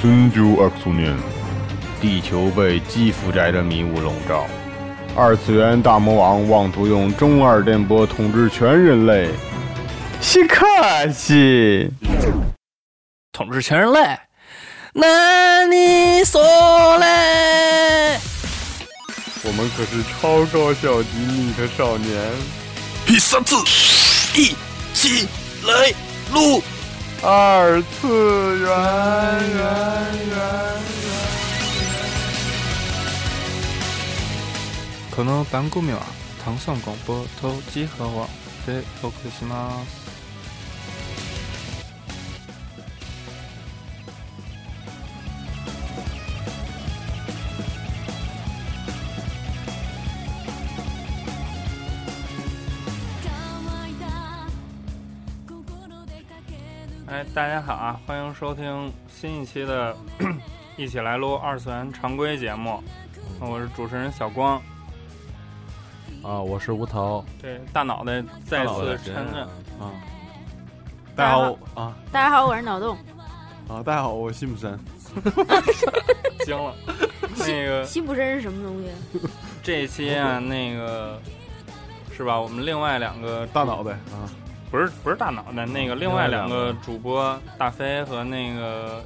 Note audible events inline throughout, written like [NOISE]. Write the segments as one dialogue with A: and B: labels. A: 春秋二十年，地球被基辅宅的迷雾笼罩，二次元大魔王妄图用中二电波统治全人类。西卡西，
B: 统治全人类。那你说嘞？
A: 我们可是超高校级逆特少年。
B: 第三次，一起来录。
A: 二次元，元元
C: この番組は炭酸广播と集合网でお送りします。哎，大家好啊，欢迎收听新一期的《一起来撸二次元常规节目》，我是主持人小光。
D: 啊，我是吴涛。
C: 这大脑袋再
D: 大脑
C: 次
D: 袋
C: 承认，
D: 啊，
E: 大家好
D: 啊
E: 大家好，我是脑洞。
D: 啊！大家好，我是辛普森。
C: 惊 [LAUGHS] 了。那个
E: 西普森是什么东西？
C: 这一期啊，那个是吧？我们另外两个
D: 大脑袋啊，
C: 不是不是大脑袋，那个另
D: 外
C: 外
D: 两
C: 两
D: 个
C: 个主播大飞和那个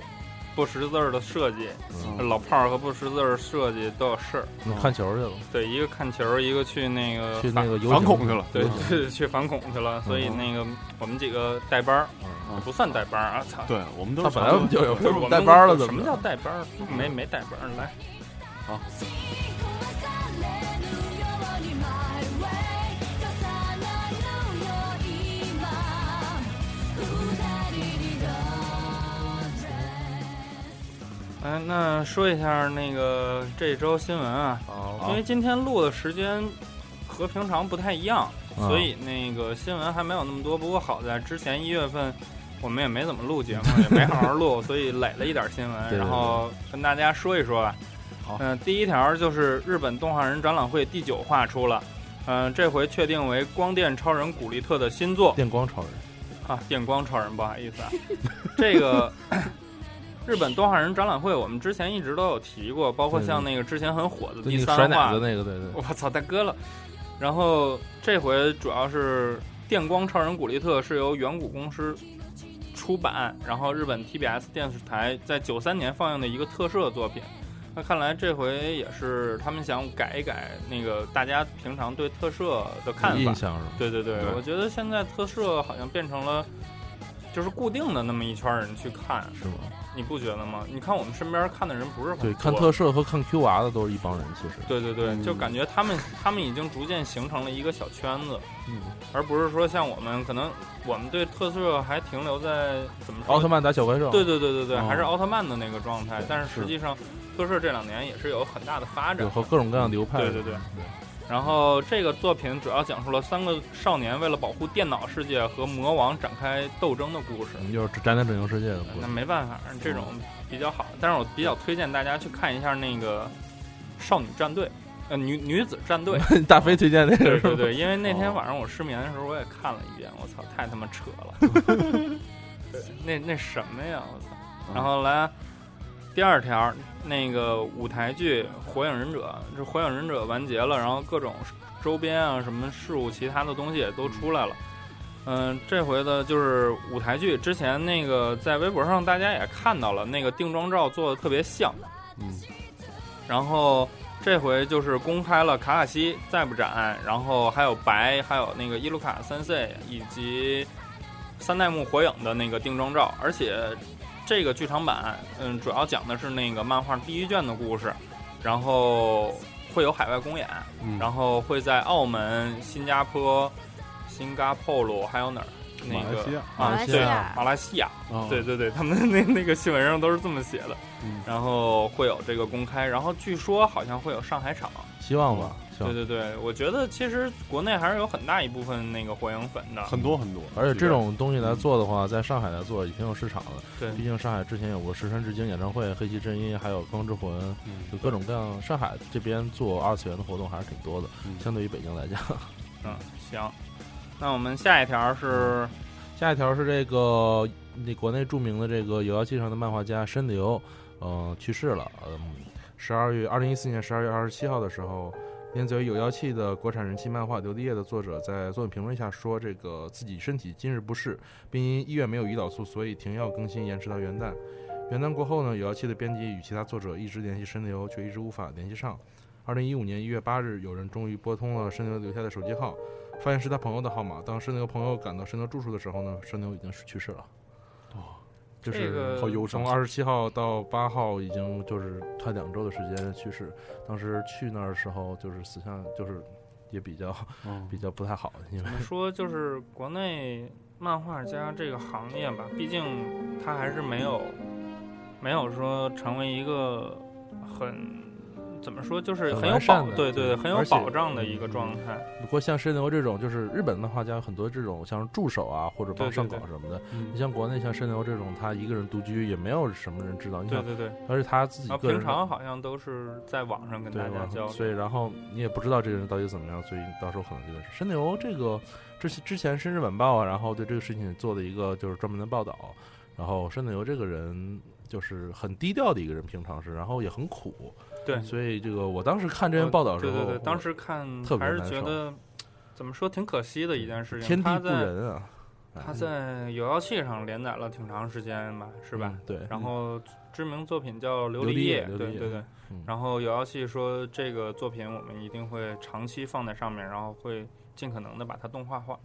C: 不识字儿的设计，
D: 嗯
C: 老炮儿和不识字儿设计都有事儿。
D: 嗯
F: 看球去了，
C: 对，一个看球，一个去那个
F: 去那
C: 反
F: 个游
D: 反
F: 艇
D: 恐去了。
C: 对
D: 嗯
C: 去去反恐去了，所以
D: 嗯
C: 那个我们几个带班儿
D: 嗯，
C: 不算带班儿啊，操！
D: 对，我们都
F: 他
D: 是
F: 本来我们就有
C: 就是我们
F: 带班儿了，
C: 什
F: 怎
C: 么
F: 么
C: 叫带班儿？没没带班儿，来，哎，那说一下那个这周新闻啊，因
F: 好，
C: 为今天录的时间和平常不太一样，
F: 嗯
C: 所以那个新闻还没有那么多。不过好在之前一月份我们也没怎么录节目，也没好好录， [LAUGHS] 所以垒了一点新闻，
F: 对对对
C: 然后跟大家说一说吧。
D: 好
C: 嗯、第一条就是日本动画人展览会第九话出了，嗯、这回确定为光电超人古力特的新作
F: 电光超人
C: 啊，电光超人，不好意思啊， [LAUGHS] 这个日本动画人展览会我们之前一直都有提过，包括
F: 对对
C: 像那个之前很火的，
F: 对
C: 第
F: 那
C: 三
F: 个
C: 话
F: 甩奶的那个，对对，
C: [LAUGHS] 我操，大哥了！然后这回主要是《电光超人古力特》是由远古公司出版，然后日本 TBS 电视台在九三年放映的一个特摄作品。那看来这回也是他们想改一改那个大家平常对特摄的看
F: 有
C: 法
F: 印。象是吗？
C: 对对对，
D: 对
C: 我觉得现在特摄好像变成了就是固定的那么一圈人去看，
F: 是吗？
C: 你不觉得吗？你看我们身边看的人不是很
F: 对，
C: 多
F: 看特摄和看 Q 娃的都是一帮人，其实，
C: 对对对，
D: 嗯
C: 就感觉他们他们已经逐渐形成了一个小圈子，
F: 嗯，
C: 而不是说像我们可能我们对特摄还停留在怎么说
F: 奥特？曼打小怪兽，
C: 对对对对对，
D: 哦
C: 还是奥特曼的那个状态。但是
D: 是
C: 实际上，特摄这两年也是有很大的发
F: 对，
C: 展。
F: 和各种各样的流派，
C: 对对对然后这个作品主要讲述了三个少年为了保护电脑世界和魔王展开斗争的故事。
F: 嗯，就是宅男拯救世界的故
C: 那
F: 事，
C: 没办法，这种比较好。但是我比较推荐大家去看一下那个少女战队，呃，女女子战队。
F: 大飞推 [LAUGHS] 荐那个
C: 对
F: 是
C: 对
F: 吗？
C: 对，因为那天
F: 哦
C: 晚上我失眠的时候，我也看了一遍，我操，太他妈扯了对，那那什么呀，我操！然后来第二条，那个舞台剧《火影忍者》，这《火影忍者》完结了，然后各种周边啊什么事物，其他的东西也都出来了。嗯，这回的就是舞台剧，之前那个在微博上大家也看到了，那个定妆照做的特别像，
D: 嗯，
C: 然后这回就是公开了卡卡西再不斩，然后还有白，还有那个伊鲁卡三 C 以及三代目火影的那个定妆照，而且这个剧场版，嗯，主要讲的是那个漫画第一卷的故事，然后会有海外公演，
D: 嗯
C: 然后会在澳门、新加坡、新加坡鲁还有哪儿？那
D: 马来西
C: 个
D: 亚
E: 马
C: 啊，
E: 来西
C: 对
E: 亚
C: 马来西亚，
F: 哦
D: 啊
C: 对，对对，他们那那个新闻上都是这么写的。
D: 嗯
C: 然后会有这个公开，然后据说好像会有上海场。
F: 希望吧，希
C: 对
F: 望。
C: 对对，我觉得其实国内还是有很大一部分那个火影粉的。
D: 很多很多，
F: 而且这种东西来做的话，在上海来做也挺有市场的。
C: 对
F: 毕竟上海之前有过石川直京演唱会、黑崎真音，还有光之魂，
D: 嗯
F: 就各种各样。上海这边做二次元的活动还是挺多的，
D: 嗯
F: 相对于北京来讲。
C: 嗯，行。那我们下一条是，
F: 下一条是这个那国内著名的这个《有妖记》上的漫画家申流，嗯去世了。嗯，十二月二零一四年十二月二十七号的时候，连载于有妖气的国产人气漫画《流地叶》的作者在作品评论下说，这个自己身体今日不适，并因医院没有胰岛素，所以停药更新延迟到元旦。元旦过后呢，有妖气的编辑与其他作者一直联系神流，却一直无法联系上。二零一五年一月八日，有人终于拨通了神流留下的手机号，发现是他朋友的号码。当神流朋友赶到神流住处的时候呢，神流已经去世了。
D: 哦，
F: 就
C: 这
F: 是
C: 个好
D: 忧伤
F: 从二十七号到八号，已经就是快两周的时间去世。当时去那儿的时候，就是死相就是也比较
D: 嗯
F: 比较不太好，因为
C: 怎么说就是国内漫画家这个行业吧，毕竟他还是没有没有说成为一个很怎么说就是
F: 很
C: 很有
F: 完善
C: 保
F: 的
C: 对对对很有
F: 而且嗯
C: 保障的一个状态。
F: 不过像深流这种，就是日本漫画家有很多这种像是助手啊，或者帮
C: 对对
F: 上稿
C: 对
F: 什么的。你
D: 嗯
F: 像国内像深流这种，他一个人独居，也没有什么人知道。你
C: 对
F: 想，
C: 对对，
F: 而且他自己
C: 然后
F: 个
C: 啊
F: 人
C: 平
F: 的
C: 常好像都是在网上跟
F: 对
C: 大家
F: 吧
C: 交流。
F: 所以然后你也不知道这个人到底怎么样，所以你到时候可能就是深流这个之前之前《深圳晚报》啊，然后对这个事情做了一个就是专门的报道，然后深流这个人就是很低调的一个人，平常是，然后也很苦，
C: 对嗯
F: 所以这个我当时看这篇报道的时
C: 对
F: 候，
C: 对对，当
F: 我
C: 时看
F: 特别
C: 还是
F: 难
C: 觉
F: 受
C: 得怎么说挺可惜的一件事情。
F: 天
C: 他
F: 地不
C: 在
F: 仁啊，
C: 他在有妖气上连载了挺长时间吧，是
F: 是
C: 吧？？
F: 嗯对，
C: 然后知名作品叫《琉
F: 琉璃
C: 璃
F: 叶
C: 叶
F: 琉》，璃
C: 对
F: 叶
C: 对对
F: 嗯。
C: 然后有妖气说这个作品我们一定会长期放在上面，然后会尽可能的把它动画化，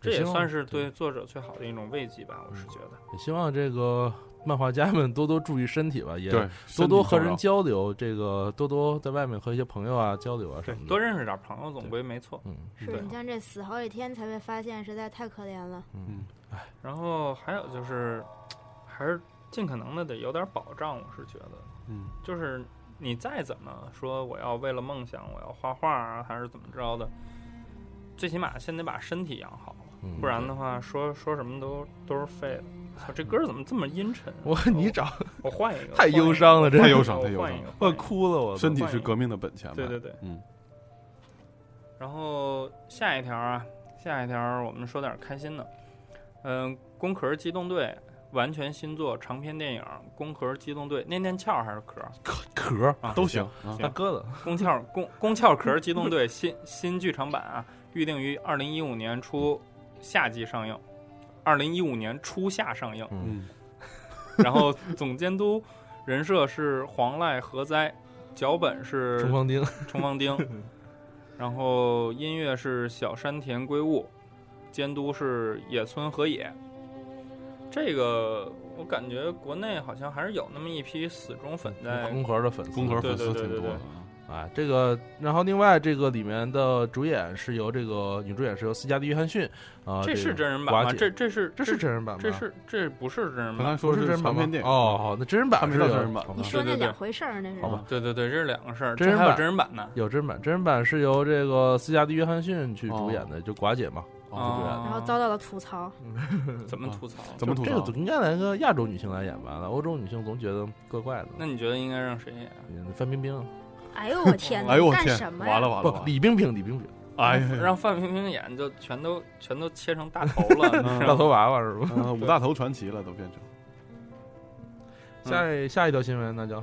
C: 这也算
F: 是
C: 是
F: 对
C: 对
F: 嗯
C: 作者最好的一种慰藉吧，我是觉得。
F: 也希望这个漫画家们多多注意身体吧，也
D: 对，
F: 多多和
D: 身
F: 人
D: 体
F: 交流，这个多多在外面和一些朋友啊交流啊
C: 对
F: 什么，的，
C: 多认识点朋友
F: 对
C: 总归没错。
F: 嗯。
E: 是你像这死好几天才被发现，实在太可怜了。
F: 嗯
C: 然后还有就是，还是尽可能的得有点保障，我是觉得。
D: 嗯，
C: 就是你再怎么说我要为了梦想我要画画啊，还是怎么着的，最起码先得把身体养好，
F: 嗯
C: 不然的话说说什么都都是废的。操，这歌儿怎么这么阴沉啊？
F: 我你找
C: 我换一个，
F: 太
C: 换一个
F: 忧伤了这
D: 太忧伤
C: 我
D: 太忧
C: 换
D: 伤
C: 一个，
F: 我
C: 换一个
F: 哭
D: [LAUGHS]
F: 了，我
D: 身体是革命的本
A: 啊
D: 钱嘛。
C: 对对对，
D: 嗯。
C: 然后下一条啊，下一条我们说点开心的，嗯，《工壳机动队》完全新作长篇电影《工壳机动队》，念念壳儿还是壳儿？
F: 壳
C: 啊
D: 都行啊。
F: 大疙瘩，
C: 宫壳宫宫壳壳机动队新新剧场版啊，预定于二零一五年初夏季上映，二零一五年初夏上映。
F: 嗯，
D: 嗯，
C: 然后总监督人设是黄濑和哉，脚本是
F: 冲锋钉，
C: 冲锋
F: [LAUGHS]
C: 钉，然后音乐是小山田圭吾，监督是野村和也。这个我感觉国内好像还是有那么一批死忠粉在
F: [LAUGHS] 工壳的粉丝，
D: 工壳粉丝
C: 对对对
D: 挺
C: 对
D: 多的
C: 对
D: 啊。
F: 啊，这个，然后另外这个里面的主演是由这个女主演是由斯嘉丽·约翰逊啊，
C: 这是
F: 个
C: 真人版
F: 寡
C: 吗？
F: 姐
C: 这这是
F: 这是真人版吗？
C: 这是这不是真人
D: 刚才
C: 版？
D: 说
F: 不
D: 的
F: 是真人版
D: 长
F: 吗
D: 篇电影
F: 哦，，好，那真人版
D: 还没
F: 是
D: 到
F: 有
D: 真人版吧
E: 你
C: 啊
E: 说
C: 对
E: 那
C: 对对
E: 两回事儿，那是
F: 好吧
C: 对对对，这是两个事儿，
F: 真人
C: 这还有
F: 版
C: 真人版呢。
F: 有真人版，真人版是由这个斯嘉丽·约翰逊去主演的，就寡姐嘛，
D: 哦
F: 对
E: 然后遭到了吐槽，
C: 啊
F: 嗯
C: 怎么吐槽？
D: 怎么
F: 就
D: 吐
F: 这
D: 槽
F: 个？应该来个亚洲女性来演吧，那欧洲女性总觉得怪怪的。
C: 那你觉得应该让谁演？
F: 嗯范冰冰
E: 哎呦我天哪！
D: 哎呦我
E: 干
D: 天
E: 什，么呀？
D: 完了完了
F: 不，
D: 完了！
F: 李冰冰，李冰冰，
D: 哎呀，
C: 让范冰冰演就全都全都切成大头了，
F: [LAUGHS]
C: 你知道
F: 大
C: 吗
F: 头娃娃是吧？
D: 呃五大头传奇了都变成。嗯
F: 下一下一条新闻那就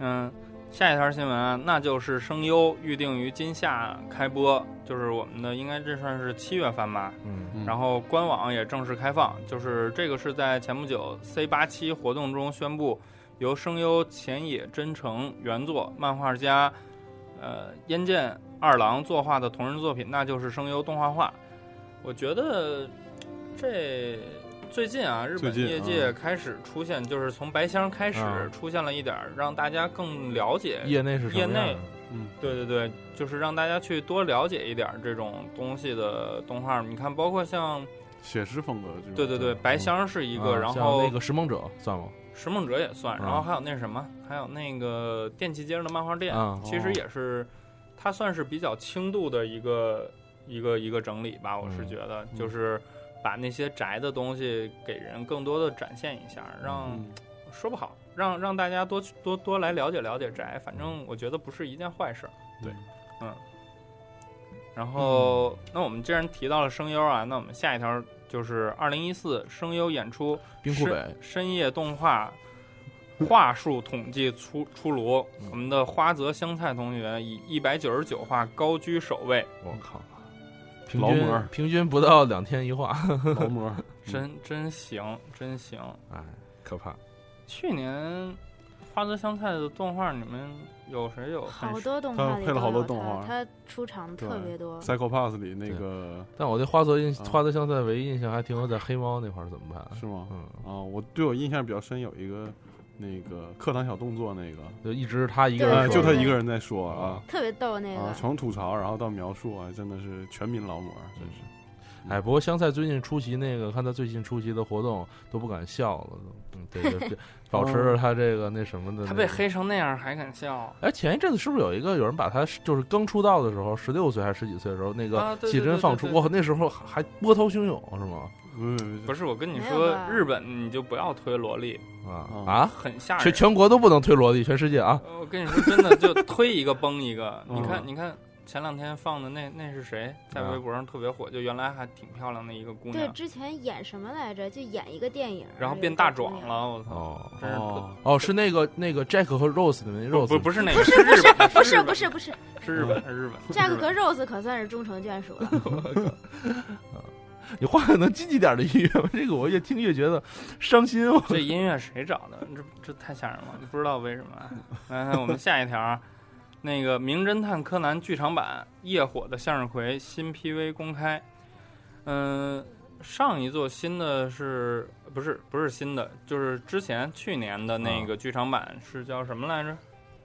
C: 嗯，下一条新闻啊，那就是声优预定于今夏开播，就是我们的应该这算是七月份吧。
F: 嗯
D: 嗯
C: 然后官网也正式开放，就是这个是在前不久 C 八七活动中宣布，由声优浅野真诚原作、漫画家呃烟见二郎作画的同人作品，那就是声优动画化。我觉得这最近啊，日
D: 最
C: 本
D: 近
C: 业界开始出现，就是从白箱开始
F: 啊
C: 出现了一点儿让大家更了解
F: 业内是什么
C: 业内
F: 样的啊
D: 嗯，
C: 对对对，就是让大家去多了解一点儿这种东西的动画。你看，包括像
D: 写实风格的这种。
C: 对对对，白箱是一个，
F: 嗯啊
C: 然
F: 像
C: 后
F: 那个石梦者算吗？
C: 拾梦者也算，
F: 啊
C: 然后还有那什么，还有那个电器街上的漫画店，
F: 啊
C: 其实也是，它算是比较轻度的一个一个一个整理吧，我是觉得，
D: 嗯
C: 就是把那些宅的东西给人更多的展现一下，让、
D: 嗯，
C: 说不好，让让大家多去多多来了解了解宅，反正我觉得不是一件坏事儿。
D: 对，
C: 嗯。然后，
F: 嗯
C: 那我们既然提到了声优啊，那我们下一条就是二零一四声优演出
F: 冰库北
C: 深深夜动画话术统计出出炉
F: 嗯，
C: 我们的花泽香菜同学以一百九十九话高居首位，
F: 我靠，平
D: 嗯劳模
F: 均
D: 儿
F: 平均不到两天
D: [LAUGHS]
F: 一画，
D: 劳模，
C: 真真行，真行。
F: 哎，可怕。
C: 去年花泽香菜的动画，你们有谁有很
E: 好多动
D: 他
E: 画里
D: 配了好多
E: 都有
D: 动画
E: 他他出场特别多
D: Psycho Pass 里那个
F: 但我对花泽印
D: 啊
F: 花泽香菜唯一印象还停留在黑猫那块儿，怎么办？
D: 是吗？
F: 嗯，
D: 啊，我对我印象比较深有一个那个课堂小动作那个，
F: 就一直他一个
E: 对
D: 啊，
F: 人说，
D: 就他一个人在说啊
E: 特别逗那
D: 啊
E: 个，，
D: 从吐槽然后到描述啊，真的是全民劳模，真是。
F: 哎，不过香菜最近出席那个，看他最近出席的活动都不敢笑了，都嗯，对
C: [LAUGHS]
F: 对，对保持着他这个那什么的、
C: 他被。黑成那样还敢笑？
F: 哎，前一阵子是不是有一个有人把他就是刚出道的时候，十六岁还是十几岁的时候，那
C: 啊
F: 个
C: 对对
F: 写真
C: 对
F: 放
C: 对
F: 出，
C: 对
F: 哇，那时候还波涛汹涌是吗？
D: 嗯不是
C: 不
D: 是
C: 是，我跟你
E: 没有
C: 说
E: 吧，
C: 日本你就不要推萝莉，
F: 啊
C: 哦
D: 啊
F: 啊，
C: 很吓
F: 全
C: 人。
F: 全国都不能推萝莉，全世界啊！
C: 呃我跟你说，真的就推一个崩一 [LAUGHS] 个。
D: 嗯
C: 你看，你看前两天放的那那是谁，在
F: 啊
C: 微博上特别火，就原来还挺漂亮的一个姑
E: 对，
C: 娘，
E: 之前演什么来着？就演一个电影，
C: 然后
E: 有
C: 变
E: 一
C: 大
E: 个
C: 壮
E: 哎姑娘。
C: 了，我操！
F: 哦
C: 真是特
D: 哦
F: 哦，是那个那个 Jack 和 Rose 里面那
C: 不
F: Rose，
C: 不不是那个，
E: 不
C: 是日本，
E: 不
C: 日
E: 是
C: 本
E: 不是不是
C: 是日本，是日本。
E: ，Jack
C: 日
E: 和
C: 本
E: Rose 可算是终成眷属了。 [LAUGHS]
F: 你换个能积极点的音乐 [LAUGHS] 吧，这个我越听越觉得伤心。啊我
C: 这音乐谁找的？这这太吓人了，不知道为什么。啊来，看我们下一条啊，那个《名侦探柯南》剧场版《夜火的向日葵》新 PV 公开。嗯、上一座新的是不是不是新的？就是之前去年的那个剧场版是叫什么来着？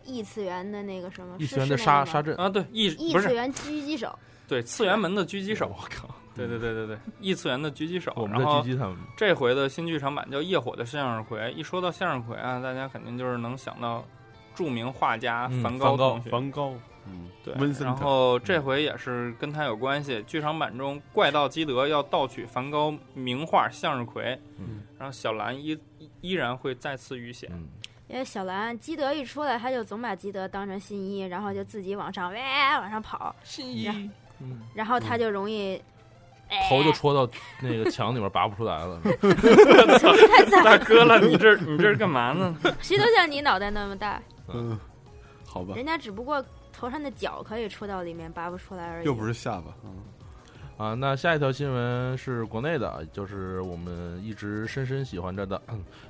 E: 异次元的那个什么，
F: 一
E: 是
F: 拳
E: 是
F: 的
E: 那
F: 沙
E: 个吗
F: 沙阵，
C: 啊，对，异
E: 异
C: 不
E: 次
C: 是
E: 元狙击手，
C: 对次元门的狙击手。
F: 我 [LAUGHS] 靠，
C: 对对对对 [LAUGHS] 对，异次元的狙击手。
F: 我们在
C: 然后
F: 狙击他们。
C: 这回的新剧场版叫《夜火的向日葵》。一说到向日葵啊，大家肯定就是能想到著名画家
F: 嗯
C: 梵
F: 梵高
C: 同学。
D: 梵高，嗯，
C: 对
D: 温，森
C: 然
D: 特，
C: 后这回也是跟他有关系。剧场版中，怪盗基德要盗取梵高名画《向日葵》，
F: 嗯
C: 然后小兰依依依然会再次遇险。
F: 嗯，
E: 因为小兰基德一出来，他就总把基德当成新一，然后就自己往上喂往上跑，
F: 信
E: 义
F: 嗯。
E: 然后他就容易。哎
F: 头就戳到那个墙里面拔不出来了。
E: 太惨
C: 大
E: 了，
C: 哥了，你这你这是干嘛
F: [LAUGHS]
C: 呢？
E: 谁都像你脑袋那么大，
D: 嗯，好
C: 哎
D: 吧，
E: 人家只不过头上的角可以戳到里面，拔不出来而已。
D: 又不是下巴，嗯，
F: 啊，那下一条新闻是国内的，就是我们一直深深喜欢着的，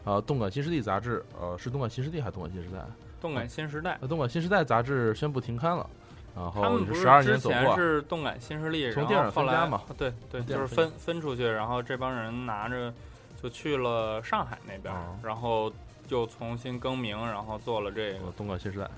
F: 啊，《动感新势力》杂志，呃，是《动感新势力》还是《动感新时代》？
C: 动感新时代，
F: 呃，《动感新时代》杂志宣布停刊了，然
C: 他
F: 后
C: 们
F: 也
C: 不
F: 哦是十二
C: 之
F: 年走
C: 前
F: 过。
C: 是动感新势力，
F: 从
C: 然
F: 电
C: 后
F: 影
C: 后
F: 分
C: 来
F: 家嘛，
C: 对对，
F: 电
C: 就
F: 影
C: 是
F: 分
C: 分分出去，然后这帮人拿着就去了上海那边
F: 哦，
C: 然后就重新更名，然后做了这个
F: 呃。动感新时代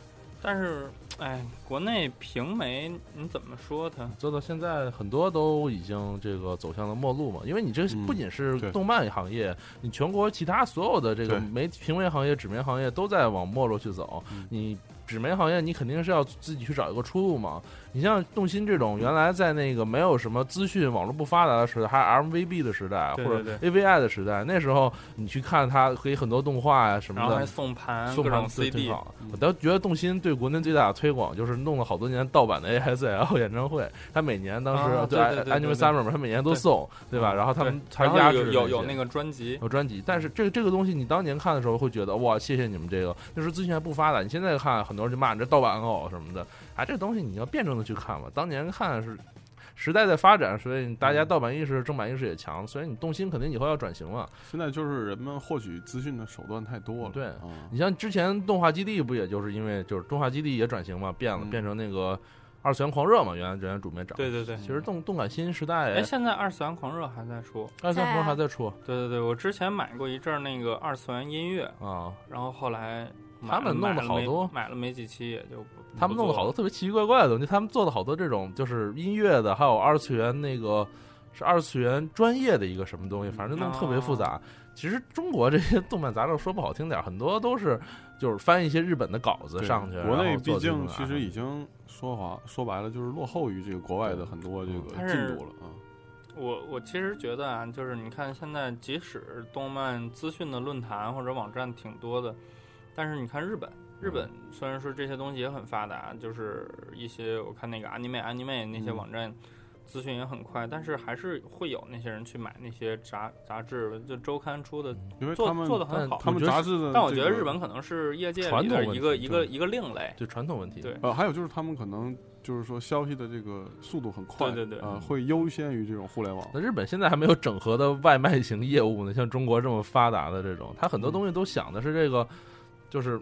C: 但是，哎，国内平媒你怎么说它？
F: 做到现在，很多都已经这个走向了末路嘛，因为你这
D: 嗯
F: 不仅是
D: 对
F: 动漫行业，你全国其他所有的这
D: 对
F: 个媒平面行业、纸媒行业都在往末路去走，
D: 嗯
F: 你纸媒行业，你肯定是要自己去找一个出路嘛。你像动心这种，原来在那个没有什么资讯、网络不发达的时代，还是 MVB 的时代，或
C: 对
F: 者
C: 对
F: AVI 的时代，那时候你去看它可以很多动画呀、什
C: 然
F: 么
C: 后还
F: 的。
C: 送盘
F: 送
C: 各
F: 上
C: 种
F: 最挺
C: CD，
F: 好
D: 嗯
F: 我倒觉得动心对国内最大的推广就是弄了好多年盗版的 ASL 演唱会，他每年当时
C: 啊对对对
F: Anime
C: 对对
F: Summer 嘛，他每年都
C: 对
F: 送，对吧？
D: 嗯
F: 然后他
C: 对
F: 们还
C: 然后
F: 压制
C: 有有有
F: 那
C: 那
F: 些
C: 个专辑，
F: 有专辑，但是这个这个东西，你当年看的时候会觉得哇，谢谢你们这个，那时候资讯还不发达。你现在看，很多人就骂你这盗版偶什么的，啊，这个东西你要辩证的去看嘛。当年看是时代在发展，所以大
C: 嗯
F: 家盗版意识、正版意识也强，所以你动心肯定以后要转型嘛。
D: 现在就是人们获取资讯的手段太多了，
F: 对
D: 啊，
F: 你像之前动画基地不也就是因为就是动画基地也转型嘛，变了，
D: 嗯
F: 变成那个二次元狂热嘛，原来原来主编长。
C: 对，对对。
F: 其实动动感新时代，
C: 哎，现在二次元狂热还在出，
F: 二次元狂
E: 在
F: 热
E: 啊
F: 还在出
C: 对对对，我之前买过一阵儿那个二次元音乐，
F: 啊，
C: 然后后来买
F: 他
C: 了
F: 们弄了好多
C: 买了没买了没几期也就不
F: 他们弄了
D: 啊
F: 好多，特别奇奇怪怪的东西，他们做了好多这种就是音乐的，还有二次元那个是二次元专业的一个什么东西，反正弄得特别复
D: 哦
F: 杂。其实中国这些动漫杂志说不好听点儿，很多都是就是翻一些日本的稿子
D: 对
F: 上去。
D: 国
F: 然
D: 内
F: 后
D: 毕
F: 做这种
D: 竟
F: 啊
D: 其实已经说话说白了就是落后于这个国外的很多这个
C: 但是
D: 进度了啊，
C: 我我其实觉得啊，就是你看现在，即使动漫资讯的论坛或者网站挺多的，但是你看日本，日本虽然说这些东西也很发达，就是一些我看那个 anime anime 那些
D: 嗯
C: 网站，资讯也很快，但是还是会有那些人去买那些杂杂志，就周刊出的，
D: 因为
C: 做
D: 他们
C: 做的很好。
D: 他们杂志的，
C: 但我觉得日本可能是业界里
F: 传统
C: 的
F: 问
C: 一个
F: 题
C: 一个
F: 对
C: 一个另类，
F: 就传统问题。
C: 对
D: 呃，还有就是他们可能就是说消息的这个速度很快，
C: 对对对
D: 呃，会优先于这种互联网。
F: 那日本现在还没有整合的外卖型业务呢，像中国这么发达的这种，它很多东西都想的是这个，就是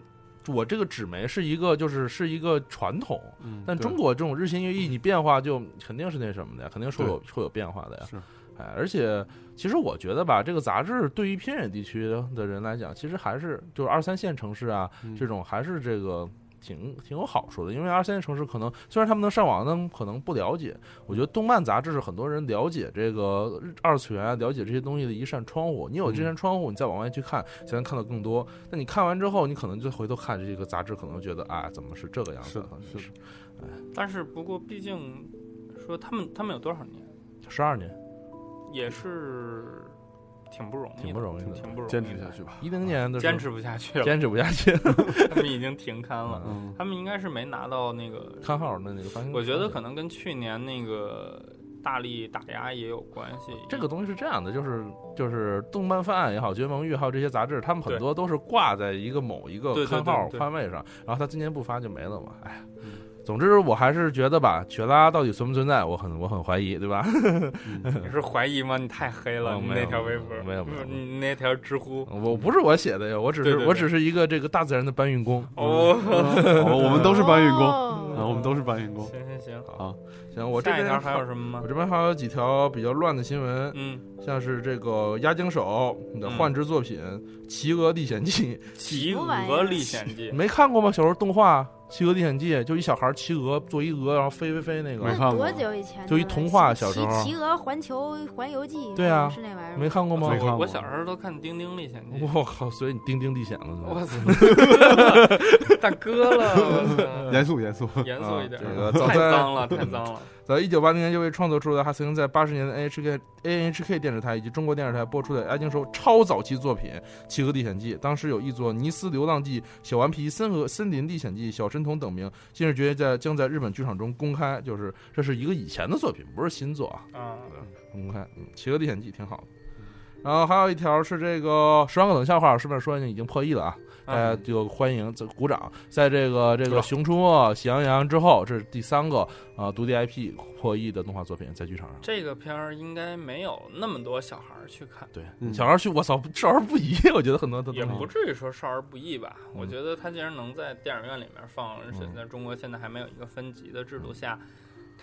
F: 我这个纸媒是一个就是是一个传统，
D: 嗯，
F: 但
D: 对
F: 中国这种日新月异，你变化就肯定是那什么的呀，肯定是会有会有变化的呀。
D: 是，
F: 哎，而且其实我觉得吧，这个杂志对于偏远地区的人来讲，其实还是就是二三线城市啊，
D: 嗯
F: 这种还是这个挺挺有好处的，因为二三线城市可能虽然他们能上网，但可能不了解。我觉得动漫杂志是很多人了解这个日二次元啊，了解这些东西的一扇窗户。你有这
C: 嗯
F: 扇窗户，你再往外去看，才能看到更多。那你看完之后，你可能就回头看这个杂志，可能觉得啊，怎么是这个样
D: 是
F: 子
D: 的？是
C: 但是不过毕竟说他们他们有多少年
F: 十二年，
C: 也是挺不容易的，
F: 挺不容易的
C: 挺不容易的，
D: 坚持下去吧。
F: 一零年的时候
C: 坚持不下去了，
F: 坚持不下去了，
C: 他们已经停刊了，
D: 嗯，
C: 他们应该是没拿到那个
F: 看号的那个发行。
C: 我觉得可能跟去年那个大力打压也有关系。
F: 这个东西是这样的，就是就是动漫犯也好，绝萌玉还有这些杂志，他们很
C: 对
F: 多都是挂在一个某一个
C: 对对
F: 刊
C: 对
F: 号
C: 对嗯
F: 刊位上，然后他今年不发就没了嘛，哎。总之，我还是觉得吧，雪拉到底存不存在，我很我很怀疑，对吧？ [LAUGHS]
C: 你是怀疑吗？你太黑了，
F: 哦
C: 你
F: 没有
C: 那条微博，
F: 没有没
C: 不
F: 有
C: 是你那条知乎。
F: 我不是我写的呀，我只是
C: 对对对
F: 我只是一个这个大自然的搬运工。
C: 哦，
D: [LAUGHS] 好我们都是搬运工，
F: 嗯
E: 哦
D: 啊，我们都是搬运工。
C: 行行行，
F: 行，我这
C: 下一
F: 边
C: 条还有什么
F: 我
C: 吗？
F: 这边还有几条比较乱的新闻，
C: 嗯，
F: 像是这个押井守的
C: 嗯
F: 幻之作品《骑鹅历险记》，
C: 《骑
E: 什么玩意
C: 鹅
E: 儿
C: 历险记
F: 你》没看过吗？小时候动画《骑鹅历险记》，就一小孩骑鹅，做一鹅，然后飞飞飞那
D: 没
F: 个
D: 看，
E: 那
D: 过
E: 多久以前的了？
F: 就一童话
E: 骑
F: 小时候
E: 骑鹅环球环游记，
F: 对啊
E: 是那玩意儿吗。
F: 没看过吗
D: 没？看
C: 我
D: 过
C: 我小时候都看《丁丁历险记》，
F: [LAUGHS] 我靠！所以你钉钉历险了呢？
C: 我操，大哥了，我
D: 严肃严肃，
F: [LAUGHS]
C: 操，严肃一点
F: 啊
C: [LAUGHS]
F: 这。个早嗯
C: 太
F: 在
C: 脏了，太脏了！
F: 在一九八零年就被创作出来，还曾经在八十年的 NHK NHK 电视台以及中国电视台播出的押井守超早期作品《骑鹅历险记》，当时有译作《尼斯流浪记》《小顽皮森和森林历险记》《小神童》等名，今日决定在将在日本剧场中公开，就是这是一个以前的作品，不是新作啊。
C: 啊，
F: 公开，嗯，《企鹅历险记》挺好的。然后还有一条是这个十万个冷笑话，顺便说一下，已经破亿了啊！大家
C: 嗯
F: 就欢迎这鼓掌。在这个这
C: 鼓
F: 个《
C: 掌
F: 熊出没》《喜羊羊》之后，这是第三个啊独立 IP 破亿的动画作品，在剧场上。
C: 这个片儿应该没有那么多小孩儿去看，
F: 对，
D: 嗯
F: 小孩儿去，我操，少儿不宜，我觉得很多都
C: 也不
F: 嗯
C: 至于说少儿不宜吧。我
F: 嗯
C: 觉得它既然能在电影院里面放，而且
F: 嗯
C: 在中国现在还没有一个分级的制度下，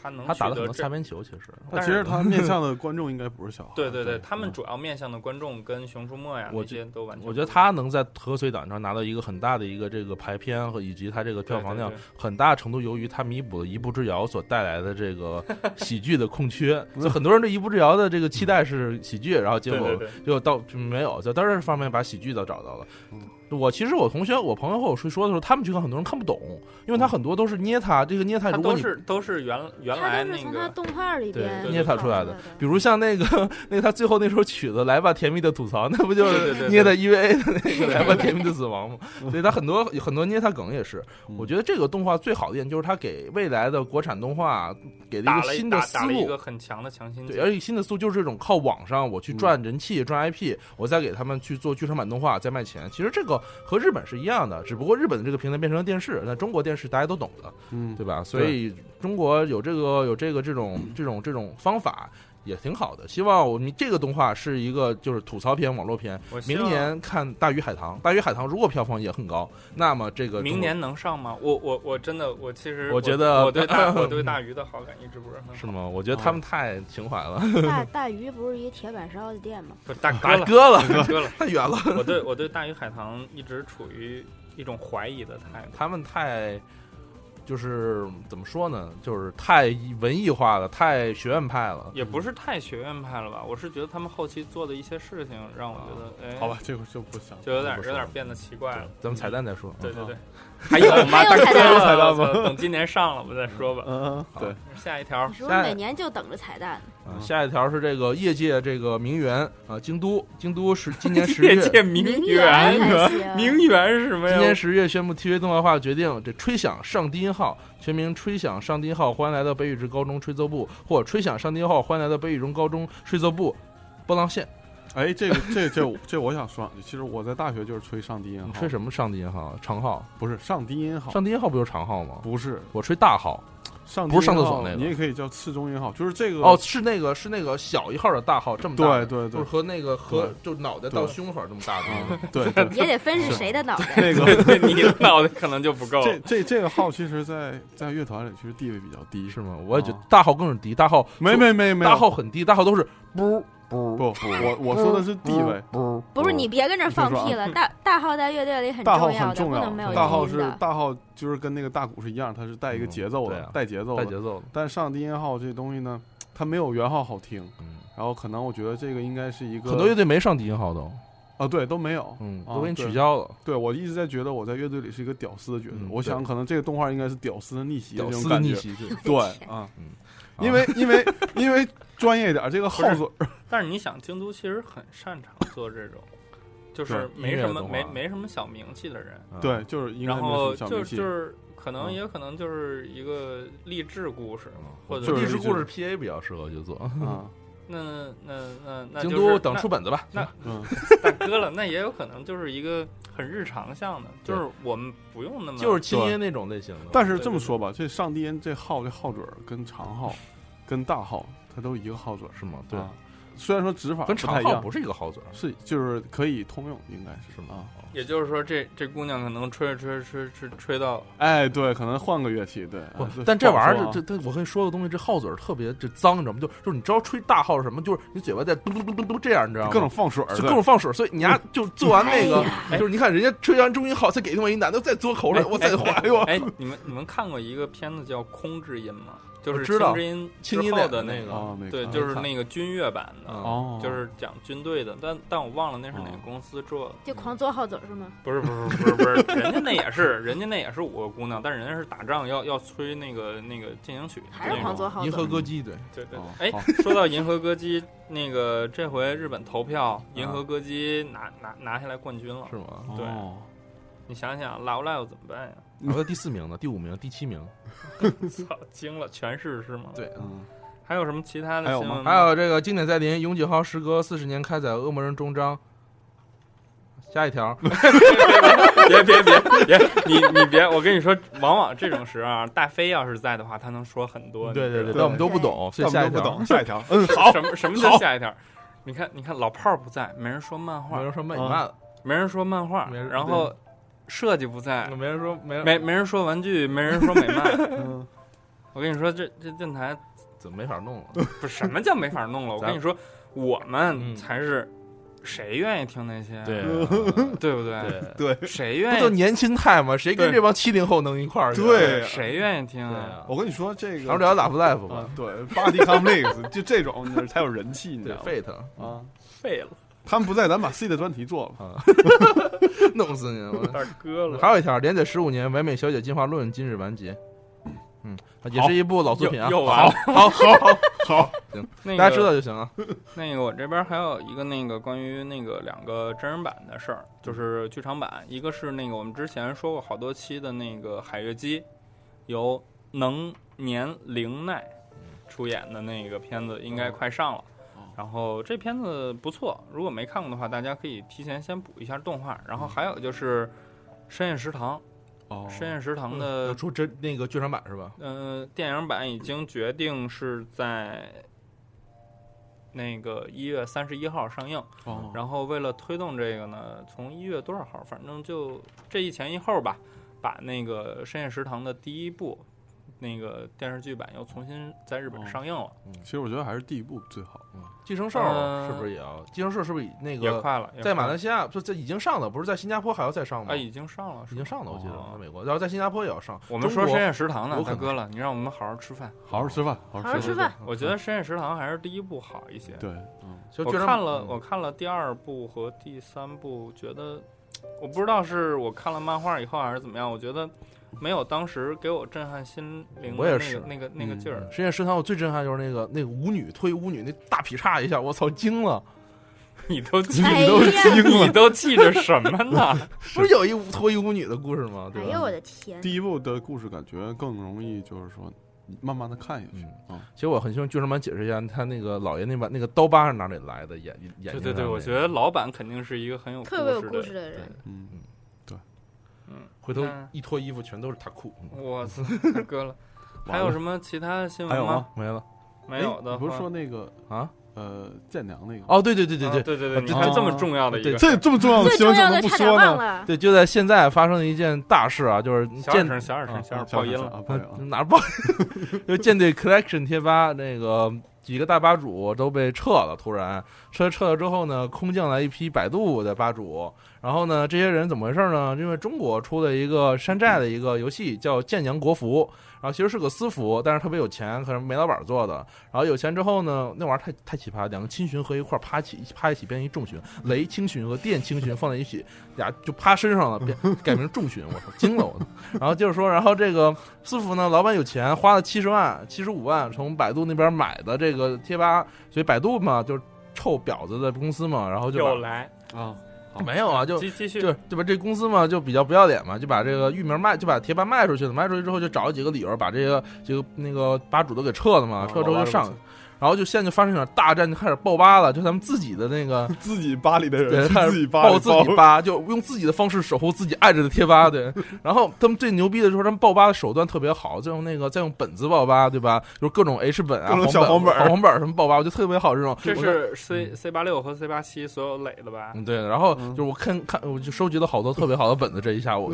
C: 它能
F: 他打
C: 取
F: 的很
C: 得
F: 多
C: 这
F: 擦边球，其实。
D: 那
C: 但
D: 其
C: 是
D: 实
F: [LAUGHS]
D: 他面向的观众应该不是小孩。
C: 对对对，他们
D: 嗯
C: 主要面向的观众跟《熊出没》呀
F: 我
C: 那
F: 觉
C: 些都完全不一样，
F: 我觉得他能在贺岁档上拿到一个很大的一个这个排片和以及他这个票房量
C: 对对，
F: 很大程度由于他弥补了《一步之遥》所带来的这个喜剧的
C: [LAUGHS]
F: 空缺。就很多人对《一步之遥》的这个期待是喜剧，然后结
C: 对
F: 果
C: 对对
F: 就到就没有，就在这方面把喜剧倒找到了
D: 嗯。
F: 我其实我同学、我朋友和我说的时候，他们去看很多人看不懂，因为
D: 嗯
F: 他很多都是捏他这个捏他，
C: 他
F: 如果
C: 都
F: 你
C: 是都是原原来
E: 他
C: 那
E: 都是从他
C: 个
E: 动画里
F: 对
E: 边
F: 捏他出来的
E: 的，
F: 比如像那个那个他最后那首曲子《来吧甜蜜的吐槽》，那不就
C: 对对
F: 是
C: 对对
F: 捏的 EVA 的那个《来吧甜蜜的死亡》吗？所以他很多很多捏他梗也是。
D: 嗯
F: 我觉得这个动画最好的一点就是他给未来的国产动画给了
C: 打
F: 一个
C: 了一
F: 新的
C: 打
F: 思
C: 打了一
F: 路
C: 个。很强的强心
F: 对，
C: 剂
F: 而。且新的思路就是这种靠网上我
C: 嗯
F: 去赚人气、赚 IP，我再给他们去做剧场版动画，再卖钱。其实这个和日本是一样的，只不过日本的这个平台变成了电视，那中国电视大家都懂的，
D: 嗯，
F: 对吧？所以中国有这个有这个这种这种这种方法也挺好的。希望我们这个动画是一个就是吐槽片、网络片。
C: 我希
F: 明
C: 望
F: 年看《大鱼海棠》，《大鱼海棠》如果票房也很高，那么这个中
C: 明年能上吗？我我我真的我其实
F: 我觉得
C: 我对
F: [LAUGHS]
C: 大我对大鱼的好感一直不是很好。
F: 是吗？我觉
C: 哦
F: 得他们太情怀了， [LAUGHS]
E: 大大鱼不是一铁板烧的店吗？
C: 不是大
F: 大 [LAUGHS]
C: 哥了，
F: 啊哥了，
C: 大哥了。
F: 太远了。
C: [LAUGHS] 我对我对大鱼海棠一直处于一种怀疑的态度。
F: 他们太就是怎么说呢？就是太文艺化了，太学院派了。
C: 也不是太学院派了吧，我是觉得他们后期做的一些事情
F: 啊
C: 让我觉得，哎，
D: 好吧，这个就不想。
C: 就有点
F: 不
C: 有
F: 说了啊
C: 点变得奇怪了。
F: 咱们彩蛋再说。
C: 对对对，还有吗？
E: 还有
C: 大
E: 彩蛋
C: 哥，
E: 吗
D: 彩蛋
C: 我
D: 吗
C: 操等今年上了我再说吧。
D: 嗯，对，
C: 下一条
E: 你，是不
F: 下
E: 是每年就等着彩蛋？
F: 啊，下一条是这个业界这个名媛啊，京都，京都是今年
C: [LAUGHS]
F: 十
C: 业
F: 月，
C: 界
E: 名
C: 名
E: 媛还
C: 媛，
E: 行，啊
C: 名媛是什么
F: 今年
C: 呀？
F: 十月宣布 TV 动画化决定，这《吹响上低音号》全名《吹响上低音号》，欢迎来到北宇之高中吹奏部，或《吹响上低音号》，欢迎来到北宇中高中吹奏部。波
C: 哦
F: 浪线，
D: 哎，这个这这这我想说，啊其实我在大学就是吹上低音
F: 你
D: 号，
F: 吹什么上低音号？长号？
D: 不是上低音号，
F: 上低音号不就是长号吗？
D: 不是
F: 我吹大号。
D: 上
F: 不是上
D: 低音
F: 厕所
D: 号
F: 那个
D: 你也可以叫次中音号，就是这个
F: 哦，是那个是那个小一号的大号，这么大
D: 对
F: 的，
D: 对对
F: 就是，和那个和就脑袋到
D: 对
F: 胸口这么大的那个。
D: 啊，对 [LAUGHS] 对，
E: 也得分是谁的脑袋。
D: 那个
C: 你的脑袋可能就不够了
D: 这。这这个号其实在，在乐团里其实地位比较低，
F: [LAUGHS] 是吗？我也觉得大号更是低，大号
D: 没没没没有，
F: 大号很低，大号都是不
D: 不嗯不，我我说的是地
E: 嗯
D: 位，
E: 不是你别跟这放屁
D: [LAUGHS]
E: 了，大大号在乐队里很
D: 啊大号
E: 重
D: 很
E: 要的，
D: 重
E: 不能没有
D: 要，
E: 低
D: 大号
E: 音
D: 是
E: 的。
D: 大号就是跟那个大鼓是一样，它是带一个
F: 嗯
D: 节奏
F: 对
D: 的
F: 啊，
D: 带节奏
F: 带
D: 的。
F: 节奏的。
D: 但上低音号这东西呢，它没有原号好听，
F: 嗯，
D: 然后可能我觉得这个应该是一个
F: 很多乐队没上低音号都，
D: 啊，对，都没有。
F: 嗯，
D: 啊
F: 都给你
D: 对
F: 取消了。
D: 对我一直在觉得我在乐队里是一个屌丝的角色
F: 嗯，
D: 我想
F: 对
D: 可能这个动画应该是屌丝的逆袭的
F: 屌
D: 这种
F: 丝的
D: 感
F: 逆
D: 觉。
F: 袭，对， [LAUGHS]
D: 对啊，
F: 啊
D: 因为因为因为专业一点，这个号所
C: 但是你想，京都其实很擅长做这
F: [LAUGHS]
C: 种，就是没什么
F: 音乐动画
C: 没没什么小名气的人，
F: 嗯
D: 对，就是应该
C: 然
D: 没有
C: 后
D: 什么小
C: 就
D: 名气。
C: 就是可能
D: 嗯
C: 也可能就是一个励志故事嘛，或者
D: 就是
F: 励
D: 励
F: 志
D: 志
F: 故事 PA 比较适合去做。
D: 啊，
C: 那那那那
F: 京
C: 就
F: 都
C: 是
F: 等出本子吧。
C: 那
D: 嗯，
C: 那大哥了，那也有可能就是一个很日常向的，就是我们不用那么
F: 就是轻音那种类型的，
D: 但是这么说吧，这上低音这号这号准儿跟长号、跟大号它都一个号准儿，
F: 是吗？对，
D: 啊虽然说指法
F: 跟
D: 不太
F: 长
D: 一
F: 号
D: 样
F: 不，是一个号嘴儿，
D: 是就是可以通用，应该是
F: 是吗
D: 啊？
C: 也就是说这，这姑娘可能吹着吹着吹着吹着吹到
D: 哎，对，可能换个乐器，对。
F: 不
D: 啊，
F: 哦但这
D: 不好
F: 玩意
D: 说
F: 儿，
D: 啊
F: 这这这我跟你说个东西，这号嘴儿特别这脏，你知道吗？就就是你知道吹大号是什么，就是你嘴巴在嘟嘟嘟嘟嘟这样，你知道吗？
D: 各种放水儿，对
F: 就各
C: 啊
F: 种放水，所以你丫就做完那个
E: 哎呀，
F: 就是你看人家吹完中音号，再给他们一男的再嘬口水，我再划哟，
C: 哎，你们你们看过一个片子叫《空之音》吗？就是
F: 我知道
C: 之音
F: 轻
C: 之
F: 音
C: 后的
F: 那个
D: 啊，没
C: 对，
D: 看
C: 就是那个军乐版的，
F: 啊
D: 哦，
C: 就是讲军队的，但但我忘了那是哪个
D: 哦
C: 公司做的。
E: 就狂嘬号嘴是吗？
C: [LAUGHS] 不是不是不是不是，人家那也是，人家那也是五个姑娘，但人家是打仗要要吹那个那个进行曲的
E: 还
C: 那
E: 是
C: 种
E: 狂嘬号
F: 银河
E: 嘴？
F: 歌姬对，
C: 对对
D: 哦，
C: 哎
D: 好，
C: 说到银河歌姬，那个这回日本投票，银河歌姬拿拿拿下来冠军了
F: 是。吗？
D: 哦
C: [LAUGHS] 对你想想，拉布拉又怎么办呀？
F: 拿到第四名呢，第五名，第七名，
C: [LAUGHS] 操，惊了，全是是吗？
F: 对
D: 嗯，
C: 还有什么其他的
D: 还有
C: 新闻
D: 吗
C: 吗？
F: 还有这个经典再临，永井豪时隔四十年开载恶魔人终章。下一条，
C: 别别别别，你你别，我跟你说，往往这种时候啊，大飞要是在的话，他能说很多。
F: 对
C: 你知道吗
F: 但我们都不懂，所以
D: 但
F: 下
D: 我
F: 一
D: 们都不
F: 条
D: 懂，下一条，嗯，好，
C: 什么什么叫下一条？你看，你看，老炮儿不在，没人说漫画
F: 没，人说漫
D: 嗯
F: 漫，
C: 没人说漫画
F: 没人，嗯
C: 然后设计不在，
F: 没人说没人
C: 没没人说玩具，没人说美漫。
D: 嗯
C: 我跟你说，这这电台
F: 怎么没法弄了？
C: 不是什么叫没法弄了。我
F: 咱
C: 跟你说，我们
F: 嗯
C: 才是谁愿意听那些啊？
F: 对
C: 对不对？
F: 对，
D: 对
C: 谁
F: 不
C: 愿
F: 就
C: 意？
F: 年轻态吗？谁跟
D: 对
F: 这帮七零后能一块儿去？
D: 对啊
C: 谁愿意听
F: 对
C: 啊？
F: 啊，
D: 我跟你说这个，
F: 咱们聊 Love Life 吧
D: 啊，，对，Body Complex [LAUGHS] 就这种你知道才有人气，你知
F: 对
D: 道吗？
F: ，Fate
D: 啊，
C: 废了，
D: 他们不在，咱们把 C 的专题做了。
F: [LAUGHS] 弄死你！我
C: 大哥了。
F: 还有一条，连载十五年，《完美小姐进化论》今日完结。嗯，也是一部老作品啊，
C: 又又完了
F: 好，好，好，好，
C: 那
F: 大
C: 个
F: 家知道就行啊。
C: 那个我这边还有一个那个关于那个两个真人版的事儿，就是剧场版，一个是那个我们之前说过好多期的那个《海月姬》，由能年玲奈出演的那个片子，应该快上了
D: 哦。
C: 然后这片子不错，如果没看过的话，大家可以提前先补一下动画。然后还有就是《深夜食堂
D: 哦》，
C: 《深夜食堂》的
F: 出真那个剧场版是吧？
C: 呃电影版已经决定是在那个一月三十一号上映。
D: 哦，
C: 然后为了推动这个呢，从一月多少号，反正就这一前一后吧，把那个《深夜食堂》的第一部那个电视剧版又重新在日本
D: 哦
C: 上映了，
D: 其实我觉得还是第一部最好。
F: 嗯寄生兽
C: 呃
F: 是不是也要？寄生兽是不是那
C: 也
F: 个
C: 快了，也
F: 在
C: 快
F: 马来
C: 了
F: 西亚就在已经上了，不是在新加坡还要再上吗？
C: 啊
F: 已
C: 已经上了，是
F: 经
C: 吗。
F: 上了，我记得
C: 哦
F: 在美国，然后在新加坡也要上。
C: 我们说《
F: 中国
C: 深夜食堂》呢，
F: 有
C: 大
F: 可能
C: 哥了，你让我们好好吃饭。
D: 好好吃饭，好
E: 好好吃饭。
C: 我觉得《深夜食堂》还是第一部好一些。
D: 对，嗯，
F: 就
C: 我
F: 剧场
C: 看了，
F: 嗯
C: 我看了第二部和第三部，觉得我不知道是我看了漫画以后还是怎么样，我觉得没有当时给我震撼心灵
F: 我也
C: 的那
F: 是嗯
C: 个那个那个劲儿。 [LAUGHS]
F: 深夜食堂我最震撼就是那个那个舞女推舞女那大劈叉一下，我操惊了，
C: 你
E: [LAUGHS]
C: 都记
E: 哎
F: 你都
E: 呀
F: 惊
C: 你
F: 了。
C: 都记着什么呢？
F: 不是有一脱衣舞女的故事吗？
E: 哎
F: 对吧？
E: 呦我的天！
D: 第一部的故事感觉更容易，就是说慢慢的看下去
F: 嗯
D: 啊。
F: 其实我很希望剧场版解释一下，他那个老爷那把那个刀疤是哪里嗯来的？眼 [LAUGHS] 眼
C: 对
F: 睛上
C: 对对，
F: 面
C: 我觉得老板肯定是一个很有故
E: 特别有故
C: 事
E: 事
F: [LAUGHS]
C: 的。
E: 的人，
D: 嗯，
C: 嗯，
F: 回头
C: 嗯
F: 一脱衣服全都是他裤，嗯
C: 我操，太哥了！还有什么其他新
D: 还
C: 闻
D: 有
C: 吗？
D: 吗？
F: 没了
C: 没有
D: 哎
C: 的话。
D: 你不是说那个
F: 啊？
D: 呃建良那个？
F: 哦，对对对对
C: 啊
F: 对
C: 对对
F: 啊
C: 对，你
D: 对
C: 看
D: 对
C: 这么重要的一 [LAUGHS]
F: 对
C: 个，
D: 这这么重要的
E: 最
D: 新
E: 重
D: 闻怎
E: 要
D: 么
E: 的
D: 不
E: 差
D: 说
E: 点忘
D: 呢？啊
E: 了，
F: 对，就在现在发生了一件大嗯事啊，就是
C: 小点
F: 舰
C: 声，小点声，小点声爆音了。
D: 啊，
F: 啊
D: 报音啊！
F: 哪报？ [LAUGHS] 就舰队 Collection 贴吧那个几个大吧主都被撤了，突然撤撤了之后呢，空降来一批百度的吧主，然后呢，这些人怎么回事呢？因为中国出了一个山寨的一个游戏叫《建阳国服》，然后其实是个私服，但是特别有钱，可能煤老板做的。然后有钱之后呢，那玩意儿太太奇葩，两个轻巡合一块儿趴起趴一起变成一重巡，雷轻巡和电轻巡放在一起，俩就趴身上了，变改名重巡，我操，惊了我操！ [LAUGHS] 然后接着说，然后这个私服呢，老板有钱，花了七十万、七十五万从百度那边买的这个贴吧，所以百度嘛，就是臭婊子的公司嘛，然后就
C: 又
F: 把
C: 来，
D: 啊，
F: 没有啊，就
C: 继继续
F: 就对吧？这公司嘛，就比较不要脸嘛，就把这个域名卖，就把贴吧卖出去了。卖出去之后，就找几个理由把这个这个那个吧主都给撤了嘛。
D: 啊
C: 哦
F: 撤了之后
D: 老吧
F: 就
D: 主
F: 上，然后就现在就发生一场大战，就开始爆吧了。就他们自己的那个
D: 自己吧里的
F: 对，
D: 人，
F: 开
D: 自己
F: 始
D: 吧
F: 爆
D: 里
F: 自己吧，就用自己的方式守护自己爱着的贴吧。对， [LAUGHS] 然后他们最牛逼的就是他们爆吧的手段特别好，再用那个再用本子爆吧，对吧？就是各种 H 本啊
D: 各、种小
F: 黄
D: 黄本儿
F: 小黄本儿什么爆吧，我觉得特别好。这 [LAUGHS] 种
C: 这
F: 我在
C: 是 C C 八六和 C 八七所有垒的吧？
F: 嗯，对，然后
D: 嗯
F: 就是我看看，我就收集了好多特别好的本子。这一下 [LAUGHS] 午，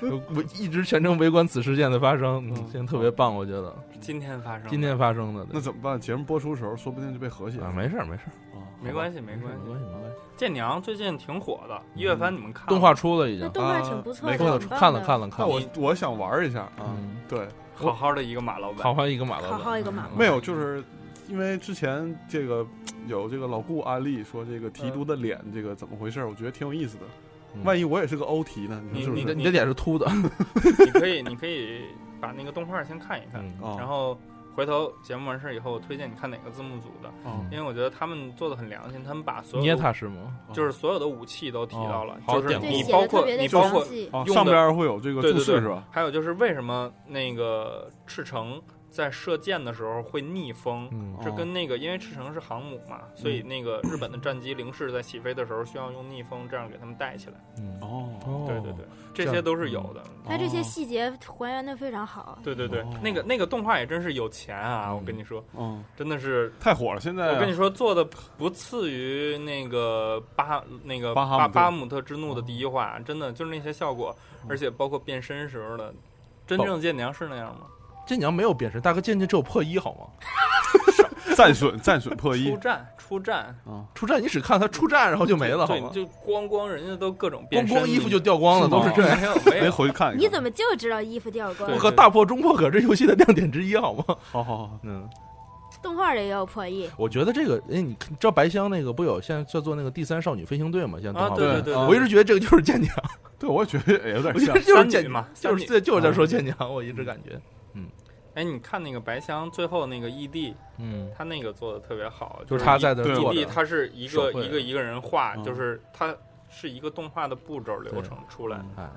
F: 我一直全程围观此事件的发生，嗯
D: 嗯
F: 现在特别棒，我觉得
C: 今天发生的，
F: 今天发生的。对
D: 那怎么办？节目播出的时候，说不定就被和谐
F: 啊，
D: 了。
F: 没事儿，没事儿，
C: 没关系，没关
F: 没
C: 系。
F: 关系，没关系。
C: 剑娘最近挺火的，一月番你们看了
F: 动画出了已
E: 那
F: 经，
E: 动画挺不错
C: 啊
D: 没
E: 的，
F: 动画
E: 很
F: 出
E: 棒
F: 看了
E: 的
F: 看了看
D: 但
F: 了，
D: 我我想玩一下啊，
F: 嗯，
D: 对，
C: 好好的一个马老板
F: 好，换一个马老
E: 好
F: 板，
E: 好一个
C: 嗯
E: 马老板
D: 没有，就是因为之前这个有这个老顾安利说这个提督的脸这个怎么回事儿，我觉得挺有意思的。
F: 嗯
D: 万一我也是个欧提呢？你说
F: 你
D: 是
F: 的
D: 不是？
F: 你的脸是秃的，
C: 你可以你可以把那个动画先看一看，
F: 嗯
D: 啊
C: 然后回头节目完事儿以后，我推荐你看哪个字幕组的，
D: 啊
C: 因为我觉得他们做的很良心，他们把所有
F: 哦捏
C: 的
F: 他是吗？
C: 就是所有的武器都提到了
F: 哦，好
C: 就是
F: 典故
E: 对，
C: 你
E: 写
C: 包
E: 的特
C: 括
E: 别的
C: 你包
E: 详
C: 括
E: 细，
D: 啊，
C: 用的
D: 上边会有这个
C: 对
D: 注
C: 对
D: 释
C: 对
D: 是吧？
C: 还有就是为什么那个赤城在射箭的时候会逆风，
F: 嗯
C: 这
D: 哦
C: 跟那个，因为赤城是航母嘛，所以那个日本的战机零式在起飞的时候需要用逆风，这样给他们带起来。
F: 嗯，
D: 哦，
F: 哦
C: 对对对，，这
F: 这
C: 些
F: 样嗯
C: 都是有的。
E: 它这些细节还原的非常好。
C: 对对对
D: 哦，
C: 那个那个动画也真是有钱啊！
F: 嗯啊
C: 我跟你说，
D: 嗯，
C: 真的
F: [LAUGHS]
C: 是，
D: 太火了，现在
C: 我跟你说做的不次于那个巴那个
D: 巴哈
C: 巴
D: 姆特
C: 巴姆特之怒
F: 哦
C: 的第一话，真的就是那些效果，
F: 嗯
C: 而且包括变身时候的。真正的剑娘是那样吗？
F: 剑娘没有变身，大哥剑剑只有破一好吗？
D: 战损战损破
C: [LAUGHS] 出
D: 一
C: 战出战
D: 啊，
F: 出战你只看他出战，然后就没了好
C: 对，
F: 吗？
C: 就咣咣人家都各种变身，
F: 光光衣服
C: 你
F: 就掉光了，都是
C: 没有没有没
D: 没
C: 有
D: 回去看一看。
E: 你怎么就知道衣服掉
C: 对
E: 光
F: 我
E: 了？
F: 靠，
C: 对
F: 大破中破可是这游戏的亮点之一，好吗？
D: 好好好，
F: 嗯，
E: 动画里也有破译，
F: 我觉得这个，哎，你知道白香那个不有现在在做那个第三少女飞行队吗？现在动
C: 啊！
F: 画
C: 对
F: 版
C: 对
D: 对
C: 对，
D: 啊
F: 我一直觉得这个就是剑娘，
D: 对我也觉得也有点
F: 我
C: [LAUGHS]
F: 觉
D: 像
F: 得。就是
C: 三
F: 剑
C: 女嘛
F: 就
C: 三
F: 是
C: 女
F: 对，就是在说剑娘，我一直感觉，
C: 哎，你看那个白香最后那个异地，
F: 嗯，
C: 他那个做的特别好，
F: 就是
C: 是
F: 他在那
D: 对
F: 做
C: 异
F: 的
C: 地，，他是一
F: 手
C: 个
F: 绘
C: 一个一个人画，
D: 嗯
C: 就是他是一个动画的步骤流程出来。
F: 哎，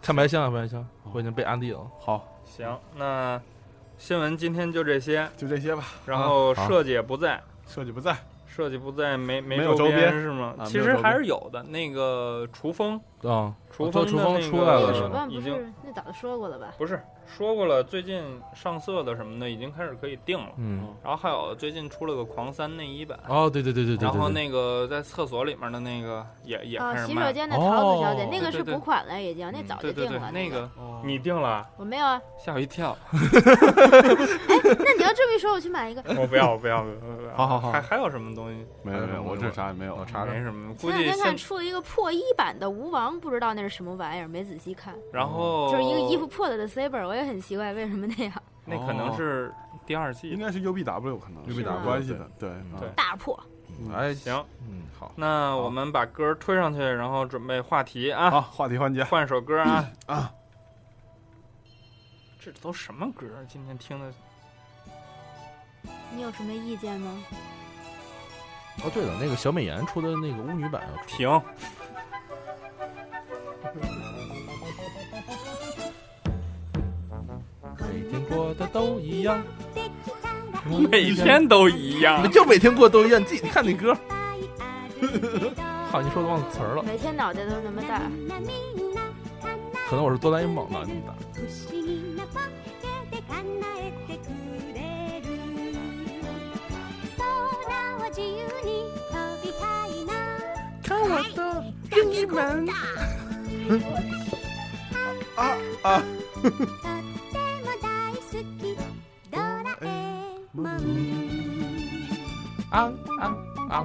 F: 看白香啊，白香，我已经被安利了，
D: 好，
C: 行，那新闻今天就这些，
D: 就这些吧。
C: 然后
F: 好
C: 设计也不在。
D: 设计不在，
C: 设计不在，没没
D: 没有周
C: 边
D: 边
C: 是吗？
D: 啊
C: 其
D: 没有
C: 实
D: 周边
C: 还是有的。那个厨风，
F: 啊，
C: 厨
F: 做
C: 风
F: 厨
C: 的
F: 风
C: 那
F: 出
C: 个
F: 来
E: 那
F: 了
E: 个
F: 是
E: 手
F: 吗？
E: 办不
C: 已经
E: 是那早就说过了吧？
C: 不是说过了，最近上色的什么的已经开始可以定了。
F: 嗯，
C: 然后还有最近出了个狂三内衣版，
F: 哦，对对对对对，
C: 然后
F: 对
C: 那个在厕所里面的那个也也
E: 哦
C: 开，始
E: 洗手
C: 卖，
E: 间的桃子小姐，
F: 哦
E: 那个
C: 对
E: 是
C: 对对
E: 补款了，已经，那
F: 嗯
E: 早就
C: 对对
E: 定
C: 对
E: 了。，
C: 那
E: 个
C: 个你定了，
E: 我没有啊。
C: [LAUGHS] 吓我一跳。
E: 那你要这么一说，我去买一
F: [LAUGHS]
E: 个。
C: 我不要，我不要，不要 [LAUGHS] 不要。
D: 好好好
C: 还还有什么东西？
D: 没有没有，我这啥也没有。
F: 我查查
C: 没，什么，估
E: 前两
C: 计
E: 天看
C: 现
E: 出了一个破衣版的吴王，不知道那是什么玩意儿，没仔细看。
C: 然后哦
F: 哦
E: 就是一个衣服破了的 saber，我也很奇怪为什么那样。
C: 那可能是第二季
D: 应该是 UBW 可能
F: UBW
D: 有关系的，对
F: 对
D: 啊
E: 大破，
D: 嗯
F: 哎，
C: 行，
F: 嗯，好，
C: 那我们把歌推上去，然后准备话题啊，
D: 好，话题环节
C: 换首歌啊。
D: 啊，
C: 这都什么歌儿？今天听的
E: 你有什么意见吗？
F: 哦，对了，那个小美颜出的那个巫女版要出，
C: 停。
F: 每天过得都一 [LAUGHS] 样，
C: 每天都一样
F: 你们。就每天过得都一样，你自己看那歌。好，你说的忘词儿了，
E: 每天脑袋都那么大，
F: 可能我是哆啦 A 梦吧，你打。 [LAUGHS] 看我的任意门，啊啊啊！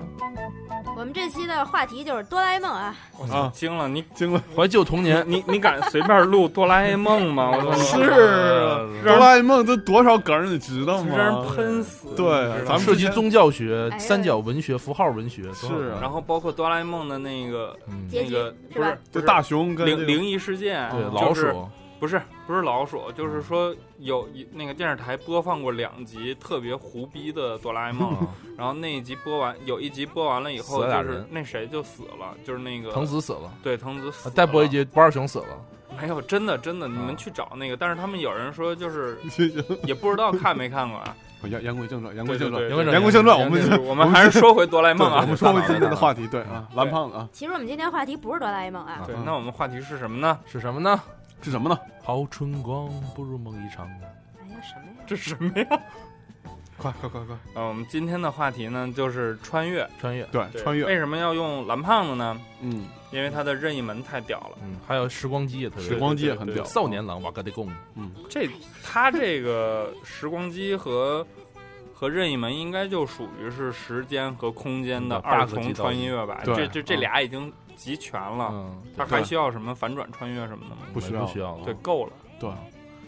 E: 我们这期的话题就是哆啦 A 梦啊，
C: 我操，惊了！你
D: 经了
F: 怀旧童年，
C: 你你敢随便录哆啦 A 梦吗？我
D: [LAUGHS] 是
C: 操，
D: 啊哆啦 A 梦这多少梗儿你知道
C: 让人
D: 吗？
C: 喷死。
D: 对
C: 你
D: 咱
C: 知道吗
D: 们
F: 涉及宗教学、
E: 哎呀
F: 三角文学、符号文学，多好
D: 是啊
C: 然后包括哆啦 A 梦的那个
F: 嗯，
E: 结
C: 那
E: 局
C: 个
E: 是
C: 不
E: 吧
C: 是
D: 就
C: 不
D: 大
C: 是
D: 雄跟这
C: 灵
D: 个
C: 灵异事件，
F: 对
D: 啊
F: 老
C: 就是
F: 鼠，
C: 不是不是老鼠，就是说有一那个电视台播放过两集特别胡逼的哆啦 A 梦，
D: [LAUGHS]
F: 啊
C: 然后那一集播完有一集播完了以后
F: 死了俩
C: 就是
F: 人
C: 那谁就死了，就是那个
F: 藤子死了，
C: 对藤子
D: 啊
C: 死了
F: 再播一集，不二熊死了，
C: 没有，真的真的，你
F: 啊
C: 们去找那个，但是他们有人说就是
D: 行 [LAUGHS] 行
C: 也不知道看没看过啊。
D: 言言归正传， [LAUGHS] 言归
C: 对
D: 正传，
C: 对对，
F: 言归
D: 言归正传，我
F: 言归
D: 们
F: 正
D: 这
C: 对我们还是说回哆啦 A
D: 对
C: 梦
D: 我
C: 啊。
D: 们说回今天的话题，对啊，蓝胖子啊，
E: 其实我们今天话题不是哆啦 A 梦啊，
C: 对，那我们话题是什么呢？ [LAUGHS]
F: 是什么呢？
D: 是什么呢？
F: 好春光不如梦一场。啊
E: 哎呀什么呀？
C: 这什么呀？
D: 快快快快，
C: 啊，我们今天的话题呢就是穿越，
F: 穿越，
D: 对，穿越，
C: 为什么要用蓝胖子呢？
D: 嗯，
C: 因为他的任意门太屌了。
F: 嗯，还有时光机也特别
D: 时光机也很屌，
F: 少年郎瓦格的贡，
C: [LAUGHS] 这他这个时光机和和任意门应该就属于是时间和空间的
F: 嗯
C: 二
F: 大个
C: 重
F: 级道
C: 穿
F: 具
C: 越吧。
D: 对
C: 这这这
D: 嗯
C: 俩已经集全了，
F: 嗯，
C: 他
D: 对
C: 还需要什么反转穿越什么的吗？
D: 不需要
F: 不需要了。
C: 对，，够了。
D: 对，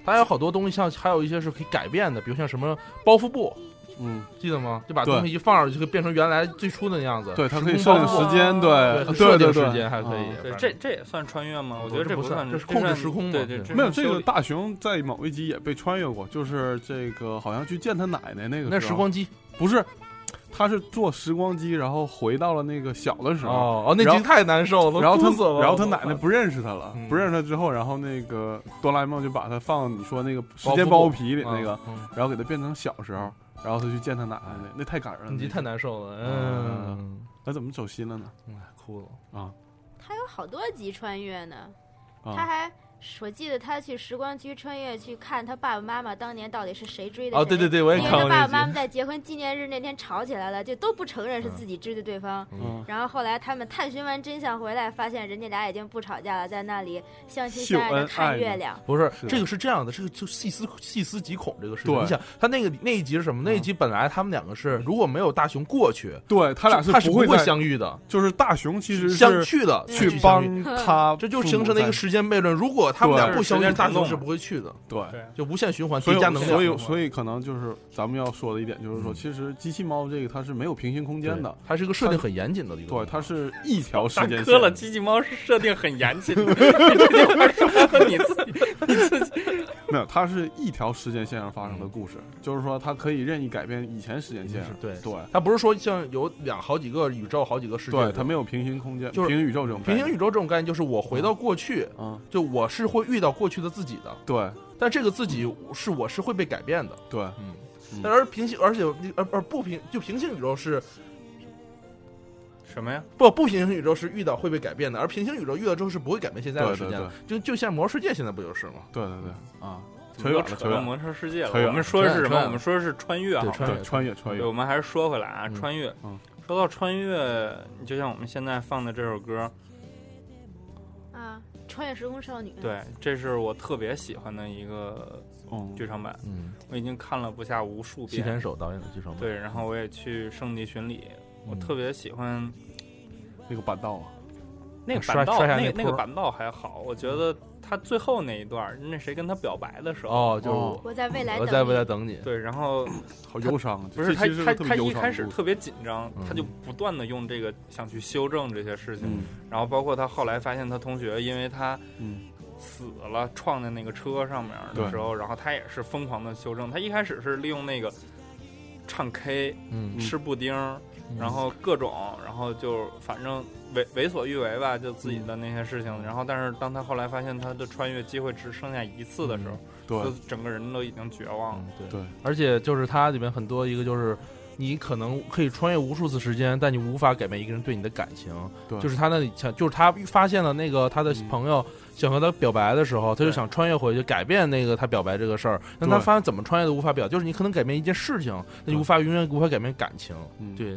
F: 它有好多东西，像还有一些是可以改变的，比如像什么包袱布，
D: 嗯，
F: 记得吗？就把
D: 对
F: 东西一放上去，就会变成原来最初的那样子。
D: 对，它可以
F: 时空
D: 设
F: 包
D: 定
F: 袱
D: 时间，对
F: 对，
D: 对对
F: 设定
D: 对，
F: 时间还可以
D: 啊。
C: 对，
F: 反
C: 这
F: 正
C: 这也算穿越吗？我觉得
F: 不这
C: 这
F: 不算
C: 算，
F: 这是控制时空嘛
C: 对
F: 对
C: 对，
D: 没有
C: 算
D: 这
C: 嗯修
D: 个
C: 理
D: 大雄在某一集也被穿越过，就是这个好像去见他奶奶那个
F: 那
D: 时
F: 时
D: 候
F: 光机
D: 不是，他是坐时光机，然后回到了那个小的时候，
F: 哦哦，那
D: 然
F: 集
D: 后
F: 太难受了，
D: 然后
F: 都哭死
D: 他
F: 了。
D: 然后他奶奶不认识他了，
F: 嗯
D: 不认识他之后，然后那个哆啦 A 梦就把他放你说那个时间包
F: 包
D: 袱皮里那个，
F: 嗯
D: 然后给他变成小时候，然后他去见他奶奶那，那太感人了，
F: 那集太
D: 那
F: 难受了，
D: 嗯
F: 嗯，
D: 怎么走心了呢？
F: 哎哭了。
E: 他有好多集穿越呢，他
D: 啊，
E: 还我记得他去时光机穿越去看他爸爸妈妈当年到底是谁追的谁。
F: 哦，对对对，我也
E: 因为
F: 看
E: 他
F: 过
E: 爸
F: 那
E: 爸妈妈
F: 集。
E: 在结婚纪念日那天吵起来了，就都不承认是自己追的对方。
D: 嗯， [LAUGHS]
E: 然后后来他们探寻完真相回来，发现人家俩已经不吵架了，在那里相亲相爱
D: 秀恩爱
E: 的看
D: 呢
E: 月亮。
F: 不是
D: 是的
F: 这个是这样的，这个就细思细思极恐这个事情。
D: 对嗯
F: 你想，他那个那一集是什么？那一集本来他们两个是如果没有大雄过去，
D: 对他俩
F: 就他
D: 不
F: 会
D: 会在，
F: 相遇的，
D: 就是大雄其实
F: 相
D: 是
F: 去的，
D: 去
F: 相遇嗯
D: 帮
E: 相遇
D: 他，
F: 这就形成了一个时间悖论。如果他们
D: 对啊
F: 俩不相
C: 时
F: 遇，
C: 间
F: 大
C: 震
F: 雄
C: 动
F: 是不会去的，
D: 对。
C: 对
F: 就无限循环，
D: 所
F: 叠
D: 以
F: 加能，量。
D: 所以，所以可能就是咱们要说的一点，就是说，
F: 嗯
D: 其实机器猫这个它是没有平行空
F: 对
D: 间的，
F: 它是一个设定很严谨的一个东
D: 对，
F: 西。
D: 它是一条时
C: 大
D: 间
C: 哥
D: 线
C: 了，机器猫是设定很严
F: [LAUGHS]
C: 谨的，这句话说和你自己
D: 没有，它是一条时间线上发生的故事，就是说它可以任意改变以前时间线
F: 是，嗯对
D: 对
F: 它不是说像有两好几个宇宙、好几个世界
D: 对，
F: 的，
D: 它没有平行空间，
F: 就是
D: 平行宇宙这种概
F: 平
D: 念
F: 行宇宙这种概念，就是我回到过去，
D: 嗯，
F: 就我是会遇到过去的自己的，
D: 对
F: 但这个自己是我是会被改变的。
D: 对，
F: 嗯
D: 嗯，
F: 但而平行，而且而而不平，就平行宇宙是
C: 什么呀？
F: 不不平行宇宙是遇到会被改变的，而平行宇宙遇到之后是不会改变现在的
D: 对
F: 时
D: 对
F: 间的。就就像魔兽世界现在不就是吗？
D: 对对对啊，扯
C: 扯
D: 远了，扯
C: 到
D: 远了，
C: 魔兽世界了。
D: 扯远了
C: 我们说的是什
F: 扯
C: 么？
F: 远了
C: 我们说的是穿越好
F: 对
C: 吗，
F: 穿越
D: 对，穿越穿
C: 对，
D: 越，
C: 我们还是说回来啊，
F: 嗯
C: 穿越
D: 嗯。
C: 说到穿越，你就像我们现在放的这首歌，
E: 啊，穿越时空少女。，
F: 嗯
C: 对，这是我特别喜欢的一个
D: 嗯，
C: 剧场版，
F: 嗯，
C: 我已经看了不下无数
F: 西田
C: 遍。
F: 守导演的《继承》，
C: 对，然后我也去圣地巡礼，我
F: 嗯
C: 特别喜欢
D: 那个板道啊，
C: 那个
F: 刷
C: 板道，
F: 刷下
C: 那
F: 那
C: 个那个
F: 坡儿
C: 板道还好，我觉得他最后那一段儿，那谁跟他表白的时候，
F: 哦，就是
D: 哦
F: 我，
E: 我在未来
F: 我
E: 等
F: 在未
E: 你
F: 来等你。
C: 对，然后
D: 好忧伤啊，这
C: 不是
D: 这
C: 他
D: 其实
C: 他
D: 个特
C: 他
D: 别
C: 一
D: 忧伤
C: 开
D: 的
C: 始
D: 故事
C: 特别紧张，
F: 嗯
C: 他就不断的用这个想去修正这些事情，
D: 嗯
C: 然后包括他后来发现他同学，因为他
D: 嗯
C: 死了撞在那个车上面的
D: 对
C: 时候，然后他也是疯狂的修正，他一开始是利用那个唱 K、
F: 嗯，
C: 吃布丁，
D: 嗯
C: 然后各种，然后就反正为为所欲为吧，就自己
D: 嗯
C: 的那些事情。然后，但是当他后来发现他的穿越机会只剩下一次的时候，
D: 嗯对
C: 就整个人都已经绝望了。
F: 嗯，对
D: 对，
F: 而且就是它里面很多一个就是。你可能可以穿越无数次时间，但你无法改变一个人对你的感情。
D: 对
F: 就是他那里想，就是他发现了那个他的
D: 嗯
F: 朋友想和他表白的时候，他就
C: 对
F: 想穿越回去改变那个他表白这个事儿。但他
D: 对
F: 发现怎么穿越都无法表，就是你可能改变一件事情，但你
D: 对
F: 无法永远无法改变感情。
D: 嗯
F: 对，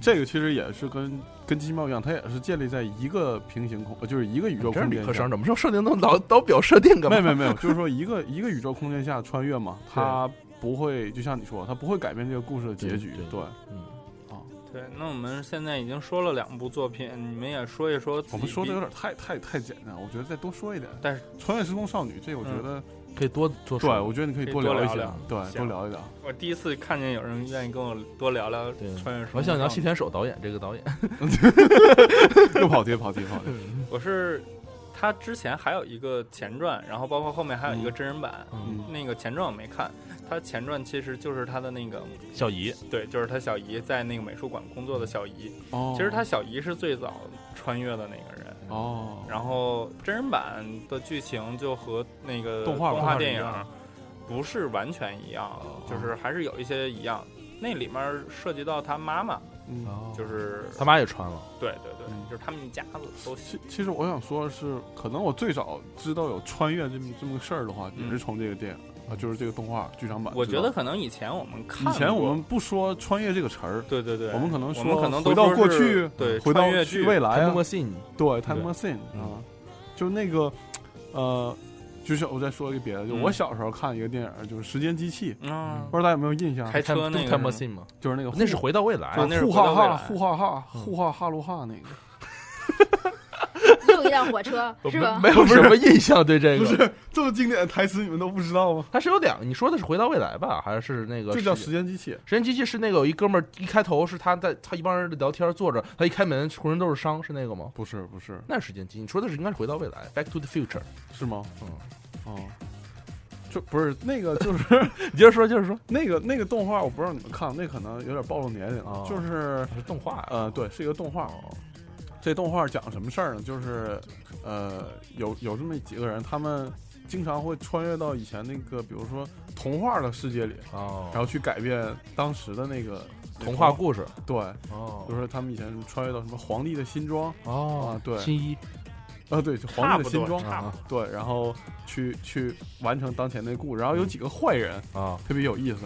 D: 这个其实也是跟跟鸡猫一样，它也是建立在一个平行空，呃就是一个宇宙
F: 这
D: 空
F: 理
D: 间
F: 科
D: 下 [LAUGHS]
F: 生。怎么说设定都老老表设定干
D: 没
F: 嘛？
D: 有没有没有，就是说一个一个宇宙空间下穿越
F: [LAUGHS]
D: 嘛，它不会就像你说，它不会改变这个故事的结局
F: 对。对
D: 对，
F: 嗯，
C: 对，那我们现在已经说了两部作品，你们也说一说自己
D: 我们说的
C: 比
D: 有点太太太简单，我觉得再多说一点。
C: 但是嗯
D: 《穿越时空少女》这，我觉得
F: 可以多做
D: 对，我觉得你可以
C: 可以
D: 多
C: 多
D: 聊一
C: 聊
D: 些啊
C: 聊，
D: 对，多
C: 行
D: 聊一
C: [LAUGHS]
D: 聊。
C: 我第一次看见有人愿意跟我多聊聊
F: 对
C: 穿越时空。
F: 我想聊细田守导演这个导演。
D: 又跑题，跑题，跑题。
C: 我是他之前还有一个前传，然后包括后面还有一个真人版。
F: 嗯，
C: 那个前传我没看，他前传其实就是他的那个，
F: [LAUGHS] 小姨，
C: 对，就是他小姨在那个美术馆工作的小姨，
D: 哦，
C: 其实他小姨是最早穿越的那个人，
D: 哦，
C: 然后真人版的剧情就和那个
D: 动画
C: 动
D: 版
C: 画
D: 不太
C: 电
D: 一
C: 影
D: 样嗯
C: 不是完全一样，就是还是有一些一样。那里面涉及到他妈妈，
D: 嗯
C: 就是
F: 他妈也穿了。
C: 对对对
D: 嗯，
C: 就是他们一家子都
D: 其其实我想说的是，可能我最早知道有穿越这么这么个事儿的话，也
C: 嗯
D: 是从这个电影啊，就是这个动画剧场版知道的。
C: 我觉得可能以前我们看
D: 以
C: 过，
D: 前我们不说穿越这个词儿，
C: 对对对，
D: 我们可能
C: 我
D: 说
C: 们可能都
D: 回到
C: 说
D: 过
C: 是
D: 去
C: 对，
D: 回
C: 穿
D: 到
C: 越
D: 去
C: 剧嗯
D: 未来
F: 他
D: 啊
F: 摸，信你，
D: 对 time machine 啊，就那个呃，就是我再说一个别的，就
C: 嗯
D: 我小时候看一个电影，就是《时间机器》，
C: 嗯
D: 不，知道大家有没有印象？啊
C: 开车那
F: 他
C: 个
F: 摸
C: 是
F: 信吗？
D: 就是那个
F: 那是回到未来
C: 啊，那是
D: 护
C: 回到
D: 哈
C: 未
D: 哈
C: 来
D: 护哈哈
F: 嗯
D: 护哈哈鲁哈那个，
E: 又一辆火车是吧？
F: 没有什么印象对这个。
D: 这么经典的台词你们都不知道吗？
F: 它是有两个，你说的是《回到未来》吧，还是那个
D: 就叫
F: 时
D: 时间机器。
F: 时间机器？是那个有一哥们儿一开头是他在他一帮人聊天坐着，他一开门浑身都是伤，是那个吗？
D: 不是不是
F: 那是时间机器，你说的是应该是《回到未来》（Back to the Future）。
D: 是吗？
F: 嗯，
D: 哦，就不是那个就是 [LAUGHS]
F: 你接着说，接着说，
D: 那个那个动画，我不知道你们看，那可能有点暴露年龄了，
F: 哦
D: 就是
F: 是动画啊，
D: 呃，对，是一个动画。这动画讲什么事儿呢？就是，呃，有有这么几个人，他们经常会穿越到以前那个，比如说童话的世界里，
F: 哦，
D: 然后去改变当时的那个
F: 童话。故事
D: 对，
F: 哦
D: 就是他们以前穿越到什么皇帝的新装
F: 哦
D: 啊，对
F: 新一
D: 啊，对，就
C: 嗯差
D: 皇帝
C: 不
D: 的新
C: 多嗯
D: 装，
C: 差
F: 啊
D: 对，然后去去完成当前那故事。然后
C: 嗯
D: 有几个坏人
F: 啊，
D: 特别有意思，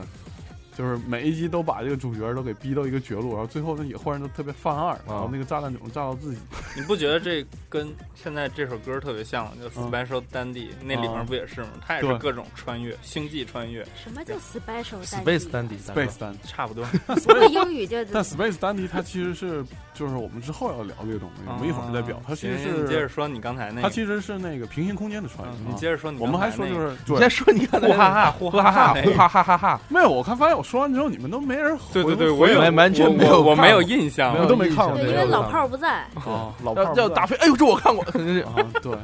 D: 就是每一集都把这个主角都给逼到一个绝路，然后最后那几个坏人都特别犯
C: 啊
D: 二，然后那个炸弹囧炸到
C: [LAUGHS]
D: 自己。
C: 你不觉得这跟现在这首歌特别像吗？就 Special Dandy、那里面不也是吗？它也是
D: 嗯对
C: 各种穿越，星际穿越，
E: 什么叫 special
F: Space
E: 单
F: 单体
D: Space 单
C: 差不多。
E: 那英语就
D: 但 Space 单题它其实是就是我们之后要聊这个东西，我们一会儿再表。它其实
C: 啊哦行你接
D: 是
C: 着说你刚才那个，
D: 它其实是那个平行空间的穿
C: 嗯
D: 越。
C: 你
D: 啊
C: 接着说你
D: 我
C: 刚
D: 们
C: 才
D: 还说
C: 那
D: 就
C: 个
D: 是
F: 你
D: 对
F: 再，说你看
C: 呼哈哈呼
F: 呼哈哈
C: 哈
F: 呼
C: 哈
F: 哈哈哈哈，
D: 没有我看发现我说完之后你们都没人
C: 那个，对
D: 回
C: 对对，
D: 回
C: 我有
F: 完完全
C: 我
F: 没有
C: 我我
F: 看
C: 没有
F: 过
C: 印象嗯
D: 没有
C: 了。
D: 都没看过
E: 对，
D: 那
E: 因
D: 个
E: 为老炮儿不在，
D: 啊老炮
F: 要
D: 儿
F: 要
D: 不
F: 打飞，哎呦这我看过， [LAUGHS]
D: 在啊对。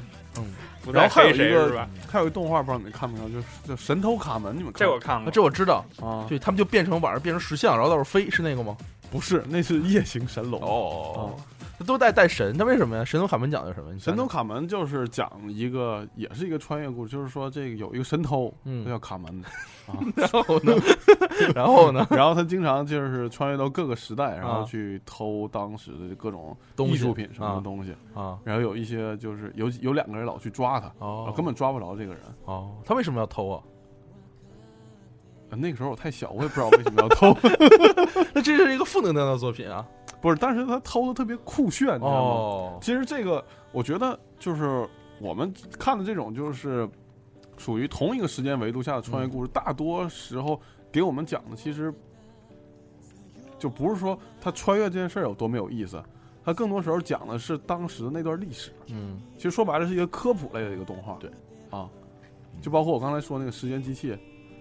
C: 不
D: 然后
C: 在
D: 还有
C: 谁
D: 一
C: 谁
D: 个
C: 是吧？
D: 还有一个动画不知道你们看没看，就是叫《神偷卡门》，你们看
C: 这我
D: 过
C: 看过，
F: 这我知道，
D: 啊？
F: 对他们就变成晚上变成石像，然后到时候飞，是那个吗？
D: 不是，那是夜行神龙。
F: 哦，他都带带神，他为什么呀？神农卡门讲的什么？你
D: 神偷
F: 想想，
D: 卡门就是讲一个，也是一个穿越故事，就是说这个有一个神偷，
F: 嗯
D: 他 [LAUGHS] 叫卡门，
F: 然后
D: [LAUGHS]
F: 呢？然后呢？
D: 然后他经常就是穿越到各个时代，然
F: 啊
D: 后去偷当时的各种
F: 东西
D: 艺术品什么
F: 啊
D: 的东西，
F: 啊，
D: 然后有一些就是有有两个人老去抓他，然
F: 哦
D: 啊后，根本抓不着这个人。
F: 哦，他为什么要偷啊？ [LAUGHS]
D: 呃那个时候我太小，我也不知道为什么要偷， [LAUGHS]
F: 那这是一个负能量的作品啊！
D: 不是，但是他偷的特别酷炫， [LAUGHS] 你知道吗？
F: 哦，
D: 其实这个我觉得就是我们看的这种就是属于同一个时间维度下的穿越故事，大多时候给我们讲的其实就不是说他穿越这件事儿有多没有意思，它更多时候讲的是当时的那段历史。
F: 嗯，
D: 其实说白了是一个科普类的一个动画。
F: 对，嗯
D: 啊，就包括我刚才说那个时间机器，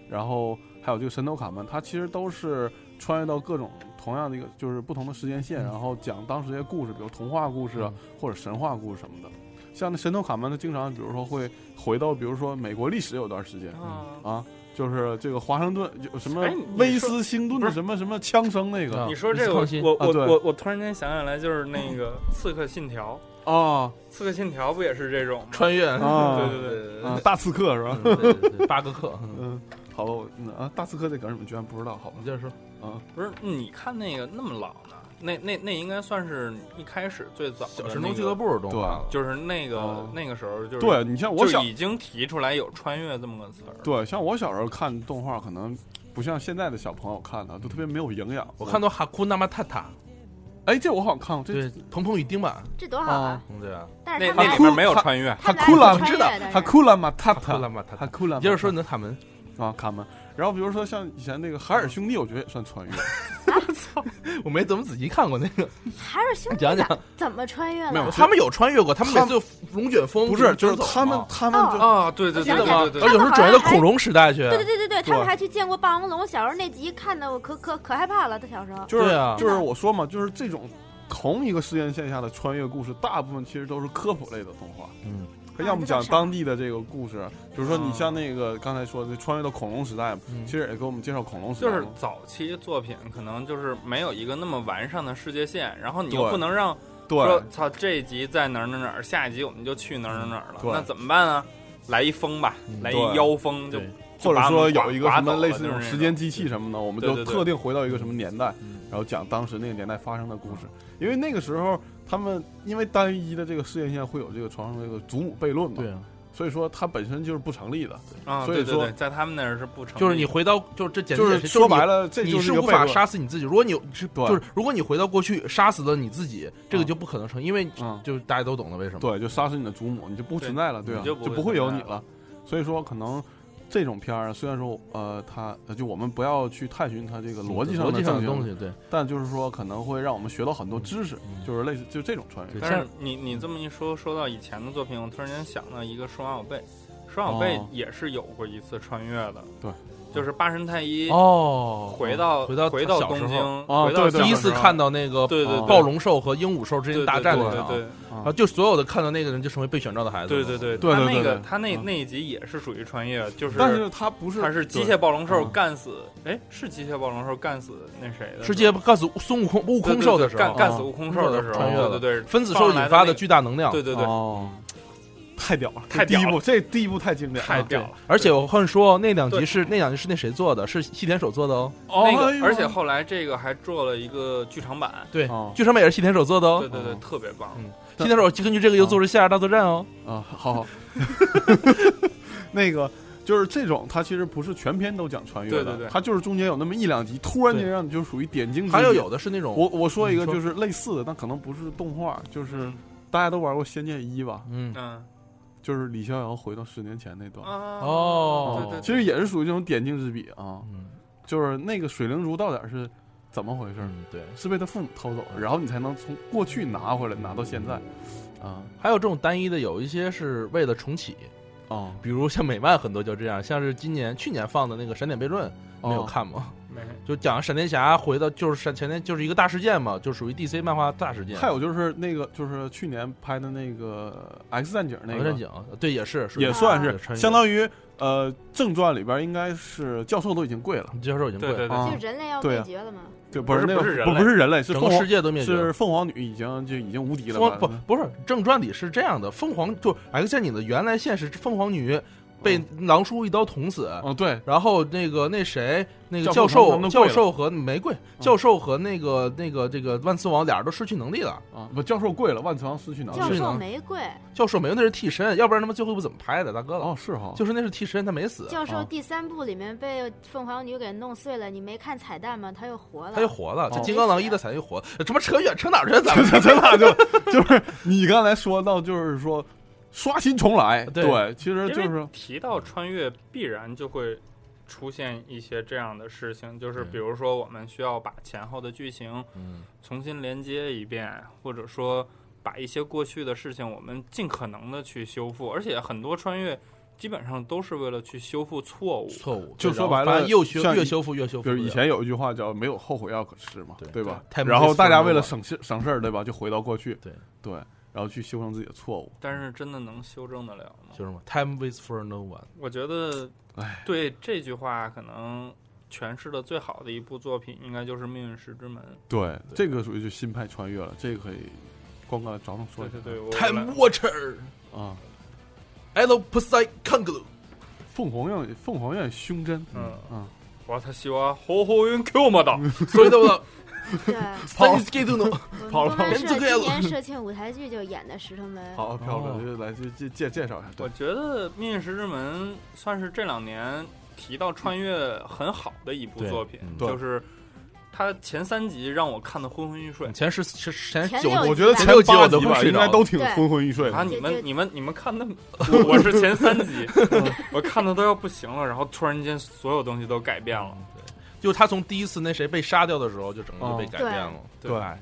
D: 然后还有这个神偷卡门，它其实都是穿越到各种同样的一个就是不同的时间线，
F: 嗯
D: 然后讲当时一些故事，比如童话故事啊、或者神话故事什么的。像那神偷卡门，它经常比如说会回到比如说美国历史有段时间
C: 啊
D: 啊。就是这个华盛顿有什么
C: 哎你说
D: 威斯星顿
C: 不
D: 的
C: 是
D: 什么什么枪声那个
F: 啊
C: 你说这个，
F: 你放心
C: 我
D: 啊
C: 我
D: 对
C: 我我突然间想起来，就是那个《刺客信条》，
D: 啊
C: 《刺客信条》不也是这种吗？
F: 穿越， [LAUGHS]
D: 啊
C: [LAUGHS] 对对对，
F: 对
D: 啊大刺客是吧？
F: 对对对对，巴个克，嗯
D: 嗯，好吧，我嗯啊大刺客这梗你们居然不知道，好吧
F: 你？接着说，
C: 不是你看那个那么老呢？那那那应该算是一开始最早
F: 小
C: 的
F: 神
C: 那
F: 偷俱乐
C: 个，
F: 部动画了，
C: 就是那个、
D: 哦
C: 那个时候就是
D: 对你像我
C: 就
D: 小
C: 已经提出来有穿越这么个词儿。
D: 对像我小时候看动画，可能不像现在的小朋友看的，都特别没有营养。
F: 我看到哈库纳马塔塔，
D: 哎，这我好像看过，这
F: 对，鹏鹏与丁满，
E: 这多好啊！
F: 嗯，对啊，
E: 但
C: 那
E: 是
C: 那
E: 他
C: 里
E: 们
C: 面没有穿越，
E: 他
D: 哈库拉
E: 们俩是穿越的，
D: 哈库拉马塔
F: 哈库纳
D: 塔，
F: 马塔
D: 哈
F: 塔。
D: 库拉马塔塔。
F: 接着说你的卡门，
D: 啊，卡门。然后比如说像以前那个海尔兄弟，我觉得也算穿越。
F: 嗯我没怎么仔细看过那个，
E: 还是兄弟
F: 讲
E: 俩
F: 讲，
E: 怎么穿越
D: 没有
E: 了？
F: 他们有穿越过，他们每
D: 他
F: 次有龙卷风
D: 不是，就是
F: 走
D: 他们
F: 啊，
D: 他们
E: 哦
D: 就
C: 啊，对对
E: 我想
C: 对
E: 起来
C: 对对
F: 而
C: 对，
F: 有时候转移到恐龙时代去，
E: 对对对对对，他
D: 对
E: 们还去见过霸王龙。小时候那集看的我可可可害怕了，他小时候。
D: 就是
F: 对啊
D: 就是我说嘛，就是这种同一个时间线下的穿越故事，大部分其实都是科普类的动画。
F: 嗯，
D: 要么
E: 啊这倒
D: 讲
E: 是
D: 当地的这个故事，比如说你
C: 啊
D: 像那个刚才说的穿越到恐龙时代，
F: 嗯
D: 其实也给我们介绍恐龙时代
C: 就
D: 嘛。
C: 是早期作品可能就是没有一个那么完善的世界线，然后你又
D: 对
C: 不能让说
D: 对，
C: 操这一集在哪儿哪儿哪儿，下一集我们就去哪儿哪儿哪儿了，
D: 对
C: 那怎么办啊？来一风吧，
F: 嗯
C: 来
D: 对
C: 一妖风就
F: 对
D: 或
C: 就
D: 者
C: 把我
D: 说
C: 们
D: 有一个
C: 刮
D: 什么
C: 走了
D: 类似
C: 就
D: 那种
C: 是那
D: 时间机器什么的，我们
C: 对
D: 就
C: 对对
D: 特定回到一个什么年代，
F: 嗯
D: 然后讲当时那个年代发生的故事。因为那个时候他们因为单一的这个世界线会有这个床上这个祖母悖论嘛
F: 对，啊，
D: 所以说它本身就是不成立的。
C: 啊，
D: 所
C: 对
D: 以
C: 对
D: 说
C: 对，在他们那儿是不成立的，
F: 就是你回到就是这简直
D: 就
F: 也
D: 是
F: 是
D: 说白
F: 了。
D: 了，这
F: 你
D: 就是一个
F: 无
D: 悖
F: 法
D: 论。
F: 杀死你自己。如果你有是
D: 对
F: 就是如果你回到过去杀死了你自己，这个就不可能成，因为
D: 嗯
F: 就是大家都懂得为什么。
D: 对，就杀死你的祖母，你就不
C: 对
D: 存在了，对吧？
C: 你
D: 就
C: 就
D: 不
C: 不会
D: 有
C: 存
D: 你
C: 在
D: 了。所以说，可能这种片儿虽然说呃，它呃就我们不要去探寻它这个逻辑上
F: 逻辑上
D: 的
F: 的东
D: 西，
F: 西，对，
D: 但就是说可能会让我们学到很多知识，
F: 嗯
D: 就是类似就这种穿越
F: 对。
C: 但是你你这么一说，说到以前的作品，我突然间想到一个双小贝，双小贝
D: 哦
C: 也是有过一次穿越的，
D: 对，
C: 就是八神太一
F: 哦，
C: 回到、
F: 回到
C: 回到
F: 小时
C: 东京，
F: 候
D: 哦
C: 回到
D: 对对
F: 第一
C: 小时
F: 次
C: 候
F: 看到那个
C: 对对
D: 哦
C: 对
F: 暴龙兽和鹦鹉兽之
C: 对对
F: 间大战
C: 对
F: 那
C: 对
F: 场，
C: 对
F: 然啊后就所有的看到那个人就成为被选召的孩子
C: 对
F: 了，
C: 对对
D: 啊对
C: 他
D: 对
C: 那
D: 对
C: 个
D: 对
C: 他那
D: 嗯
C: 那一集也是属于穿越，就是
D: 但是它不是，
C: 他是机械暴龙兽
D: 嗯
C: 干死，哎，是机械暴龙兽干死那谁的时候？
F: 世界
D: 嗯
F: 干死孙悟空悟
C: 对
F: 空
C: 对
F: 兽
C: 对
F: 的时
C: 干
F: 候，
C: 干死悟空兽的时候，
F: 穿越了
C: 对对对，
F: 分子兽引发的
C: 剧，
F: 巨大能量。
C: 对对对，
D: 哦，太屌了，这
C: 太屌
D: 第一
C: 了
D: 部这第一部太
A: 啊
D: 经典了，
C: 太屌了。
F: 而且我恨说那两集
C: 对
F: 是那两集是那谁做的？是细田守做的哦。
D: 哦，
C: 那
D: 哎
C: 个，
D: 呦
C: 而且后来这个还做了一个剧场版，
F: 对
D: 哦
F: 剧场版也是细田守做的
C: 对
F: 哦。
C: 对对
D: 哦，
C: 特别棒。
F: 细田守根据这个又做出《夏日大作战》哦。
D: 啊，好好，那个。就是这种，它其实不是全篇都讲穿越的，
C: 对对对
D: 它就是中间有那么一两集，突然间
F: 对
D: 让你就属于点睛之笔。
F: 还有有的是那种
D: 嗯我我说一个
F: 你说
D: 就是类似的，但可能不是动画，就是
C: 嗯
D: 大家都玩过《仙剑一》吧，
F: 嗯
C: 嗯
D: 就是李逍遥回到十年前那段，
C: 啊
F: 哦
C: 对对对，
D: 其实也是属于这种点睛之笔啊，
F: 嗯
D: 就是那个水灵珠到底是怎么回事？
F: 嗯对。
D: 是被他父母偷走，然后你才能从过去拿回来，拿到现在，啊
F: 还有这种单一的，有一些是为了重启，
D: 哦
F: 比如像美漫很多就这样，像是今年去年放的那个《闪点悖论》，没有
D: 哦
F: 看吗？
C: 没
F: 就讲闪电侠回到就是闪前天就是一个大事件嘛，就属于 DC 漫画大事件。
D: 还有就是那个，就是去年拍的那个《X 战警》那
F: 核战
D: 个，
F: 警，对，也是
D: 也算
F: 对
D: 是
F: 穿越
D: 相当于呃正传里边应该是教授都已经跪了，
F: 教授已经
C: 对
F: 跪
C: 对对，
F: 了，
E: 就
D: 啊
E: 是，人类要
D: 对啊
E: 灭绝了吗？
D: 对，
C: 不是
D: 那个
C: 不是人
D: 不
C: 类
D: 不是人类，是
F: 整
D: 凤
F: 个
D: 凰
F: 世界都灭绝
D: 是
F: 了。
D: 凤凰女已经就已经无敌了吧嗯
F: 凤，不不是正传里是这样的，凤凰就 X 战警的原来现实凤凰女被
D: 嗯
F: 狼叔一刀捅死，
D: 哦对，
F: 然后那个那谁，那个
D: 教
F: 教
D: 授他
F: 授
D: 们跪
F: 教
D: 了嗯
F: 授和玫瑰教授和那个那个这个万磁王俩人都失去能力了。
D: 啊，不，教授跪了，万磁王失去能
E: 教
D: 力。
E: 授玫瑰，
F: 教授没有那是替身，要不然他们最后一部怎么拍的？大哥了，
D: 哦，是哈，
F: 教授那是替身，他没死，
E: 教
D: 啊
E: 授第三部里面被凤凰女给弄碎了，你没看彩蛋吗？他又活了。
F: 他又活了。
D: 哦
F: 这金刚狼一的伞又活了，什么扯远扯哪儿去了？
D: [LAUGHS]
F: 咱们
D: [LAUGHS] 真的啊就就是你刚才说到，就是说刷新重来，
F: 对
D: 其实就
C: 因为
D: 是
C: 提到穿越，必然就会出现一些这样的事情，就是
F: 对
C: 比如说我们需要把前后的剧情
F: 嗯
C: 重新连接一遍，或者说把一些过去的事情我们尽可能的去修复，而且很多穿越基本上都是为了去修复错误。
F: 错误，
D: 就
F: 对
D: 说
F: 然后
D: 白
F: 反
D: 了
F: 正又修
D: 像
F: 越
D: 以
F: 修复越修复
D: 就是
F: 不了，
D: 以前有一句话叫“没有后悔药可吃”嘛，
F: 对
D: 对吧？
F: 对 Time
D: 然后
F: is
D: 大家
F: for
D: 为了
F: no one
D: 省事省事儿，对吧？就回到过去，
F: 对
D: 对，然后去修正自己的错误。
C: 但是真的能修正得了吗？
F: 就是什么 time waits for no one，
C: 我觉得
D: 唉，
C: 对这句话可能诠释的最好的一部作品，应该就是《命运石之门》。
D: 对，这个属于就新派穿越了，这个可以光哥来着重说
C: 对
D: 一下
C: 对对，我
F: time watcher
D: 啊。
F: e l o p o s i c o n g l u
D: 凤凰院，凤凰院胸针，
C: 嗯
D: 嗯，
C: 我他希望好好用 Q 嘛的。
F: 所以到了
E: 对，
D: [LAUGHS]
F: 三十几度呢，
E: 我们
D: 跑了
E: 动漫社
F: 人字
E: 今
F: 恋
E: 年社庆舞台剧就演的石头门，
D: [LAUGHS] 好，漂
F: 哦
D: 亮，就来就介介介绍一下，
C: 我
D: 对，
C: 觉得《命运石之门》算是这两年提到穿越很好的一部
F: 对
C: 作品，
F: 嗯对
C: 就是它前三集让我看得昏昏欲睡。
F: 前十前前
E: 前
F: 九
E: 六
D: 我
E: 我
D: 觉
E: 觉
D: 得
E: 得
D: 前
E: 前
F: 六集
D: 八
F: 我
D: 集
F: 都
D: 吧，应
F: 快睡
D: 该
F: 着
D: 都挺
E: 了
D: 昏昏欲睡
C: 啊！
D: 的。
C: 你
E: 就
C: 们你们你们看那么，我我是前三集， [LAUGHS] 我看的都要不行了，然后突然间所有东西都改变了。
D: 嗯
F: 对，就他从第一次那谁被杀掉的时候，就整个就
D: 哦
F: 被改变了，
D: 对
F: 吧？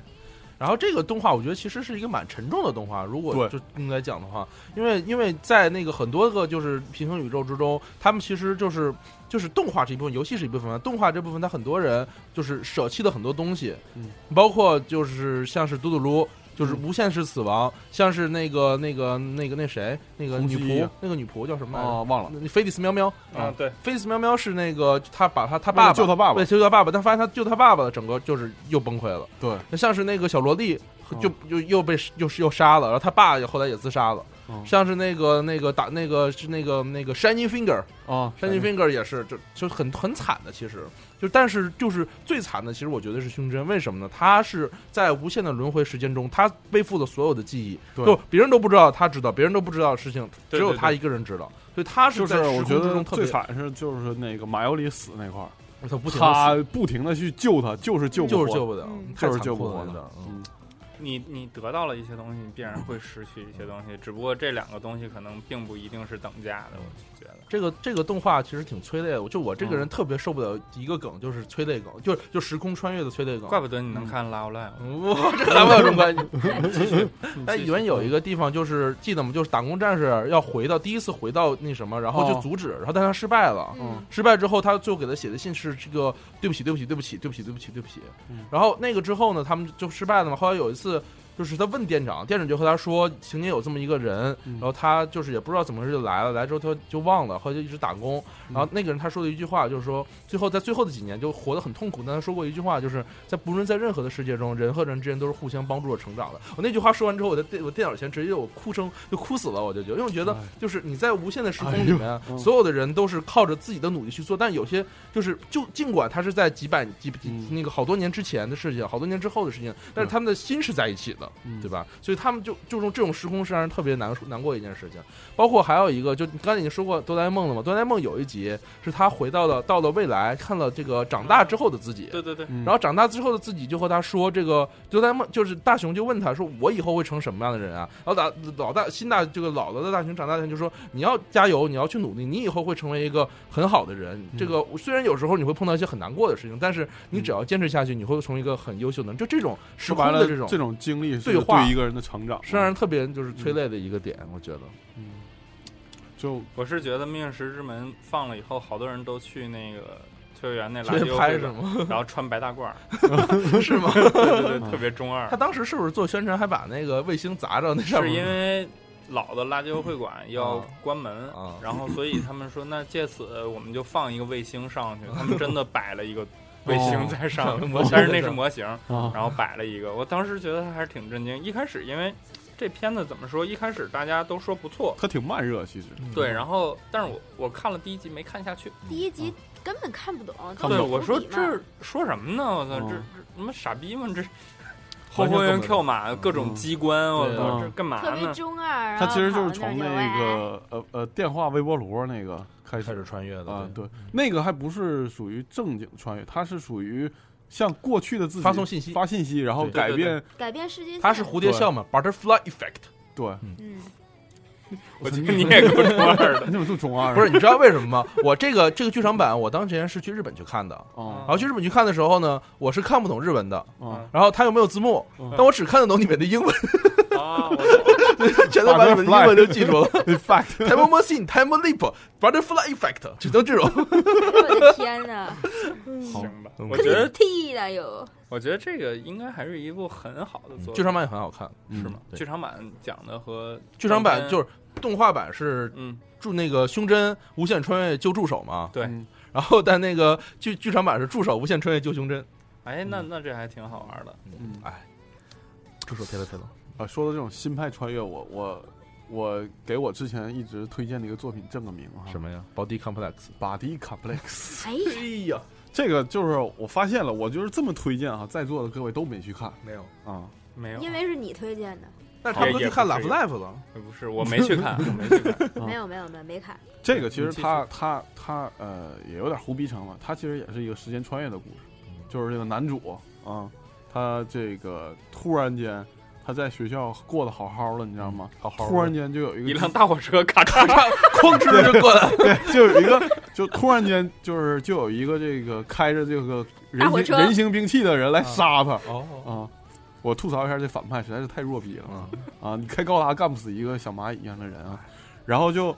F: 然后这个动画，我觉得其实是一个蛮沉重的动画。如果就
D: 对
F: 应该讲的话，因为因为在那个很多个就是平行宇宙之中，他们其实就是就是动画是一部分，游戏是一部分。动画这部分，他很多人就是舍弃了很多东西，
D: 嗯
F: 包括就是像是嘟嘟噜，就是
D: 嗯
F: 无限式死亡，像是那个那个那个那谁那个
D: 红
F: 女
D: 蜥
F: 仆
D: 蜴，
F: 那个女仆叫什么来着？
D: 啊，忘了，
F: 那菲利斯喵喵，
C: 嗯，对，
F: 菲斯喵喵是那个他把他他爸爸
D: 救他爸爸
F: 对，，救他爸爸，但发现他救他爸爸了，整个就是又崩溃了。
D: 对，
F: 那像是那个小萝莉
D: 嗯
F: 就就又被又是又杀了，然后他爸也后来也自杀了。
D: 嗯
F: 像是那个那个打那个是那个那个 Shining Finger，
D: 啊，
F: 山鸡 finger 也是，就就很很惨的，其实就但是就是最惨的，其实我觉得是胸针，为什么呢？他是在无限的轮回时间中，他背负了所有的记忆，
D: 对
F: 就别人都不知道他知道，别人都不知道的事情，只
C: 对
F: 有
C: 对
F: 他
C: 对
F: 一个人知道，所以他
D: 就是
F: 在时
D: 我
F: 空
D: 觉
F: 之
D: 得
F: 中特别
D: 最，惨是就是那个马尤里死那块儿，
F: 他不停地
D: 他不停的去救他，就是救
F: 死
D: 不
F: 就是
D: 活
F: 救不了，
E: 嗯
F: 太
D: 就是
F: 残
D: 救不
F: 酷
D: 活
F: 了
D: 的
F: 那种，
D: 嗯
C: 你你得到了一些东西，你必然会失去一些东西，只不过这两个东西可能并不一定是等价的，我觉得。
F: 这个这个动画其实挺催泪的，我就我这
D: 嗯
F: 个人特别受不了一个梗，就是催泪梗，就就时空穿越的催泪梗。
C: 怪不得你能看《拉奥赖》，
F: [LAUGHS] 我这跟咱们有什么关系？
D: [LAUGHS]
F: 但
C: 继
F: 里
C: 续
F: 面有一个地方就是记得吗？就是打工战士要回到第一次回到那什么，然后就
D: 哦
F: 阻止，然后但他失败了。
E: 嗯，
F: 失败之后，他最后给他写的信是这个对不起，对不起，对不起，对不起，对不起，对不起
D: 嗯。
F: 然后那个之后呢，他们就失败了嘛。后来有一次，就是他问店长，店长就和他说，曾经有这么一个人，
D: 嗯
F: 然后他就是也不知道怎么回事就来了，来之后他就忘了，后来就一直打工。
D: 嗯
F: 然后那个人他说的一句话就是说，最后在最后的几年就活得很痛苦，但他说过一句话，就是在不论在任何的世界中，人和人之间都是互相帮助着成长的。我那句话说完之后，我在电我电脑前直接我哭声就哭死了，我就觉得，因为我觉得
D: 哎
F: 就是你在无限的时空
D: 哎
F: 里
D: 呦
F: 面，
D: 嗯
F: 所有的人都是靠着自己的努力去做，但有些就是就尽管他是在几百几几
D: 嗯
F: 那个好多年之前的事情，好多年之后的事情，但是他们的心是在一起的。
D: 嗯
F: 对吧？所以他们就就用这种时空是让人特别难受难过一件事情。包括还有一个，就你刚才已经说过哆啦 A 梦了嘛，哆啦 A 梦有一集是他回到了到了未来，看了这个长大之后的自己。
C: 对对对，
D: 嗯
F: 然后长大之后的自己就和他说：“这个哆啦 A 梦就是大雄就问他说，我以后会成什么样的人啊？”然后大老大新大这个老的大雄长大的人就说：“你要加油，你要去努力，你以后会成为一个很好的人。这个虽然有时候你会碰到一些很难过的事情，但是你只要坚持下去，你会成为一个很优秀的人。”就这种时
D: 说
F: 空
D: 白了
F: 的这种
D: 这种经历是
F: 对话
D: 一个人的成长，
F: 是让啊人特别就是催泪的一个点，我觉得。
D: 嗯就
C: 我是觉得《命运石之门》放了以后，好多人都去那个秋叶原那垃
F: 直
C: 圾
F: 接
C: 邮
F: 拍
C: 会
F: 什 [LAUGHS]
C: 上，
F: 么？
C: 然后穿白大
F: [LAUGHS]
C: 褂儿，
F: 是吗？
C: 对对
D: 嗯
C: 对，特别中二
F: 他。当时是不是做宣传还把那个卫星砸着那上
C: 是
F: 面？
C: 因为老的垃圾邮会馆要
F: 啊
C: 关门
F: 啊，
C: 然后所以他们说，那借此我们就放一个卫星上
F: [LAUGHS]
C: 去。他们真的摆了一个卫星在上面，
F: 哦
C: [LAUGHS] 但是那是模型，
D: 啊
C: 然后摆了一个。我当时觉得他还是挺震惊。一开始因为这片子怎么说，一开始大家都说不错，
D: 他挺慢热，其实
F: 嗯
C: 对，然后但是我我看了第一集没看下去，
E: 第一集根本看不懂，
D: 嗯看不
C: 对
D: 懂
C: 我说
E: 底嘛
C: 这说什么呢？我操，
D: 嗯
C: 这这他妈傻逼吗？这后
F: 完全
C: 后
F: 懂
C: 院
F: 得
C: Q 码各种机关，我
F: 对
C: 操，
D: 嗯
C: 这干嘛
E: 特别
C: 呢？
E: 中二，
D: 他其实就是
E: 然后
D: 从
E: 跑
D: 啊那
E: 那儿就，哎
D: 个呃呃电话微波炉那个开
F: 开始
D: 始
F: 穿越的
D: 啊，对，那个还不是属于正经穿越，它是属于向过去的自己
F: 发送信息
D: 发信息，然后
F: 对
D: 改
C: 对对
D: 变
E: 改变世界线，
D: [LAUGHS]
F: 他是蝴蝶效嘛，butterfly effect。
D: 对
E: 嗯，
C: 我觉得你也够中二的。
D: 你怎么这么中二？
F: [LAUGHS] 不是，，你知道为什么吗？我这个这个剧场版，我当时是去日本去看的，
D: 哦
F: 然后去日本去看的时候呢，我是看不懂日文的，
D: 哦，
F: 然后它又没有字幕
D: 嗯，
F: 但我只看得懂里面的 [LAUGHS] 英文，
C: 啊，我懂了
F: 全都把里面的英文都记住了。
D: in [LAUGHS] fact，
F: Time machine, time leap, butterfly effect，只能这种。
E: 哎我的
D: [LAUGHS]
E: 天哪，
C: 行吧。
F: 嗯
C: 我觉得，
E: 屁了又。
C: 我觉得这个应该还是一部很好的作品，
F: 剧场版也很好看，
D: 嗯
C: 是吗？
F: 对
C: 剧场版讲的和
F: 剧场版
C: 当
F: 就
C: 天
F: 是动画版是
C: 嗯，
F: 助那个胸针无限穿越救助手嘛，
C: 对
D: 嗯
F: 然后但那个剧剧场版是助手无限穿越救胸针，
C: 哎，那那这还挺好玩的。
D: 嗯
F: 哎，助手配了配了，
D: 啊，说到这种新派穿越，我我我给我之前一直推荐的一个作品正个名哈，
F: 什
D: 么
F: 么呀？Body 啊 complex，
D: ？Body Complex。
E: 哎，
F: 哎呀，
D: 这个就是我发现了，我就是这么推荐哈，啊在座的各位都没去看
F: 没有，
D: 啊。
C: 没有，
E: 因为是你推荐的，
F: 那他们都
C: 也
F: 去看
C: 也
F: Love
C: 不是呃
F: Live 了，
C: 不是我没去看，我没去看。
D: 啊
E: 没有没有没有没
D: [LAUGHS]
E: 看，
D: 这个其实
C: 你继续
D: 它它它呃也有点胡逼成了，它其实也是一个时间穿越的故事，就是这个男主啊，他这个突然间他在学校过得好好的，你知道吗？
F: 好好，
D: 突然间就有
C: 一
D: 一个
C: 辆大火车咔咔咔，
F: 哐哧就过来了，
D: 对，就有一个就突然间就是就有一个这个开着这个人
E: 大火
D: 形
E: 车
D: 人形兵器的人来
F: 啊
D: 杀他
F: 哦，
D: 啊！我吐槽一下，这反派实在是太弱逼了。
F: 嗯
D: 啊，你开高达干不死一个小蚂蚁一样的人啊，然后就，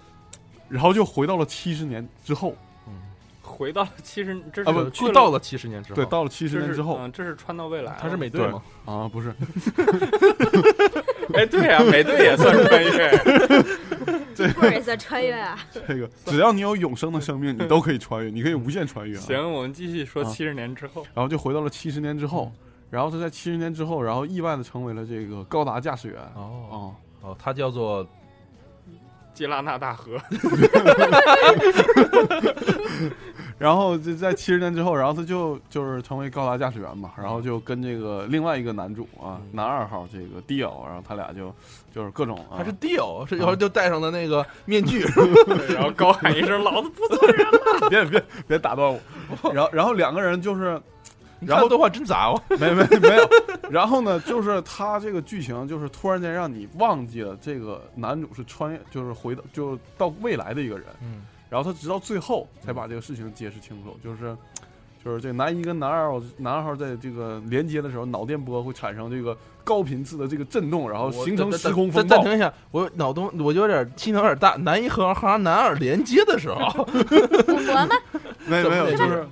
D: 然后就回到了七十年之后，
F: 嗯，
C: 回到了其实这是
D: 啊不
C: 去了
F: 到了七十年之后，啊
D: 对，到了七十
C: 这
D: 年
C: 是
D: 之后
C: 嗯，这是穿到未来了。[LAUGHS]
F: 他是美队
D: 对
F: 吗？
D: 啊，不
F: [LAUGHS]
D: 是，
C: 哎，对呀，美队也算穿越。
E: 或者在穿越啊，
D: 这个只要你有永生的生命，你都可以穿越，你可以无限穿越、啊。，
C: 行，我们继续说
D: 啊
C: 七十年之后。
D: 然后就回到了七十年之后，
F: 嗯
D: 然后他在七十年之后，然后意外的成为了这个高达驾驶员啊、
F: 哦哦，他叫做
D: 嗯
C: 基拉纳大河，
D: 然后就在七十年之后，然后他就就是成为高达驾驶员嘛，然后就跟这个另外一个男主啊，
F: 嗯
D: 男二号这个 Dio，然后他俩就就是各种啊，
F: 他是 Dio，是然后就戴上了那个
D: [LAUGHS]
F: 面具，
C: 然后高喊一声“老子不
D: 别别别打断我。然后然后两个人就是
F: 然后动画真杂哦，
D: 没没没有，然后呢，就是他这个剧情就是突然间让你忘记了这个男主是穿越，就是回到就到未来的一个人，
F: 嗯，
D: 然后他直到最后才把这个事情揭示清楚，就是就是这个男一跟男二号男二号在这个连接的时候，脑电波会产生这个高频次的这个震动，然后形成时空风
F: 暂
D: 暴
F: 暂。停一下，我脑洞我就有点气能有点大，男一和和男二连接的时
D: [LAUGHS]
F: 候， [LAUGHS]
E: 古
D: 嗯
E: 佛吗？
D: 没没有，
F: 怎
D: 就
F: 么
D: 是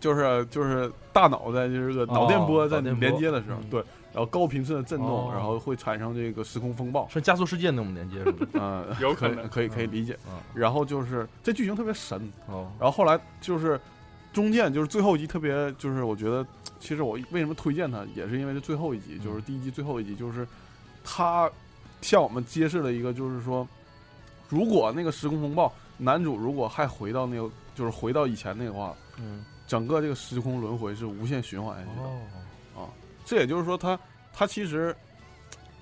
D: 就是就是大脑在这个脑电波在你连接的时候
F: 哦脑电波，嗯
D: 对，然后高频次的震动
F: 哦，
D: 然后会产生这个时空风暴。
F: 是加速世界那种连接是
D: [LAUGHS]
F: 吗？ [LAUGHS]
D: 嗯，
C: 有
D: 可
C: 可
D: 以
C: 能
D: 可以可以理解
F: 嗯。
D: 然后就是这剧情特别神，
F: 哦，
D: 然后后来就是中间就是最后一集特别，就是我觉得其实我为什么推荐它，也是因为这最后一集，
F: 嗯
D: 就是第一集最后一集，就是他向我们揭示了一个，就是说如果那个时空风暴男主如果还回到那个，就是回到以前那个话，
F: 嗯，
D: 整个这个时空轮回是无限循环下去的。
F: 哦，
D: 这也就是说他，他其实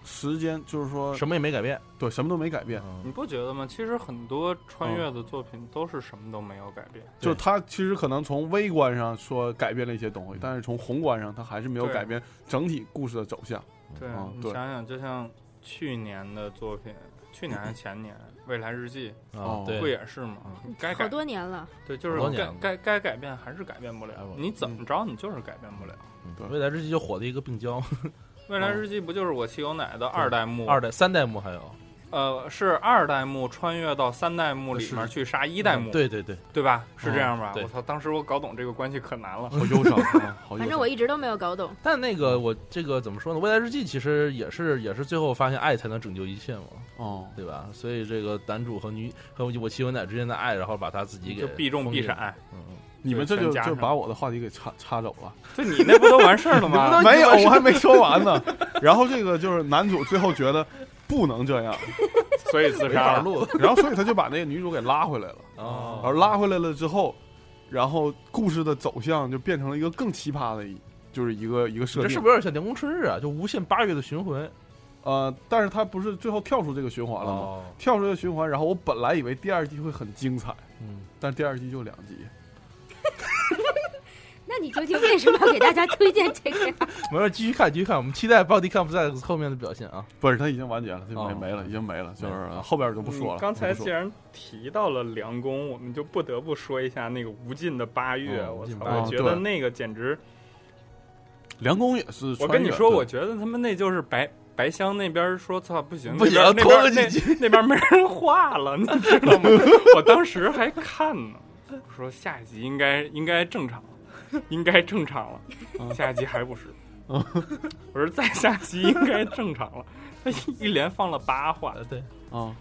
D: 时间就是说
F: 什么也没改变，
D: 对什么都没改变。
C: 你
F: 嗯
C: 不觉得吗？其实很多穿越的作品都是什么都没有改变，
D: 就
F: 对
D: 是他其实可能从微观上说改变了一些东西，但是从宏观上他还是没有
C: 对
D: 改变整体故事的走向。
C: 对
D: 哦
C: 你
D: 对
C: 想想，就像去年的作品，去年还是前年，《未来日记
F: 啊
D: 哦，》
F: 对
C: 不，也是吗？
D: 哎
C: 该
E: 好
C: 改
E: 多年了，
C: 对，就是
F: 好多年
C: 该
F: 了
C: 该该改变还是改变不
F: 哎
C: 了
F: 我，
C: 你怎么着你就是改变不了。
F: 嗯未来之际就火的一个病娇，
C: 未来日记不就是我汽油奶的二代目？
F: 二代、三代目还有
C: 呃，是二代目穿越到三代目里面
F: 是
C: 去杀一代目，
F: 嗯对对对，
C: 对吧？是这样吧
F: 嗯？对
C: 我操，当时我搞懂这个关系可难了。
D: 好忧伤，啊，
E: [LAUGHS]
D: 好忧伤。
E: 反正我一直都没有搞懂。
F: 但那个我这个怎么说呢？未来日记其实也是也是最后发现爱才能拯救一切嘛，
D: 哦，
F: 对吧？所以这个男主和女和我妻有奶之间的爱，然后把他自己给
C: 就避重
F: 封
C: 避
F: 印，
C: 闪，
F: 嗯嗯，
D: 你们这就
C: 全加
D: 就
C: 上
D: 把我的话题给插插走
E: [LAUGHS]
D: 了。
C: 就你那不都完事儿
F: [LAUGHS]
C: 了
E: 哦
C: 吗？
D: 没有，我还没说完呢。 [LAUGHS] 然后这个就是男主最后觉得不能这样，
C: [LAUGHS] 所以自
F: 没
C: 杀
F: 法
C: 了。
F: 录了
D: 然后所以他就把那个女主给拉回来了。
F: 哦
D: 然后拉回来了之后，然后故事的走向就变成了一个更奇葩的一，就是一个一个设
F: 这
D: 定。
F: 是不是有点像《凉宫春日》啊？就无限八月的巡回
D: 呃，但是他不是最后跳出这个循环了吗？
F: 哦，
D: 跳出这个循环，然后我本来以为第二季会很精彩，
F: 嗯，
D: 但第二季就两集。
E: 那你究竟为什么要给大家推荐这个呀？
F: 没事，继续看，继续看，我们期待 Body Camp 在后面的表现啊。
D: 不是，它已经完结了，就没
F: 哦
D: 没了，已经没了，就
F: 没
D: 是后边我就不说了。
C: 嗯你刚才
D: 我不
C: 既
D: 说
C: 然提到了梁宫，我们就不得不说一下那个无尽的八月。
F: 嗯无
C: 我
F: 尽
C: 操，
F: 八
D: 月
C: 我觉得那个简直，
D: 梁公也是穿越，
C: 我跟你说，
D: 对
C: 我觉得他们那就是白白香那边说操不行，
F: 不行
C: 那边
F: 拖了
C: 那
F: 几
C: 边 [LAUGHS] 那那边没人画了，你知道吗？我当时还看呢，我说下一集应该应该正常，应该正常
F: 嗯
C: 了，下一集还不是。 [LAUGHS] 我说再下集应该正常了，他一一连放了八话，
F: 呃，对，
D: 啊，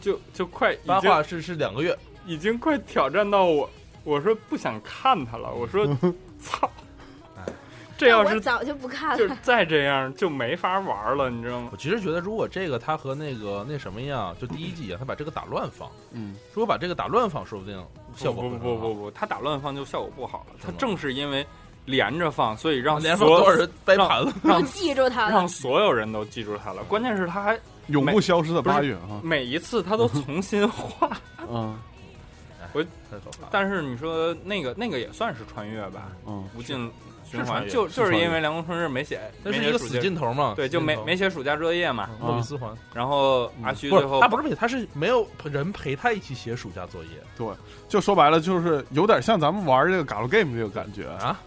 C: 就就快已
F: 八
C: 经
F: 话是是两个月，
C: 已经快挑战到我，我说不想看他了，我
F: [LAUGHS]
C: 说操，
F: 哎
C: 这要
E: 我
C: 是
E: 早就不看
C: 就是
E: 了。
C: 再这样就没法玩了，你知道吗？
F: 我其实觉得如果这个它和那个那什么一样，就第一季一样，啊它把这个打乱放，
D: 嗯，
F: 如果把这个打乱放，说不定效果
C: 不
F: 会
C: 不
F: 很好
C: 不不不，他打乱放就效果不好了，
F: 是
C: 他
F: 吗
C: 正是因为连着放，所以让
F: 连放
C: 所有
F: 多少人掰盘了？
E: 我
C: 让
E: 记住他了
C: 让，所有人都记住他了，关键是他还
D: 永不消失的八月啊，
C: 每一次他都重新
F: [LAUGHS]
C: 画，
D: 嗯
F: 太可怕了！
C: 但是你说那个那个也算是穿越吧，
D: 嗯，
C: 无尽
F: 是
C: 循
F: 穿
C: 环，
F: 越
C: 就是就是
F: 穿
C: 因
F: 越
C: 为梁公春日没写，
F: 那
C: 没
F: 是
C: 写
F: 一个
C: 暑
F: 死
C: 假
F: 劲头嘛，
C: 对，就没没写暑假作业嘛，
F: 莫比斯环。
C: 然后阿
D: 嗯
C: 虚
F: 不
C: 最
F: 是
C: 后
F: 他不是陪，他是没有人陪他一起写暑假作业
D: 就说白了就是有点像咱们玩这个 Gal Game 这个感觉，
F: 啊。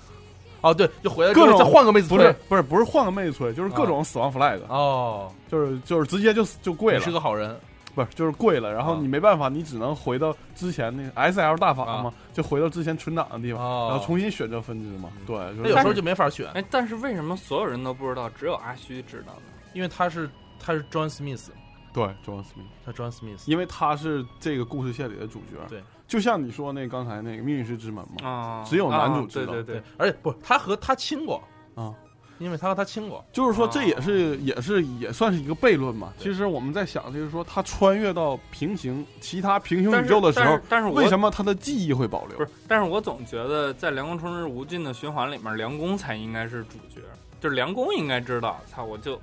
F: 哦，对，就回来
D: 各
F: 之后
D: 种
F: 再换个妹子
D: 不
F: 推
D: 是不是不是换个妹吹，就是
F: 啊
D: 各种死亡 flag，
F: 哦，
D: 就是就是直接就就跪
F: 你
D: 了
F: 是，个好人，
D: 不是就是跪了，然后
F: 啊
D: 你没办法，你只能回到之前那个 S L 大法嘛，就回到之前存档的地方，
F: 哦
D: 然后重新选择分支嘛，对，就是
F: 他有时候就没法选，
C: 哎，但是为什么所有人都不知道，只有阿虚知道呢？
F: 因为他是他是 John Smith，
D: 对 John Smith，
F: 他 John Smith，
D: 因为他是这个故事线里的主角，
F: 对，
D: 就像你说那刚才那个命运石之门
F: 嗯
D: 嘛，
C: 啊
D: 只有男主知道
C: 对对对，，
F: 而且不是他和他亲过
D: 啊，
F: 因为他和他亲过，
D: 就是说这也是也是也算是一个悖论嘛。
F: 对
D: 其实我们在想，就是说他穿越到平行其他平行
C: 但
D: 宇
C: 是
D: 宙的时
C: 但
D: 候
C: 是，但是我
D: 为什么他的记忆会保留
C: 不？是？但是我总觉得在《梁公春日无尽的循环》里面，梁公才应该是主角，就是梁公应该知道。操，我就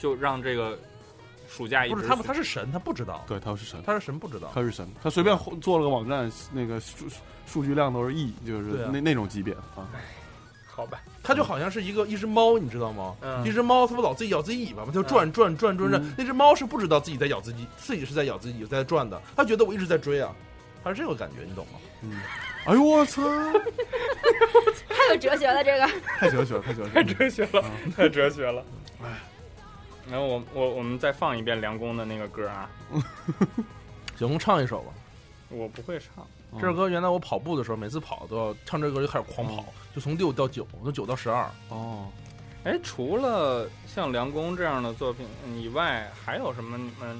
C: 就让这个暑假一直
F: 不是他们，他
C: 是
F: 是神，他不知道，
D: 对，他是神，
F: 他是神不知道，
D: 他是神，他随便做了个网站，那个数数据量都是亿，就是
F: 对啊
D: 那那种级别啊。
C: 好吧？
F: 他就好像是一个一只猫，你知道吗？
C: 嗯
F: 一只猫，它不老自己咬自己尾巴吗？它就转转转转转
D: 嗯。
F: 那只猫是不知道自己在咬自己，自己是在咬自己，在转的。它觉得我一直在追啊，它是这个感觉，你懂吗？
D: 哎呦我操！
E: 太有哲学了，这个
D: [LAUGHS] 太哲学了，太哲学了。
C: 太哲学了，太哲学 [LAUGHS] 了。嗯然后我我我们再放一遍梁公的那个歌啊，
F: 小红唱一首吧。
C: 我不会唱，
D: 嗯
F: 这首歌原来我跑步的时候，每次跑都要唱这歌，就开始狂跑，就从六到九，从九到十二。
D: 哦，
C: 哎，除了像梁公这样的作品以外，还有什么你们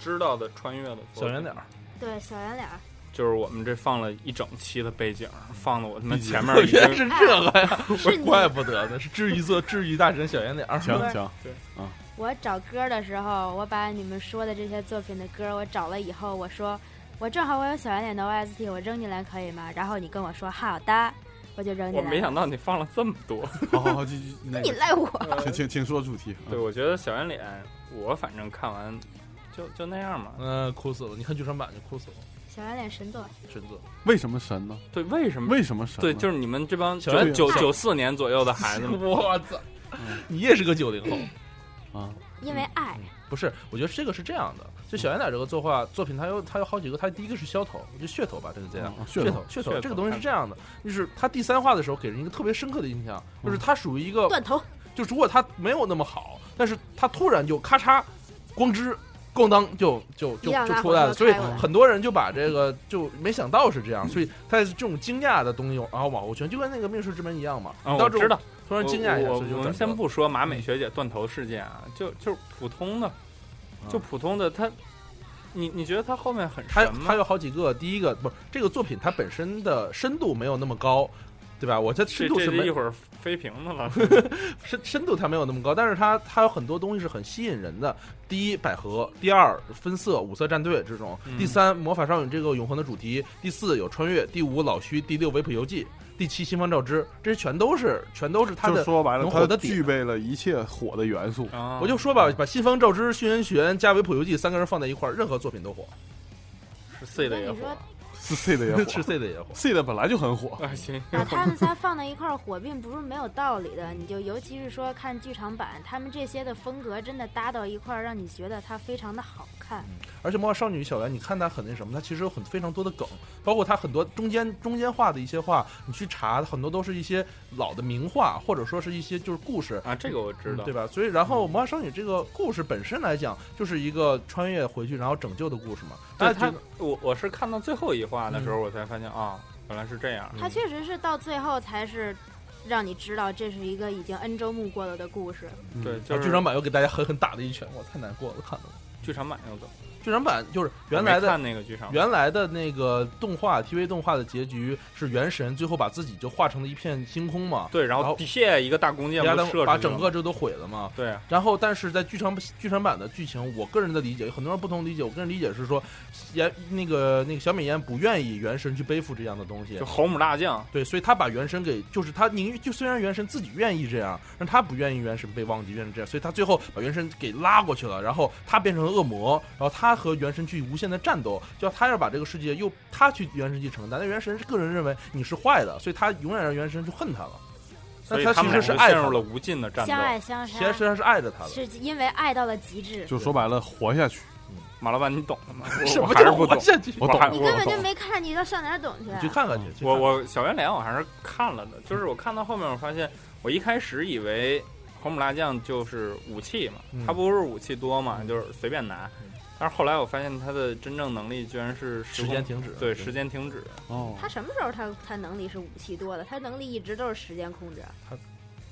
C: 知道的穿越的作品？
F: 小圆脸儿，
E: [LAUGHS] 对小圆脸儿，
C: 就是我们这放了一整期的背景，放的我他妈前面
F: 原
C: 已经
F: 来是这个呀，
E: 是你
F: 怪不得呢，是治愈做治愈大神小圆脸儿。
D: 行行，
E: 我找歌的时候，我把你们说的这些作品的歌我找了以后，我说我正好我有小圆脸的 OST，我扔进来可以吗？然后你跟我说好的，我就扔进来
C: 我
E: 了。
C: 没想到你放了这么多。
E: [LAUGHS]
D: 好好好，继续那
E: 你
D: [LAUGHS] 个，
E: 赖我，
F: 嗯
D: 请请请说主题。啊
C: [LAUGHS] 对，我觉得小圆脸，我反正看完就就那样嘛。
F: 嗯，哭死了！你看剧场版就哭死了，
E: 小圆脸神作，
F: 神作。
D: 为什么神呢？
C: 对，为什么？
D: 为什么神呢？
C: 对，就是你们这帮
F: 小
C: 九
F: 圆
D: 脸
C: 九九四年左右的孩子们，
F: 我操，你也是个九零后。
D: 啊，
C: 嗯
E: 因为爱，
F: 不是，我觉得这个是这样的，就小圆脸这个作画作品，它有它有好几个，它第一个是噱头，就噱头吧，这个这样，
D: 嗯
F: 啊噱
D: 噱
F: 头
D: 头
C: 噱
F: 噱头，
C: 头
F: 这个东西是这样的，就是它第三话的时候给人一个特别深刻的印象，
C: 嗯
F: 就是它属于一
C: 哦
F: 个，
C: [LAUGHS]
E: 断头，
F: 就如果它没有那么好，但是它突然就咔嚓，光之。咣当就就
E: 一
F: 就
E: 辆
F: 就
E: 大
F: 出
E: 火
F: 来
E: 车
F: 了，所以
E: 开过来
F: 很多人就把这个就没想到是这样，所以他这种惊讶的东西，啊然后往后全就跟那个《命运之门》一样嘛。
C: [LAUGHS] 啊，
F: 到
C: 我
F: 这种
C: 知道。
F: 突然惊讶一下，
C: 我
F: 所以就
C: 我我
F: 转
C: 们先
F: 折
C: 不说马美学姐断头事件啊，就就是普通的，就普通的他，你你觉得他后面很
F: 它
C: 神吗
F: 它？有好几个，第一个不是这个作品它本身的深度没有那么高，对吧？我这
C: 这
F: 深度
C: 这
F: 是
C: 是
F: 没
C: 一会儿飞屏的了， [LAUGHS]
F: 深深度它没有那么高，但是它它有很多东西是很吸引人的。第一，百合；第二，分色五色战队这种；
C: 嗯
F: 第三，魔法少女这个永恒的主题；第四，有穿越；第五，老虚；第六，维普游记；第七，新方照之。这全都是全都是它
D: 就是
F: 的。
D: 说白了，
F: 能火
D: 它
F: 的点
D: 具备了一切火的元素。
C: 啊
F: 我就说吧，把新方照之、轩辕玄加维普游记三个人放在一块儿，任何作品都火。
C: 十四的
E: 那
C: 也火
E: 你说，
D: 是 C 的也
F: [LAUGHS] 是
D: 火
F: C 的也火。
D: ，C 的本来就很火，
C: 啊，行，
E: 啊，他们仨放在一块儿火并不是没有道理的，你就尤其是说看剧场版，他们这些的风格真的搭到一块儿，让你觉得它非常的好看。
F: 而且《魔法少女小圆》，你看它很那什么，它其实有很非常多的梗，包括它很多中间中间话的一些话，你去查，很多都是一些老的名话，或者说是一些就是故事。
C: [LAUGHS] 啊，这个我知道
F: 嗯对，吧？所以，然后《魔法少女》这个故事本身来讲，就是一个穿越回去然后拯救的故事嘛。
C: 但
F: 那
C: 他
F: 这个
C: 我我是看到最后一话的时
F: 嗯
C: 候，我才发现啊，原来是这样。
E: 它确实是到最后才是让你知道这是一个已经 N 周目过了的故事。
D: 嗯
C: 对，
F: 然
C: 就
F: 后
C: 是
F: 嗯剧场版又给大家狠狠打了一拳，我太难过了，看了。
C: 剧场版又怎么？
F: 剧场版就是原来
C: 我没
F: 的
C: 看那个剧场版，
F: 原来的那个动画 TV 动画的结局是元神最后把自己就化成了一片星空嘛，
C: 对，然
F: 然
C: 后
F: 后
C: 底下一个大弓箭
F: 然
C: 不
F: 后
C: 射出去
F: 把
C: 了
F: 整
C: 吗
F: 个这都毁了嘛。
C: 对啊
F: 然后，但是在剧场剧场版的剧情，我个人的理解，有很多人不同理解。我个人理解是说，岩那个那个小美岩不愿意元神去背负这样的东西
C: 就，侯姆大将，
F: 对，所以他把元神给，就是他宁愿就虽然元神自己愿意这样，但他不愿意元神被忘记，变成这样，所以他最后把元神给拉过去了，然后他变成了恶魔，然后他和元神去无限的战斗，就他要把这个世界又他去元神去承担，但元神个人认为你是坏的，所以他永远让元神去恨他了，
C: 所
F: 但
C: 以
F: 他其
C: 们俩
F: 实是
C: 就
F: 爱
C: 陷
F: 他
C: 入了
F: 的，
C: 无尽的战
E: 相
C: 斗。
E: 爱相杀
F: 其实他是爱着他的。
E: 是因为爱到了极致，
D: 就说白了活下去。
C: 马老板，你懂的吗？
F: [LAUGHS]
C: 我
F: 什
C: 我
F: 么
C: 还是
F: 叫
C: 不懂
F: 活，下去？
D: 我
C: 还
D: 懂，
E: 你
C: 我
E: 根本就
C: 懂
E: 没看，你要上哪儿懂去啊？
F: 你去看看去。去
C: 我
F: 看
C: 我小圆脸我还是看了的，就是我看到后面我发现，我一开始以为红姆辣酱就是武器嘛，
F: 嗯
C: 它不是武器多嘛，就是随便拿
F: 嗯。
C: 但是后来我发现它的真正能力居然是时
F: 时
C: 空
F: 间停止，
C: 对时间停止，
D: 哦，
E: 他什么时候他他能力是武器多的？他能力一直都是时间控制。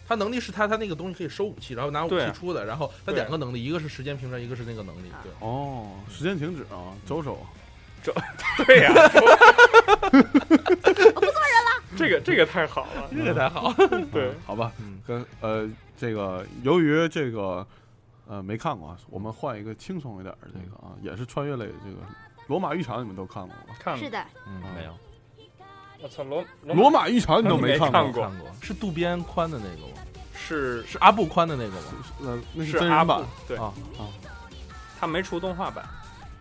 F: 他能力是他他那个东西可以收武器，然后拿武
C: 对
F: 器出的，然后他
C: 对
F: 两个能力，一个是时间屏障，一个是那个能力。对，
D: 哦，时间停止啊，周手，
C: 对
D: [LAUGHS]
C: 呀、我不做人了。这个这个太好了，
F: 这个才好。
C: 对
D: 嗯，好吧
F: 嗯，
D: 跟呃这个由于这个呃没看过啊，我们换一个轻松一点儿的这个
C: 嗯
D: 啊，也是穿越类的这个《罗马浴场》，你们都看过吗？
C: 看
E: 是的，
F: 嗯
D: 没
F: 有
C: 我操罗
D: 罗马浴场你都
C: 没
D: 看
C: 看过
F: 看过，是渡边宽的那个吗？
C: 是
F: 是阿布宽的那个吗？
D: 呃，那
C: 是
D: 真
C: 阿
D: 人
C: 布
D: 版，
C: 对
D: 啊啊
C: 他没出动画版，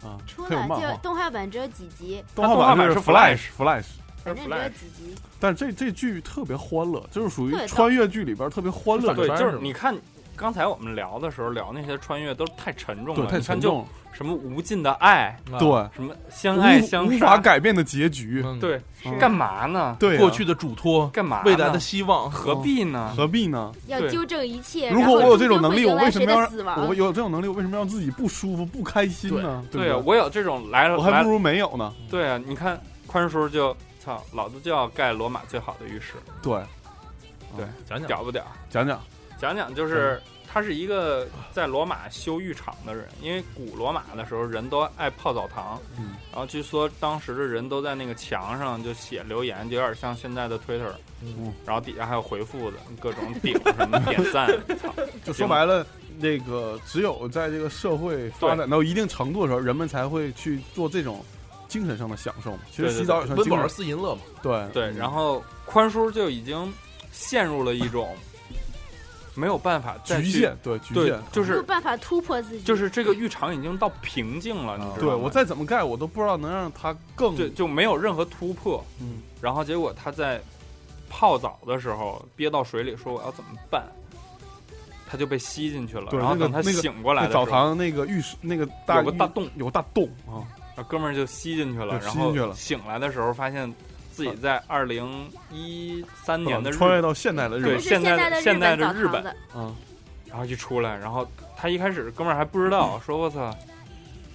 D: 啊，
E: 出
D: 它有
E: 了
D: 漫
E: 就
D: 画，
E: 动画版只有几集，
D: 动画版
C: 它动画版
D: Flash Flash，
C: 它是
E: 反正只有
C: Flash。
E: 几集。
D: 但这这剧特别欢乐，就是属于
E: 对
D: 穿越剧里边儿特别欢乐
C: 对
D: 的，番
C: 就是
D: 吧
C: 你看刚才我们聊的时候聊那些穿越都太沉重
D: 对
C: 了，
D: 太
C: 你看
D: 沉
C: 就
D: 重了，
C: 什么无尽的爱，
D: 对。
C: 什么相爱
D: 无
C: 相
D: 无
C: 杀
D: 法，改变的结局，
F: 啊嗯，
C: 对，
D: 嗯
C: 干嘛呢？
D: 对啊
F: 过去的嘱托，
C: 干嘛呢？
F: 未来的希望，
C: 何必呢？
D: 何必呢？
E: 要
C: 对
E: 纠正一切。
D: 如果我
E: 然后
D: 有这种能力，
E: 终
D: 我
E: 究会
D: 为
E: 迎
D: 什
E: 来
D: 么要
E: 谁的死亡
D: 我有这种能力，我为什么要让自己不舒服、不开心呢？
C: 对啊，
D: 不对？
C: 我有这种来了
D: 我
C: 来
D: 还不如没有呢。
C: 对啊，你看宽叔就操，老子就要盖罗马最好的浴室，
D: 对，
F: 讲讲
C: 屌不屌？
D: 讲讲
C: 讲讲就是。
D: 嗯
C: 他是一个在罗马修浴场的人，因为古罗马的时候人都爱泡澡堂，
D: 嗯
C: 然后据说当时的人都在那个墙上就写留言，就有点像现在的 Twitter，、
F: 嗯
C: 然后底下还有回复的各种顶什么点赞，操，
D: 就说白了，那个只有在这个社会发展到一定程度的时候，人们才会去做这种精神上的享受嘛。其实
C: 对对
D: 洗澡也算
F: 温
D: 精
F: 饱而
D: 神，
F: 思淫乐嘛，
D: 对
C: 对，然
D: 后
C: 后宽叔就已经陷入了一种没有办法再
D: 局
C: 去，
D: 限，对局
C: 对
D: 限，，
C: 就
E: 没有
C: 是
E: 办法突破自己？
C: 就是这个浴场已经到瓶颈了，你知道吗？
D: 对我再怎么盖，我都不知道能让它更
C: 对就没有任何突破，
D: 嗯，
C: 然后结果他在泡澡的时候憋到水里，说我要怎么办？他就被吸进去了，
D: 对
C: 然后
D: 那个
C: 等他
D: 那个
C: 醒过来
D: 那
C: 的时候，
D: 澡堂那个浴室那个大
C: 有个
D: 浴
C: 大洞，
D: 有个大洞啊，
C: 啊哥们儿就吸进去了，
D: 对
C: 然
D: 吸进去
C: 后
D: 了呃
C: 醒来的时候发现自己在二零一三年的日
D: 穿越到现代的日本
C: 对
E: 可能是
C: 现在
E: 在
C: 的
E: 现
C: 现在的
E: 澡
C: 日
E: 堂
C: 本
E: 子，
D: 啊，
C: 然后一出来，然后他一开始哥们儿还不知
D: [LAUGHS]
C: 道，说我操，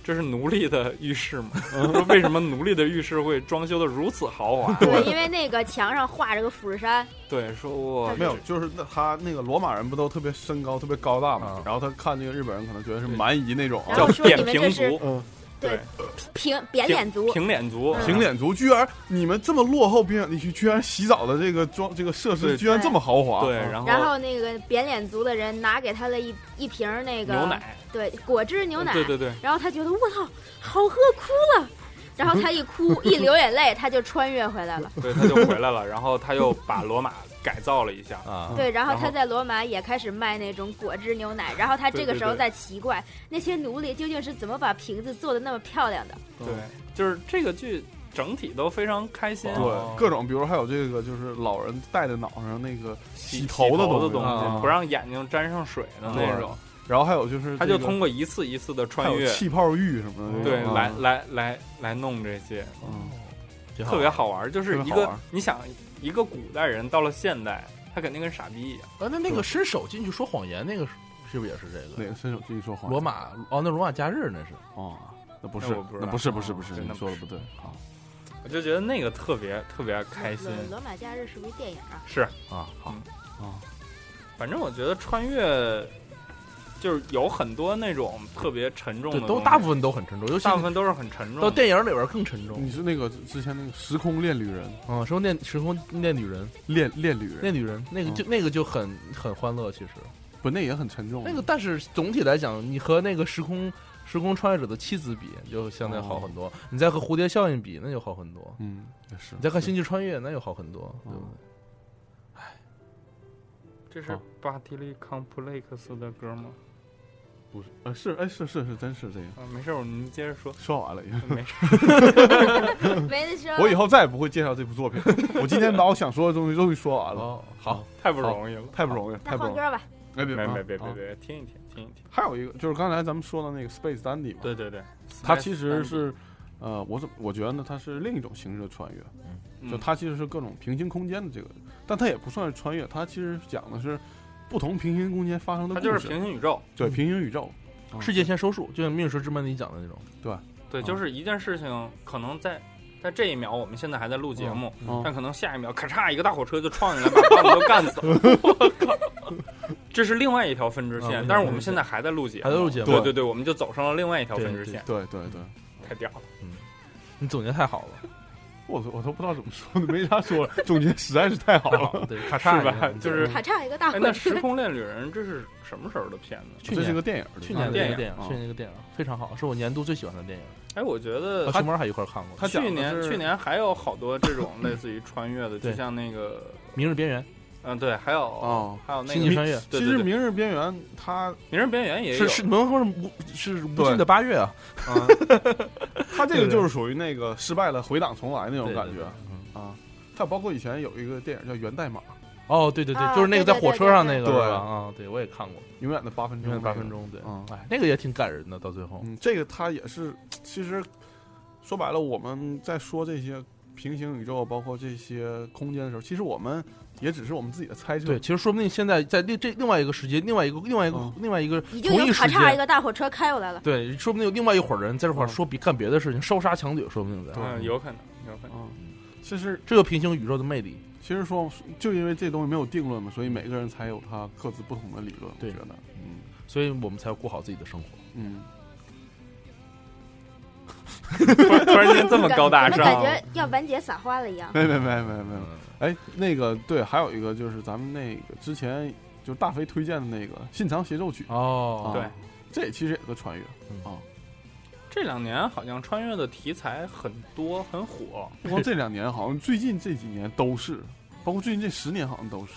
C: 这是奴隶的浴室吗？ [LAUGHS] 说
D: 嗯
C: 为什么奴隶的浴室会装修的如此豪华？
E: 对，因为那个墙上画着个俯视山，
C: 对，说我
D: 没有，就是那他那个罗马人不都特别身高特别高大嘛
F: 啊，
D: 然后他看这个日本人可能觉得是蛮夷那种啊，
E: 然
C: 叫
E: 后说
C: 扁
E: 你们
C: 平
E: 这是
C: 足，
D: 嗯，
E: 对
C: 对，
E: 平扁
C: 平
E: 脸族，
C: 平脸足，
E: 嗯
D: 平脸族居然你们这么落后边远地区，居然洗澡的这个装这个设施
C: 对
D: 居然这么豪华，
C: 对，
D: 啊
C: 然
E: 然
C: 后
E: 后那个扁脸族的人拿给他了一一瓶儿那个
C: 牛，奶，嗯
E: 对，果汁牛奶，
C: 对对对，
E: 然后他觉得我操，好喝，哭了。然后他
C: [LAUGHS]
E: 一哭一流眼泪，他就穿越回来了。
C: 对，他就回来了，然后他又把罗马改造了一下，
F: 啊，
E: 对，然后
C: 然
E: 他
C: 后
E: 在罗马也开始卖那种果汁牛奶。然后他这
C: 对
E: 个
C: 对
E: 时候
C: 对
E: 在奇怪，那些奴隶究竟是怎么把瓶子做的那么漂亮的？
C: 对，就是这个剧整体都非常开心。啊
D: 对，各种，比如还有这个，就是老人戴在脑上那个
C: 洗
D: 头
C: 的
D: 东
C: 东嗯
D: 啊
C: 不让眼睛沾上水的那种，
D: 然后还有就是、
C: 他就通过一次一次的
D: 还
C: 穿
D: 有
C: 越，
D: 气泡浴什么的，
C: 对，
D: 啊
C: 来，来来来弄这些，
D: 嗯
F: 挺好
C: 特别好玩儿。就是
D: 特
C: 一
D: 别好
C: 个
D: 玩儿
C: 你想一个古代人到了现代，他肯定跟傻逼一样。
F: 啊，那那个伸手进去说谎言，那个是是不是也是这
D: 哪
F: 个？
D: 个伸手进去说谎？
F: 罗马哦，那罗马假日那是
D: 哦，那不
C: 那
D: 是
C: 我不知，
D: 那
C: 道
D: 不是，不是，不是，
C: 真的
D: 你
C: 不
D: 说的
C: 是
D: 不对啊。
C: 我就觉得那个特别特别开心。
E: 罗罗马假日是不是电影
C: [LAUGHS]
E: 啊？
C: 是，嗯
F: 啊，好，
C: 反正我觉得穿越就是有很多那种特别沉重
F: 对
C: 的，东
F: 都
C: 西
F: 大部分都很沉重，尤其
C: 嗯大部分都是很沉重
F: 到
C: 的。
F: 电影里边更沉重
D: 你是那个之前那个时空恋旅人，
F: 啊，嗯时空恋时空恋旅人，
D: 恋恋旅人
F: 恋旅人那个就那个就很很欢乐，其实
D: 不，那也很沉重。
F: 那个，但是总体来讲，你和那个时空时空穿越者的妻子比，就相对好很多；你再和蝴蝶效应比，那就好很多；
D: 嗯，也是
F: 你。再看星际穿越，那就好很多，对不
D: 嗯
F: 对？
C: 这是
D: 好
C: 巴蒂利康普雷克斯的歌吗？
D: 不是，呃，是，哎，是是是，真是这个。
C: 啊，没事儿，我们接着说。
D: 说完了已经，
C: 没事儿，
E: 没得说。
D: 我以后再也不会介绍这部作品。
E: [LAUGHS]
D: 我今天把我想说的东西终于说完了，
F: 哦，好，
C: 太不容易了。
D: 太不容易，
E: 那
D: 太不
E: 换
D: 容易
E: 歌。吧，
D: 哎，别
C: 没没别别
D: 啊
C: 别，听一听，听一听。
D: 还有一个就是刚才咱们说的那个 Space Dandy 嘛，
C: 对对对，
D: 它其实是，呃，我怎我觉得呢，它是另一种形式的穿越，
C: 嗯
D: 就它其实是各种平行空间的这个，但它也不算是穿越，它其实讲的是不同平行空间发生的
C: 它
D: 故事，
C: 就是平行宇宙，
D: 对平行宇宙，嗯
F: 世界线收束，就像《命运石之门》里讲的那种，
C: 对，就是一件事情可能在。在这一秒，我们现在还在录节目，
D: 嗯
C: 但可能下一秒，咔嚓，一个大火车就撞进来，把把我们都干死了。 [LAUGHS] 我靠！这是另外一条分支
F: 啊
C: 线，但是我们现在还在录节目，
F: 还在录节目
C: 对
D: 对
C: 对对，我们就走上了另外一条分支线，
D: 对对对，
C: 太屌了。
F: 你总结太好了。
D: 我我都不知道怎么说，没啥说了，总结实在是太好了。
F: 对，咔嚓
C: 是吧就是
E: 咔嚓一个大
C: 哎，
E: 火
C: 那《
E: 车
C: 时。空恋旅人》这是什么时候的片子？
F: 去
D: 这是
F: 年
D: 个电影儿，
F: 去年
D: 啊
F: 的一
C: 电
F: 个
C: 影
F: 电影，
D: 啊
F: 去年一个电影非常好，是我年度最喜欢的电影，
C: 哎，我觉
F: 和
C: 得
F: 熊猫还一块儿看过。
D: 他讲
C: 去
D: 的
C: 年
D: 是
C: 去年还有好多这种类似于穿越的，
F: 对
C: 就像那个，
F: 明日边缘》
C: 嗯，对，还有
D: 哦
C: 还有那
F: 《
C: 个
F: 星际穿越》
C: 对
D: 其
C: 对
D: 实《
C: 对
D: 明日边缘》它
C: 《名人边缘》也有
F: 是是，能说是无是无尽的八月啊，
C: 啊，
D: 它这
F: 对
D: 个
F: 对
D: 就是属于那个失败了回档重来那种
F: 对
D: 感
F: 对
D: 觉
F: 对嗯
D: 啊。它包括以前有一个电影叫《源代码》，
F: 哦，对对对，
E: 啊
F: 就是那个在火车上那个
D: 对对对
F: 是吧？啊，对我也看过，
D: 永远的八分
F: 永
D: 钟，
F: 远八分。钟，对，
D: 嗯
F: 哎，那个也挺感人的，到最后，
D: 嗯，这个它也是，其实说白了，我们在说这些平行宇宙，包括这些空间的时候，其实我们也只是我们自己的猜测
F: 对，。其实说不定现在在另这另外一个时间，另外一个另外一个
D: 嗯
F: 另外一
C: 哎
F: 个
E: 已经
F: 同
E: 有
F: 一
E: 咔
F: 时
E: 嚓一
F: 间。
E: 个大火车开过来了，
F: 对，说不定有另外一伙人在这块儿
D: 嗯
F: 说比干别的事情，烧杀抢掠，说不定在
C: 嗯，有可能，有可能。
D: 嗯，其实
F: 这个平行宇宙的魅力。
D: 其实说，就因为这东西没有定论嘛，所以每个人才有他各自不同的理论。
F: 对
D: 我觉得，嗯
F: 所以我们才要过好自己的生活。
D: 嗯，
C: 突 [LAUGHS] 然突然 [LAUGHS] 间这么高大
E: 怎么感
C: 上，
E: 觉要完结撒花了一样。
D: [LAUGHS] 没没没没没。
F: 嗯，
D: 哎，那个对，还有一个就是咱们那个之前就是大飞推荐的那个《信长协奏曲》啊，
F: 哦
C: 对，
D: 这其实也是穿越，
C: 这两年好像穿越的题材很多，很火。
D: 不光这两年，好像最近这几年都是，包括最近这十年好像都是。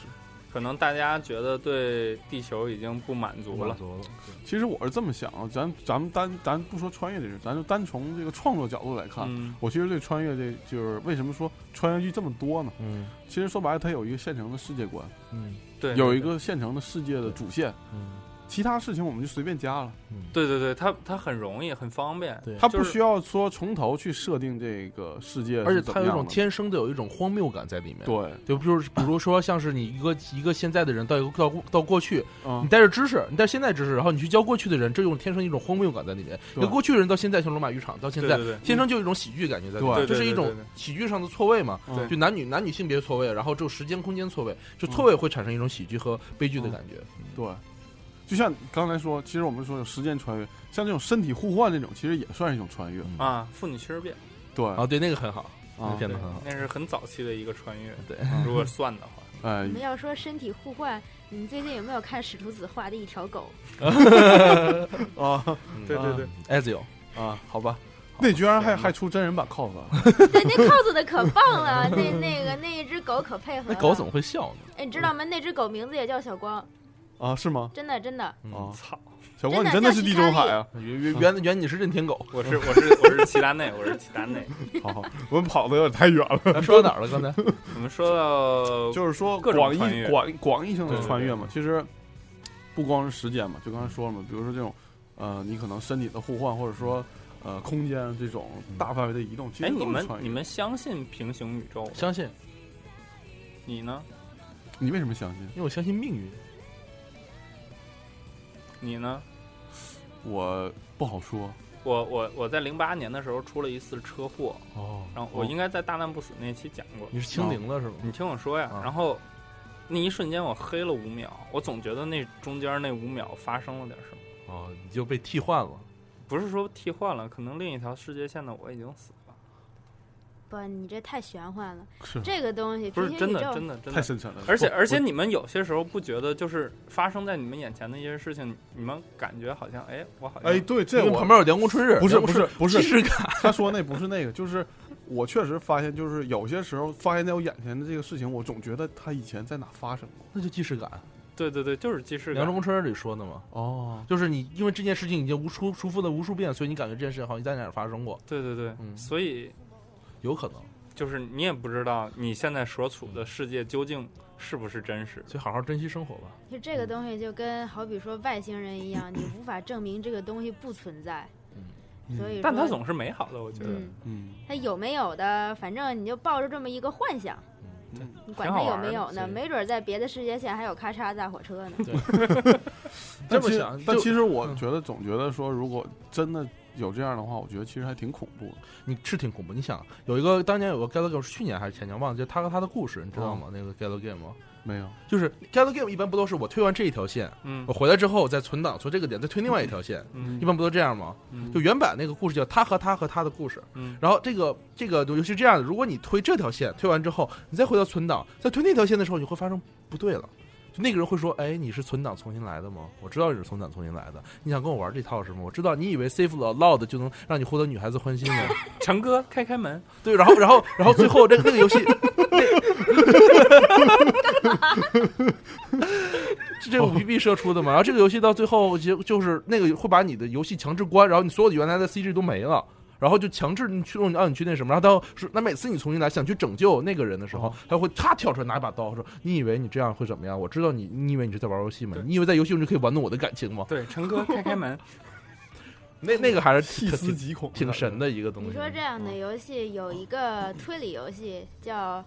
C: 可能大家觉得对地球已经不满足了
F: 满，足了。
D: 其实我是这么想啊，咱咱们单咱不说穿越这事，咱就单从这个创作角度来看，
C: 嗯，
D: 我其实对穿越这就是为什么说穿越剧这么多呢？
F: 嗯
D: 其实说白了，它有一个现成的世界观，
F: 嗯
C: 对，
D: 有一个现成的世界的主线，
F: 嗯
D: 其他事情我们就随便加了，
F: 嗯，
C: 对，对对对，它它很容易，很方便，
F: 对
D: 它
C: 就
D: 不
C: 是
D: 需要说从头去设定这个世界
F: 而
D: 是
F: 且
D: 怎
F: 它
D: 么
F: 有一
D: 样
F: 种
D: 的。
F: 天生的有一种荒谬感在里面。
D: 对，
F: 就就是比如说，像是你一个一个现在的人到一个到过到过去，你
D: 嗯，
F: 带着知识，你带着现在知识，然后你去教过去的人，这种天生一种荒谬感在里面。
D: 对
F: 那过去的人到现在，像罗马浴场到现在
C: 对对对，
F: 天生就有一种喜剧感觉在里
D: 对
F: 面，
C: 对
F: 这
C: 对
F: 是一种
C: 对对对
F: 喜剧上的错位嘛
D: 对，
F: 就男女男女性别错位，然后就时间空间错位，就错位会产生一种喜剧和悲剧的感觉。
D: 对，就像刚才说，其实我们说有时间穿越，像这种身体互换这种，其实也算是一种穿越。
F: 嗯，
C: 啊，妇女七十变，
D: 对
F: 啊，对，那个很好，那
D: 啊
F: 个，片
C: 对
F: 子很好，。
C: 那是很早期的一个穿越，嗯
F: 对，
C: 如果算的话，
D: 哎
E: 你
C: 嗯
E: 们，要说身体互换，你们最近有没有看使徒子画的一
C: [LAUGHS]
E: 条狗？
D: 啊
C: 对对对，
F: ，Ezio，
D: 啊，好吧，那居然还还出真人版 cos 啊！
E: 对，那 cos 的可
C: [LAUGHS]
E: 棒了，那那个那一只狗可配合。
F: 那狗怎？么会笑呢？
C: 嗯
E: 哎，你知道吗？那只狗名字也叫小光，
D: 啊，是吗？
E: 真的真的，
F: 嗯
D: 啊，
C: 操！
D: 小光，你
E: 真
D: 真
E: 的
D: 的
E: 叫
D: 是地
E: 西卡
D: 中
E: 里
D: 海
E: [LAUGHS]
D: 啊！
F: 原原原原你是任天狗，
C: 我是我是我是齐达内， [LAUGHS] 我是齐达内。
D: 好好，
A: 我们跑的有点太远了。
F: 咱 [LAUGHS] 说到哪儿了？刚才
C: 我们说到
D: 就是说
C: 各种
D: 广义
C: 穿越
D: 广广义上的
C: 对对
D: 穿越嘛，其实不光是时间嘛，就刚才说了嘛，比如说这种呃，你可能身体的互换，或者说呃空间这种大范围的移动，其
C: 哎，
D: 实都
C: 你
D: 是
C: 们
D: 穿越
C: 你们相信平行宇宙吗？
F: 相信，
C: 你呢？
D: 你为什么相信？
F: 因为我相信命运。
C: 你呢？
D: 我不好说，
C: 我我我在零八年的时候出了一次车祸，
F: 哦，
C: 然后我
D: 哦
C: 应该在大难不死那期讲过。
F: 你是清零了是吗？
C: 你听我说呀，
F: 啊
C: 然后那一瞬间我黑了五秒，我总觉得那中间那五秒发生了点什么，
F: 哦，你就被替换了。
C: 不是说替换了，可能另一条世界线的我已经死了，
E: 不，你这太玄幻了。
D: 是
E: 这个东西，
C: 不是
E: 平行
C: 真
E: 宇
C: 的
E: 宙
C: 真的真
D: 太
C: 的。
D: 深沉了。
C: 而且
D: 不
C: 而且，你们有些时候不觉得就是发生在你们眼前的一些事情，你们感觉好像哎，我好像
D: 哎，对，这
F: 因为
D: 我
F: 旁边有凉宫春日，
D: 不是不
F: 凉宫
D: 是
F: 春
D: 不是
F: 既视感。 [LAUGHS]
D: 他说那不是那个，就是我确实发现，就是有些时候发现在我眼前的这个事情，我总觉得他以前在哪发生过。
F: 那就既视感，
C: 对对对，就是既视
F: 《凉
C: 感。
F: 宫春日》里说的嘛，
D: 哦，
F: 就是你因为这件事情已经无数重复了无数遍，所以你感觉这件事情好像在哪儿发生过，
C: 对对对，
F: 嗯
C: 所以
F: 有可能，
C: 就是你也不知道你现在所处的世界究竟是不是真实。
F: 所以好好珍惜生活吧。
E: 就这个东西就跟好比说外星人一
C: [LAUGHS]
E: 样，你无法证明这个东西不存在。所以说，
C: 嗯但它总是美好的，我觉得。
E: 嗯，
D: 嗯，
E: 它有没有的，反正你就抱着这么一个幻想，
D: 嗯
E: 你管
C: 挺
E: 它
C: 好
E: 有
C: 玩
E: 没
C: 的
E: 有呢？
F: 对
E: 没准儿在别的世界线还有咔嚓大火车呢。
D: 但
F: 这
D: 其
F: 么
D: 实
F: 想就
D: 但其实我觉得总觉得说，如果真的有这样的话，我觉得其实还挺恐怖的。
F: 你是挺恐怖。你想，有一个当年有个 Gal Game，是去年还是前年忘了，就他和他的故事，你知
D: 哦
F: 道吗？那个 Gal Game 吗
D: 没有，
F: 就是 Gal Game 一般不都是我推完这一条线，
C: 嗯
F: 我回来之后再存档，从这个点再推另外一条线，
C: 嗯
F: 哦一般不都这样吗？
C: 嗯
F: 就原版那个故事叫他和他和他的故事，
C: 嗯
F: 然后这个这个游戏是这样的，如果你推这条线，推完之后，你再回到存档，再推那条线的时候，你会发生不对了。就那个人会说：“哎，你是存档重新来的吗？我知道你是存档重新来的。你想跟我玩这套是吗？我知道你以为 safe l o u d 就能让你获得女孩子欢心吗？
C: 成哥开开门，
F: 对，然后然后然后最后这个那个 [LAUGHS] 游戏，是这个
D: 哦
F: 五 P B 社出的嘛？然后这个游戏到最后就就是那个会把你的游戏强制关，然后你所有的原来的 C G 都没了。然后就强制你去弄，让你去那什么，然后到是那每次你重新来想去拯救那个人的时
D: 哦
F: 候，他会咔跳出来拿一把刀说：“你以为你这样会怎么样？我知道你，你以为你是在玩游戏吗？
C: 对
F: 你以为在游戏中就可以玩弄我的感情吗
C: 对，成哥开开
F: [LAUGHS]
C: 门，？”
F: 那那个还
D: 细
F: 是挺
D: 思
F: 挺
D: 极恐，
F: 挺神。的一个东西。
E: 你说这样
C: 嗯
E: 的游戏有一个推理游戏叫《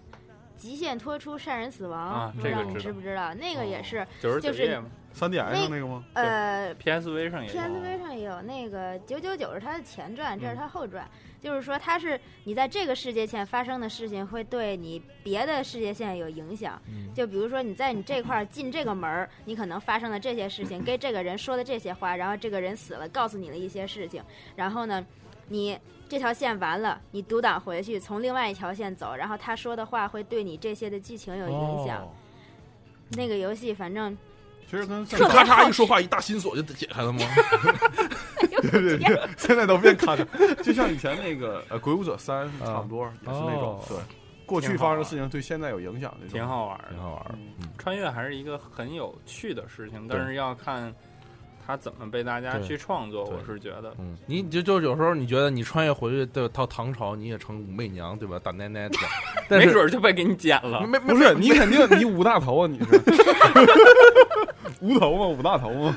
E: 极限拖出杀人死亡》，
C: 啊
E: 不
C: 这
E: 知
C: 个
E: 道你
C: 知
E: 知
C: 道哦
E: 不知道？那个也是，
C: 九十九
E: 就是
C: 页
D: 三 D S 上那个吗？
E: 呃，
C: PSV 上也有。
E: PSV 上也有那个九九九是它的前传，
C: 嗯
E: 这是它后传，就是说它是你在这个世界线发生的事情会对你别的世界线有影响。
F: 嗯
E: 就比如说你在你这块儿进这个门儿，你可能发生了这些事情，跟这个人说的这些话，然后这个人死了，告诉你了一些事情，然后呢，你。这条线完了，你独挡回去，从另外一条线走，然后他说的话会对你这些的剧情有影响。
F: 哦
E: 那个游戏反正
D: 其实 [LAUGHS] 跟
F: 是
D: 现在
F: 咔嚓一说话，一大心锁就解开了吗？
D: 对对对，现在都变咔嚓，就像以前那个呃《鬼武者三》是差不多，也是那种
F: 哦
D: 对过去
C: 挺好
D: 发生的
C: 玩
D: 事情对现在有影响那种。
C: 挺好玩
F: 挺
C: 的，
F: 好玩儿。
D: 嗯
C: 穿越还是一个很有趣的事情，但
F: 对
C: 是要看它怎么被大家
F: 对
C: 去创作。
F: 对
C: 我是觉得，
F: 嗯，你就就有时候你觉得你穿越回去对吧到唐朝，你也成武媚娘对吧，大奶奶的，但
C: 没
F: 是啊嗯
C: 准儿就被给你剪了。
F: 没没
D: 不是你肯 [LAUGHS] 定你五大头啊，你 [LAUGHS] 是无头吗？五大头吗？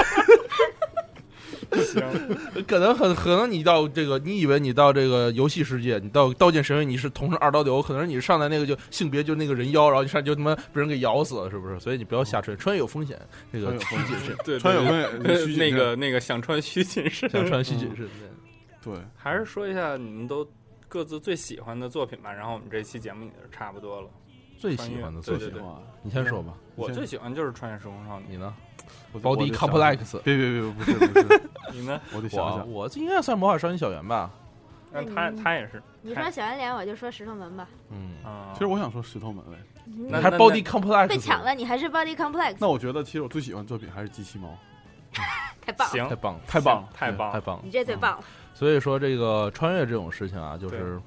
F: [LAUGHS] 可能很可能你到这个，你以为你到这个游戏世界，你到《刀剑神域》，你是同是二刀流，可能你上来那个就性别就那个人妖，然后一上就他妈被人给咬死了，是不是？所以你不要瞎穿，穿越有风险，这个
D: 穿越风
F: 虚谨慎，
C: 对，
D: 穿越
C: 对
D: [LAUGHS] 会
C: [LAUGHS] 对那个那个想穿虚谨慎。
F: 想穿虚谨慎。
D: 对，
C: 还是说一下你们都各自最喜欢的作品吧，然后我们这期节目也是差不多了。
F: 最喜欢的作
C: 对
F: 品
C: 对，对
D: 啊
F: 你先说吧，
C: 我
D: 先
C: 最喜欢就是《穿越时空少女
F: 你呢？
D: 我
F: 包迪
D: 我就想
F: complex，
D: 别别别，不是不是，》，
C: 你
E: [LAUGHS]
C: 呢？
D: 我得想
F: 我
D: 想。
F: 我这应该算魔法少女小圆吧？
C: 那
E: 那你
C: 他他也是，
E: 你说小圆脸，我就说石头门吧。
F: 嗯，
C: 啊，
D: 其实我想说石头门卫，
E: 你
C: 那
F: 还包迪 complex
E: 被抢，了，你还是 body complex，
D: 那我觉得其实我最喜欢作品还是机器猫，
E: 太棒了！
C: 行
F: 太，棒了，
D: 太棒了，
C: 太棒
F: 太
C: 了，
F: 棒了
E: 你。这最棒了，
F: 所以说，这个穿越这种事情啊，就是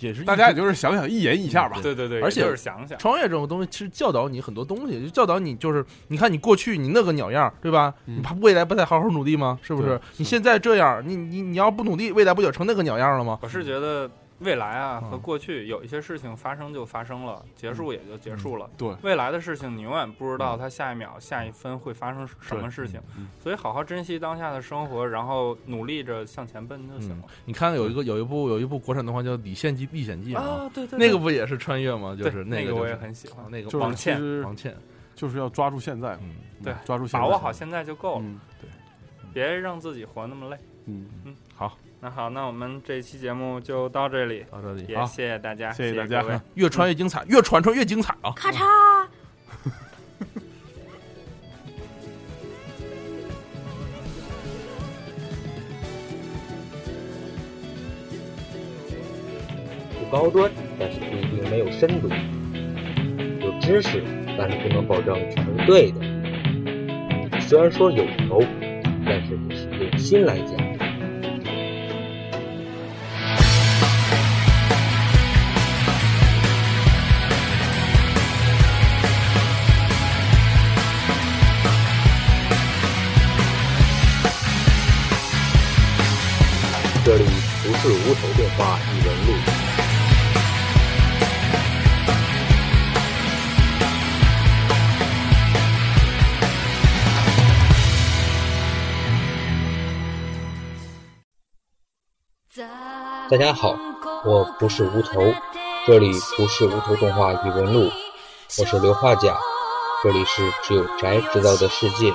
A: 也是
D: 大家也就是想想一言一下吧。
C: 嗯对对对，
F: 而且
C: 就是想想，
F: 穿越这种东西其实教导你很多东西，就教导你就是，你看你过去你那个鸟样，对吧？
D: 嗯
F: 你怕未来不得好好努力吗？是不
D: 对
F: 是？你现在这样，你你你要不努力，未来不就成那个鸟样了吗？
C: 我是觉得未来啊
F: 嗯
C: 和过去有一些事情发生就发生了，结束也就结
F: 嗯
C: 束了。
D: 对
C: 未来的事情你永远不知道它下一秒、下一分会发生什么事情
D: 嗯，
C: 所以好好珍惜当下的生活，然后努力着向前奔就行了。
F: 你看有一个有一部有一部国产动画叫《李献计历险记》嘛，
C: 啊，对对，对
F: 那个不也是穿越吗？就
C: 对
F: 是
C: 那
F: 个就
C: 我也
F: 是
C: 很喜欢
F: 啊，那个
D: 就是
F: 王
C: 往
D: 其
C: 前
D: 实
F: 王倩，
D: 就是要抓住现在，
F: 嗯，
C: 对
D: 嗯抓住现在，
C: 把握好现在就够了，
D: 嗯
C: 别让自己活那么累。
D: 嗯，
F: 好，
C: 那好，那我们这期节目就到这里，
F: 到这里
C: 也，
D: 好
C: 谢谢大家，
D: 谢谢
C: 谢
D: 大家
C: 各位
F: 越穿越精彩，越传传越精彩啊！
E: 咔嚓。
G: 不高端，但是并并没有深度；有知识，但是不能保证全是对的。虽然说有头，但是也是用心来讲。这里不是无头电话异闻录。
H: 大家好，我不是无头，这里不是无头动画语文录，我是刘画家，这里是只有宅知道的世界。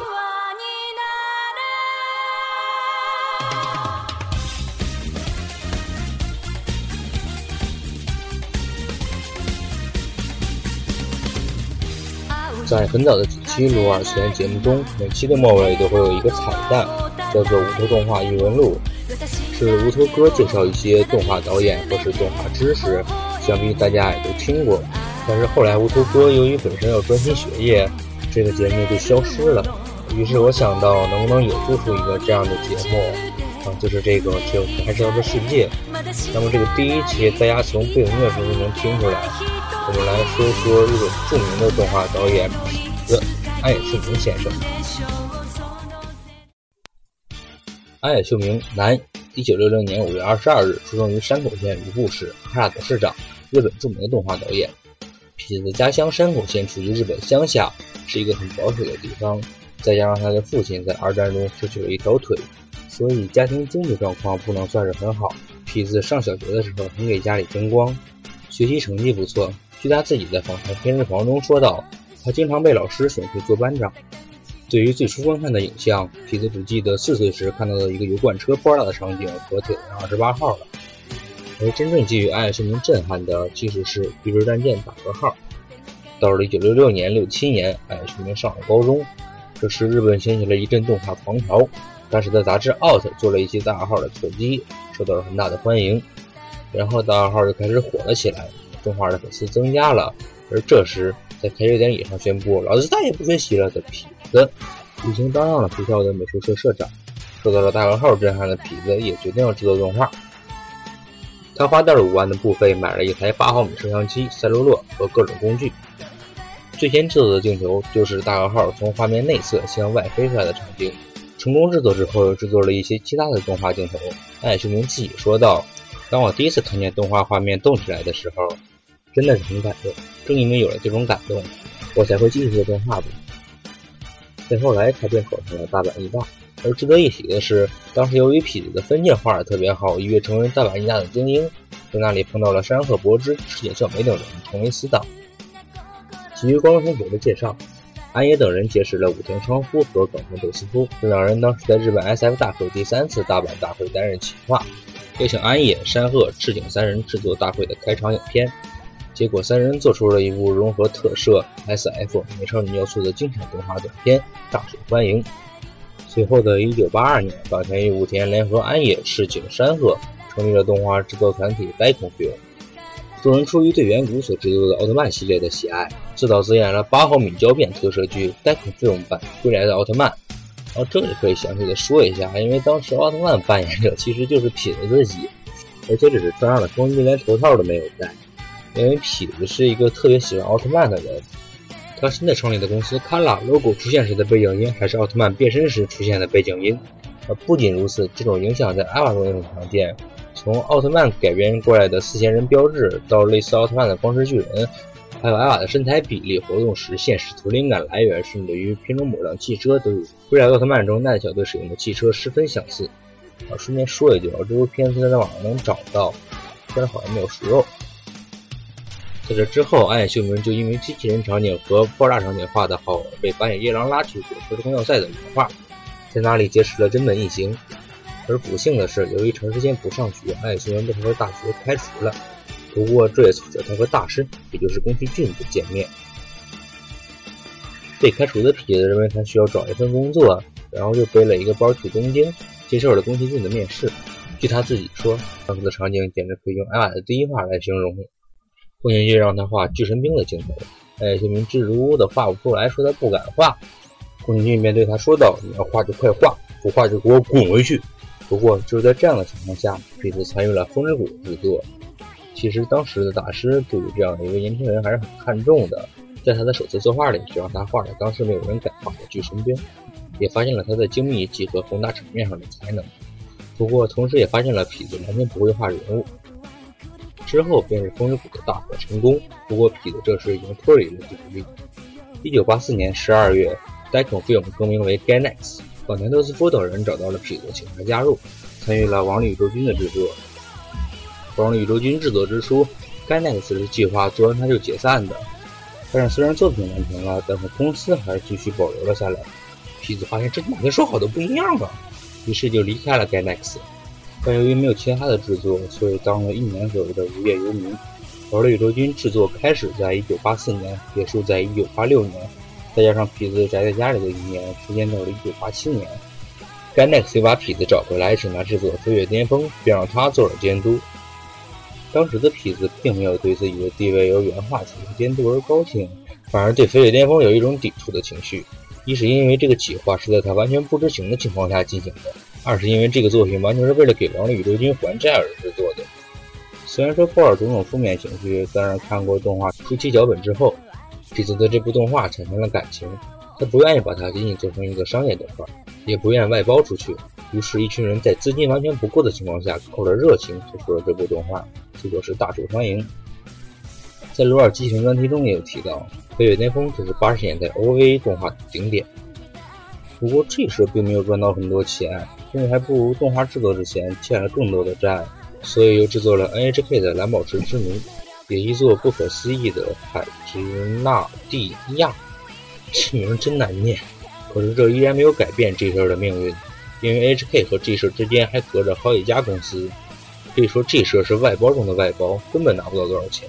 G: 在很早的几期《鲁尔实验》节目中，每期的末尾都会有一个彩蛋，叫做《无头动画异闻录》，是无头哥介绍一些动画导演或是动画知识，想必大家也都听过。但是后来无头哥由于本身要专心学业，这个节目就消失了。于是我想到，能不能也做出一个这样的节目，啊，就是这个只有才知道的世界。那么这个第一期，大家从背景乐声就能听出来，我们来说说日本著名的动画导演安野秀明先生。安野秀明，男，一九六六年五月二十二日出生于山口县武部市哈萨克市长，日本著名的动画导演。痞子家乡山口县处于日本乡下，是一个很保守的地方。再加上他的父亲在二战中失去了一条腿，所以家庭经济状况不能算是很好。痞子上小学的时候很给家里争光，学习成绩不错。据他自己在访谈《天之房》中说道，他经常被老师选去做班长。对于最初观看的影像，痞子只记得四岁时看到的一个油罐车爆炸的场景和铁人二十八号了。而真正给予爱秀明震撼的，其实是《宇宙战舰》打个号。到了1966年、67年，爱秀明上了高中，这时日本掀起了一阵动画狂潮。当时的杂志《Out》做了一些大号的特辑，受到了很大的欢迎。然后大号就开始火了起来，动画的粉丝增加了。而这时，在开学典礼上宣布“老子再也不学习了”的痞子，已经当上了学校的美术社社长。受到了大和号震撼的痞子也决定要制作动画。他花掉了五万的部费买了一台八毫米摄像机、赛璐珞和各种工具。最先制作的镜头就是大和号从画面内侧向外飞出来的场景。成功制作之后，又制作了一些其他的动画镜头。艾秀明自己说道：“当我第一次看见动画画面动起来的时候，真的是很感动。正因为有了这种感动，我才会继续做动画吧。”再后来，他便考上了大阪艺大。而值得一提的是，当时由于痞子的分镜画得特别好，一跃成为大阪艺大的精英，在那里碰到了山贺博之、赤井孝美等人，成为死党。基于高中同学的介绍，安野等人结识了武藤昌夫和冈村斗司夫，这两人当时在日本 SF 大会第三次大阪大会担任企划，邀请安野、山贺、赤井三人制作大会的开场影片。结果三人做出了一部融合特摄、SF、美少女要素的精彩动画短片，大受欢迎。随后的1982年，坂田与武田联合安野、赤井、山贺，成立了动画制作团体 Daikonfio。众人出于对远古所制作的奥特曼系列的喜爱，自导自演了八毫米胶片特摄剧《d e c o Film 版归来的奥特曼》。哦然后这里可以详细的说一下，因为当时奥特曼扮演者其实就是痞子自己，而且只是穿上了风之连头套都没有戴。因为痞子是一个特别喜欢奥特曼的人，他新的创立的公司 Kala logo 出现时的背景音还是奥特曼变身时出现的背景音。而不仅如此，这种影响在阿瓦隆也很常见。从奥特曼改编过来的四弦人标志，到类似奥特曼的光之巨人，还有艾瓦的身材比例、活动时现实图灵感来源，甚至于片中某辆汽车都与未来奥特曼中奈小队使用的汽车十分相似。啊，顺便说一句啊，这部片子在网上能找到，但是好像没有熟肉。在这之后，暗夜秀明就因为机器人场景和爆炸场景画得好而被板野夜郎拉去做《时空要塞》的原画，在那里结识了真本一行。而不幸的是，由于长时间不上学，暗夜秀明被他和大学开除了。不过这也促使他和大师，也就是宫崎骏的见面。被开除的痞子认为他需要找一份工作，然后就背了一个包去东京，接受了宫崎骏的面试。据他自己说，当时的场景简直可以用艾瓦的第一话来形容。宫崎骏让他画巨神兵的镜头，艾秀明支支吾吾的画不出来，说他不敢画。宫崎骏便对他说道：“你要画就快画，不画就给我滚回去。”不过就是在这样的情况下，痞子参与了《风之谷》的制作。其实当时的大师对于这样的一个年轻人还是很看重的，在他的首次作画里就让他画了当时没有人敢画的巨神兵，也发现了他在精密技和宏大场面上的才能。不过同时也发现了痞子完全不会画人物。之后便是风之谷的大获成功，不过痞子这时已经脱离了独立。一九八四年十二月，Dicon Film 更名为 Gainax，冈田斗司夫等人找到了痞子，请他加入，参与了《王力宇宙军》的制作。《王力宇宙军》制作之初，该奈克斯是计划做完它就解散的。但是虽然作品完成了，但是公司还是继续保留了下来。痞子发现这跟说好的不一样啊，于是就离开了该奈克斯。但由于没有其他的制作，所以当了一年左右的无业游民。《玩乐宇宙军》制作开始在1984年，结束在1986年，再加上痞子宅在家里的一年，时间到了1987年。该奈克斯又把痞子找回来，请他制作《飞跃巅峰》，并让他做了监督。当时的痞子并没有对自己的地位由原画进行监督而高兴，反而对《飞跃巅峰》有一种抵触的情绪。一是因为这个企划是在他完全不知情的情况下进行的，二是因为这个作品完全是为了给《王力宇宙军》还债而制作的。虽然说抱着种种负面情绪，但是看过动画初期脚本之后，痞子对这部动画产生了感情。他不愿意把它仅仅做成一个商业动画，也不愿外包出去。于是，一群人在资金完全不够的情况下，靠着热情做出了这部动画，结果是大受欢迎。在罗尔机器人专题中也有提到，《飞跃巅峰》就是八十年代 OVA 动画的顶点。不过这时并没有赚到很多钱，甚至还不如动画制作之前欠了更多的债，所以又制作了 NHK 的《蓝宝石之谜》，也译作《不可思议的海之纳蒂亚》。这名真难念，可是这依然没有改变 G 社的命运，因为 HK 和 G 社之间还隔着好几家公司，可以说 G 社是外包中的外包，根本拿不到多少钱，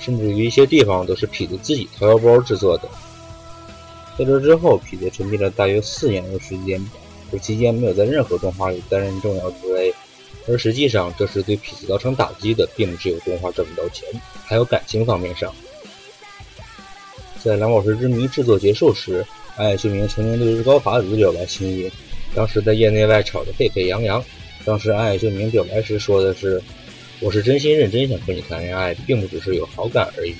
G: 甚至于一些地方都是痞子自己掏腰包制作的。在这之后，痞子沉寂了大约四年的时间，这期间没有在任何动画里担任重要职位，而实际上这是对痞子造成打击的，并不只有动画赚不到钱，还有感情方面上。在《蓝宝石之谜》制作结束时，艾秀明曾经对日高法子表白心意，当时在业内外吵得沸沸扬扬。当时艾秀明表白时说的是：“我是真心认真想和你谈恋爱，并不只是有好感而已。”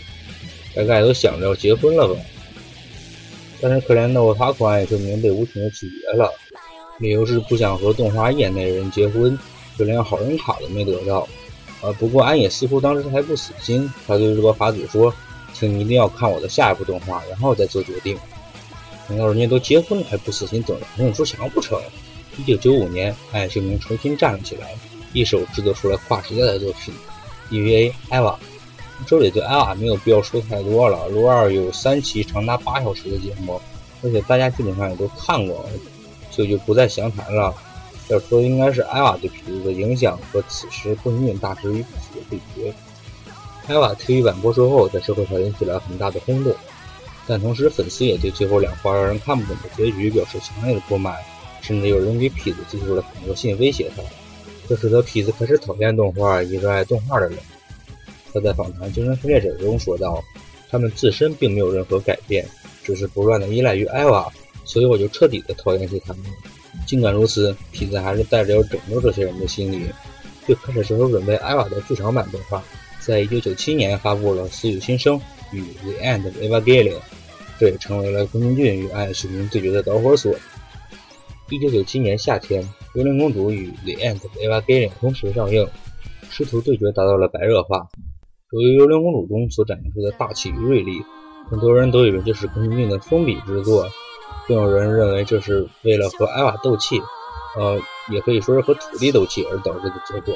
G: 大概都想着要结婚了吧？但是可怜的我他和艾秀明被无情的拒绝了，理由是不想和动画业内人结婚，就连好人卡都没得到。啊，不过安野似乎当时还不死心，他对日高法子说。请你一定要看我的下一部动画，然后再做决定。难道人家都结婚了还不死心等着朋友出墙不成？一九九五年，艾秀明重新站了起来，一手制作出来跨时代的作品《EVA 艾娃》。这里对艾娃没有必要说太多了。罗二有三期长达八小时的节目，而且大家基本上也都看过，所以就不再详谈了。要说应该是艾娃对痞子的影响和此时宫崎骏大师与痞子的对决。艾瓦 TV 版播出后，在社会上引起了很大的轰动，但同时粉丝也对最后两话让人看不懂的结局表示强烈的不满，甚至有人给痞子寄出了恐吓信威胁他，这使得痞子开始讨厌动画，也热爱动画的人。他在访谈《精神分裂者》中说道：“他们自身并没有任何改变，只是不断的依赖于艾瓦，所以我就彻底的讨厌起他们。”尽管如此，痞子还是带着要拯救这些人的心理。就开始着手准备艾娃的剧场版动画，在1997年发布了《死与新生》与《The End of Evangelion》，这也成为了宫崎骏与暗夜秀明对决的导火索。1997年夏天，《幽灵公主》与《The End of Evangelion》同时上映，师徒对决达到了白热化。由于《幽灵公主》中所展现出的大气与锐利，很多人都以为这是宫崎骏的封笔之作，更有人认为这是为了和艾娃斗气，呃，也可以说是和土地斗气而导致的结果。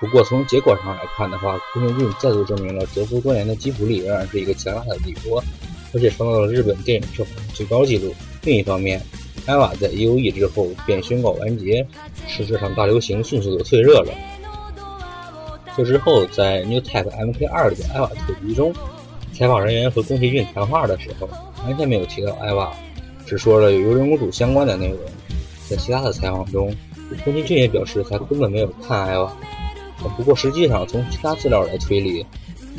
G: 不过从结果上来看的话，宫崎骏再度证明了蛰伏多年的吉卜力仍然是一个强大的帝国，而且创造了日本电影票房最高纪录。另一方面，艾娃在 E.O.E 之后便宣告完结，使这场大流行迅速的退热了。这之后，在 New Type MK 二的艾娃特辑中，采访人员和宫崎骏谈话的时候，完全没有提到艾娃，只说了与幽灵公主相关的内容。在其他的采访中，宫崎骏也表示他根本没有看艾娃。不过实际上，从其他资料来推理，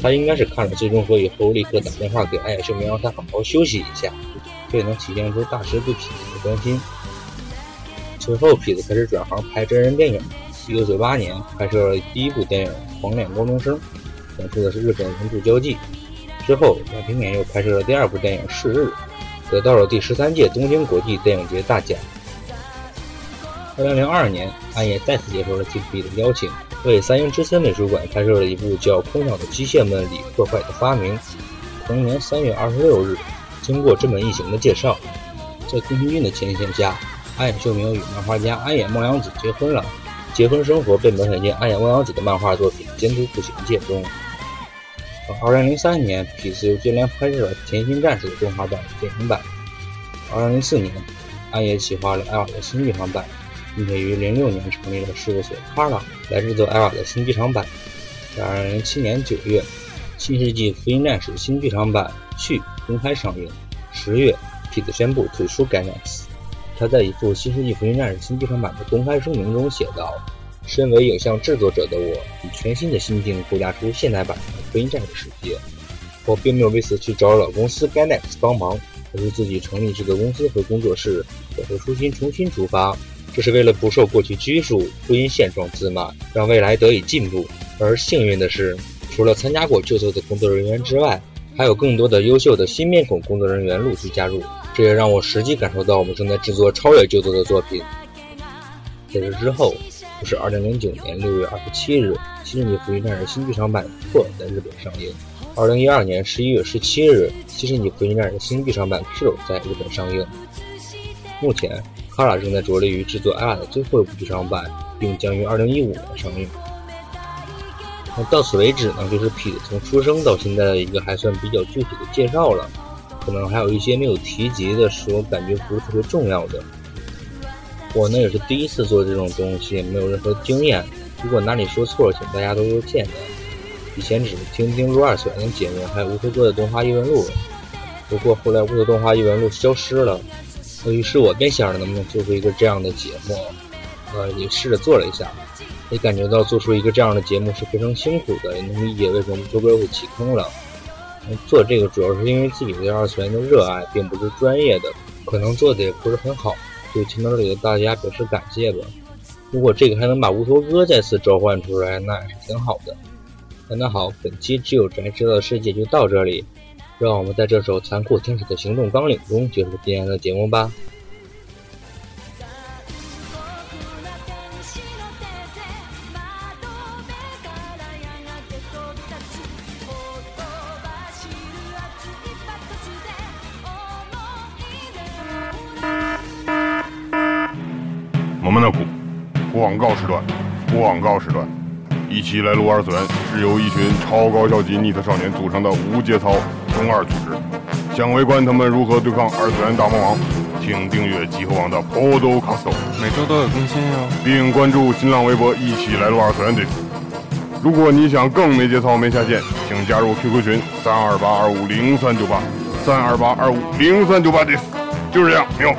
G: 他应该是看了最终和以后立刻打电话给艾野秀明，让他好好休息一下。这也能体现出大师对痞子的关心。随后，痞子开始转行拍真人电影。一九九八年拍摄了第一部电影《黄脸高中生》，讲述的是日本文部交际。之后，两平年又拍摄了第二部电影《是日》，得到了第十三届东京国际电影节大奖。二零零二年，暗夜再次接受了 TVB 的邀请，为三鹰之森美术馆拍摄了一部叫《空想的机械们里破坏的发明》。同年三月二十六日，经过真本一行的介绍，在宫崎骏的牵线下，暗野秀明与漫画家安野梦洋子结婚了。结婚生活被描写进安野梦洋子的漫画作品《监督不行界》中。二零零三年，痞子又接连拍摄了《甜心战士》的动画版、电影版。二零零四年，安野企划了艾娃的新剧场版，并且于零六年成立了事务所 Kara 来制作艾娃的新剧场版。在二零零七年九月，《新世纪福音战士》新剧场版续公开上映。十月，痞子宣布退出 Gainax。他在一部《新世纪福音战士》新剧场版的公开声明中写道：“身为影像制作者的我，以全新的心境构架出现代版的福音战士世界。我并没有为此去找老公司 Gainax 帮忙，而是自己成立这个公司和工作室，本着初心重新出发。这是为了不受过去拘束，不因现状自满，让未来得以进步。而幸运的是，除了参加过这次的工作人员之外，还有更多的优秀的新面孔工作人员陆续加入。”这也让我实际感受到我们正在制作超越旧作的作品。在这之后，就是2009年6月27日，《新世纪福音战士》新剧场版《破》在日本上映；2012年11月17日，《新世纪福音战士》新剧场版《Q》在日本上映。目前，Kara 正在着力于制作《艾拉》的最后一部剧场版，并将于2015年上映。那到此为止呢，就是痞子从出生到现在的一个还算比较具体的介绍了。可能还有一些没有提及的，是我感觉不是特别重要的。我呢也是第一次做这种东西，没有任何经验。如果哪里说错，请大家多多见谅。以前只是听听撸二所的节目，还有乌头哥的动画异闻录。不过后来乌头动画异闻录消失了，呃于是我便想着能不能做出一个这样的节目。呃，也试着做了一下，也感觉到做出一个这样的节目是非常辛苦的，也能理解为什么乌头哥会起坑了。嗯做这个主要是因为自己对二次元的热爱，并不是专业的，可能做的也不是很好，对听到这里的大家表示感谢吧。如果这个还能把无头哥再次召唤出来，那也是挺好的。那好，本期只有宅知道的世界就到这里，让我们在这首残酷天使的行动纲领中结束今天的节目吧。
A: 我们的谷，广告时段，广告时段，一起来撸二次元是由一群超高校级逆特少年组成的无节操中二组织。想围观他们如何对抗二次元大魔王，请订阅集合网的 Podcast，
D: 每周都有更新哦哟、
A: 并关注新浪微博“一起来撸二次元”队伍。如果你想更没节操、没下限，请加入 QQ 群三二八二五零三九八三二八二五零三九八，这就是这样，牛。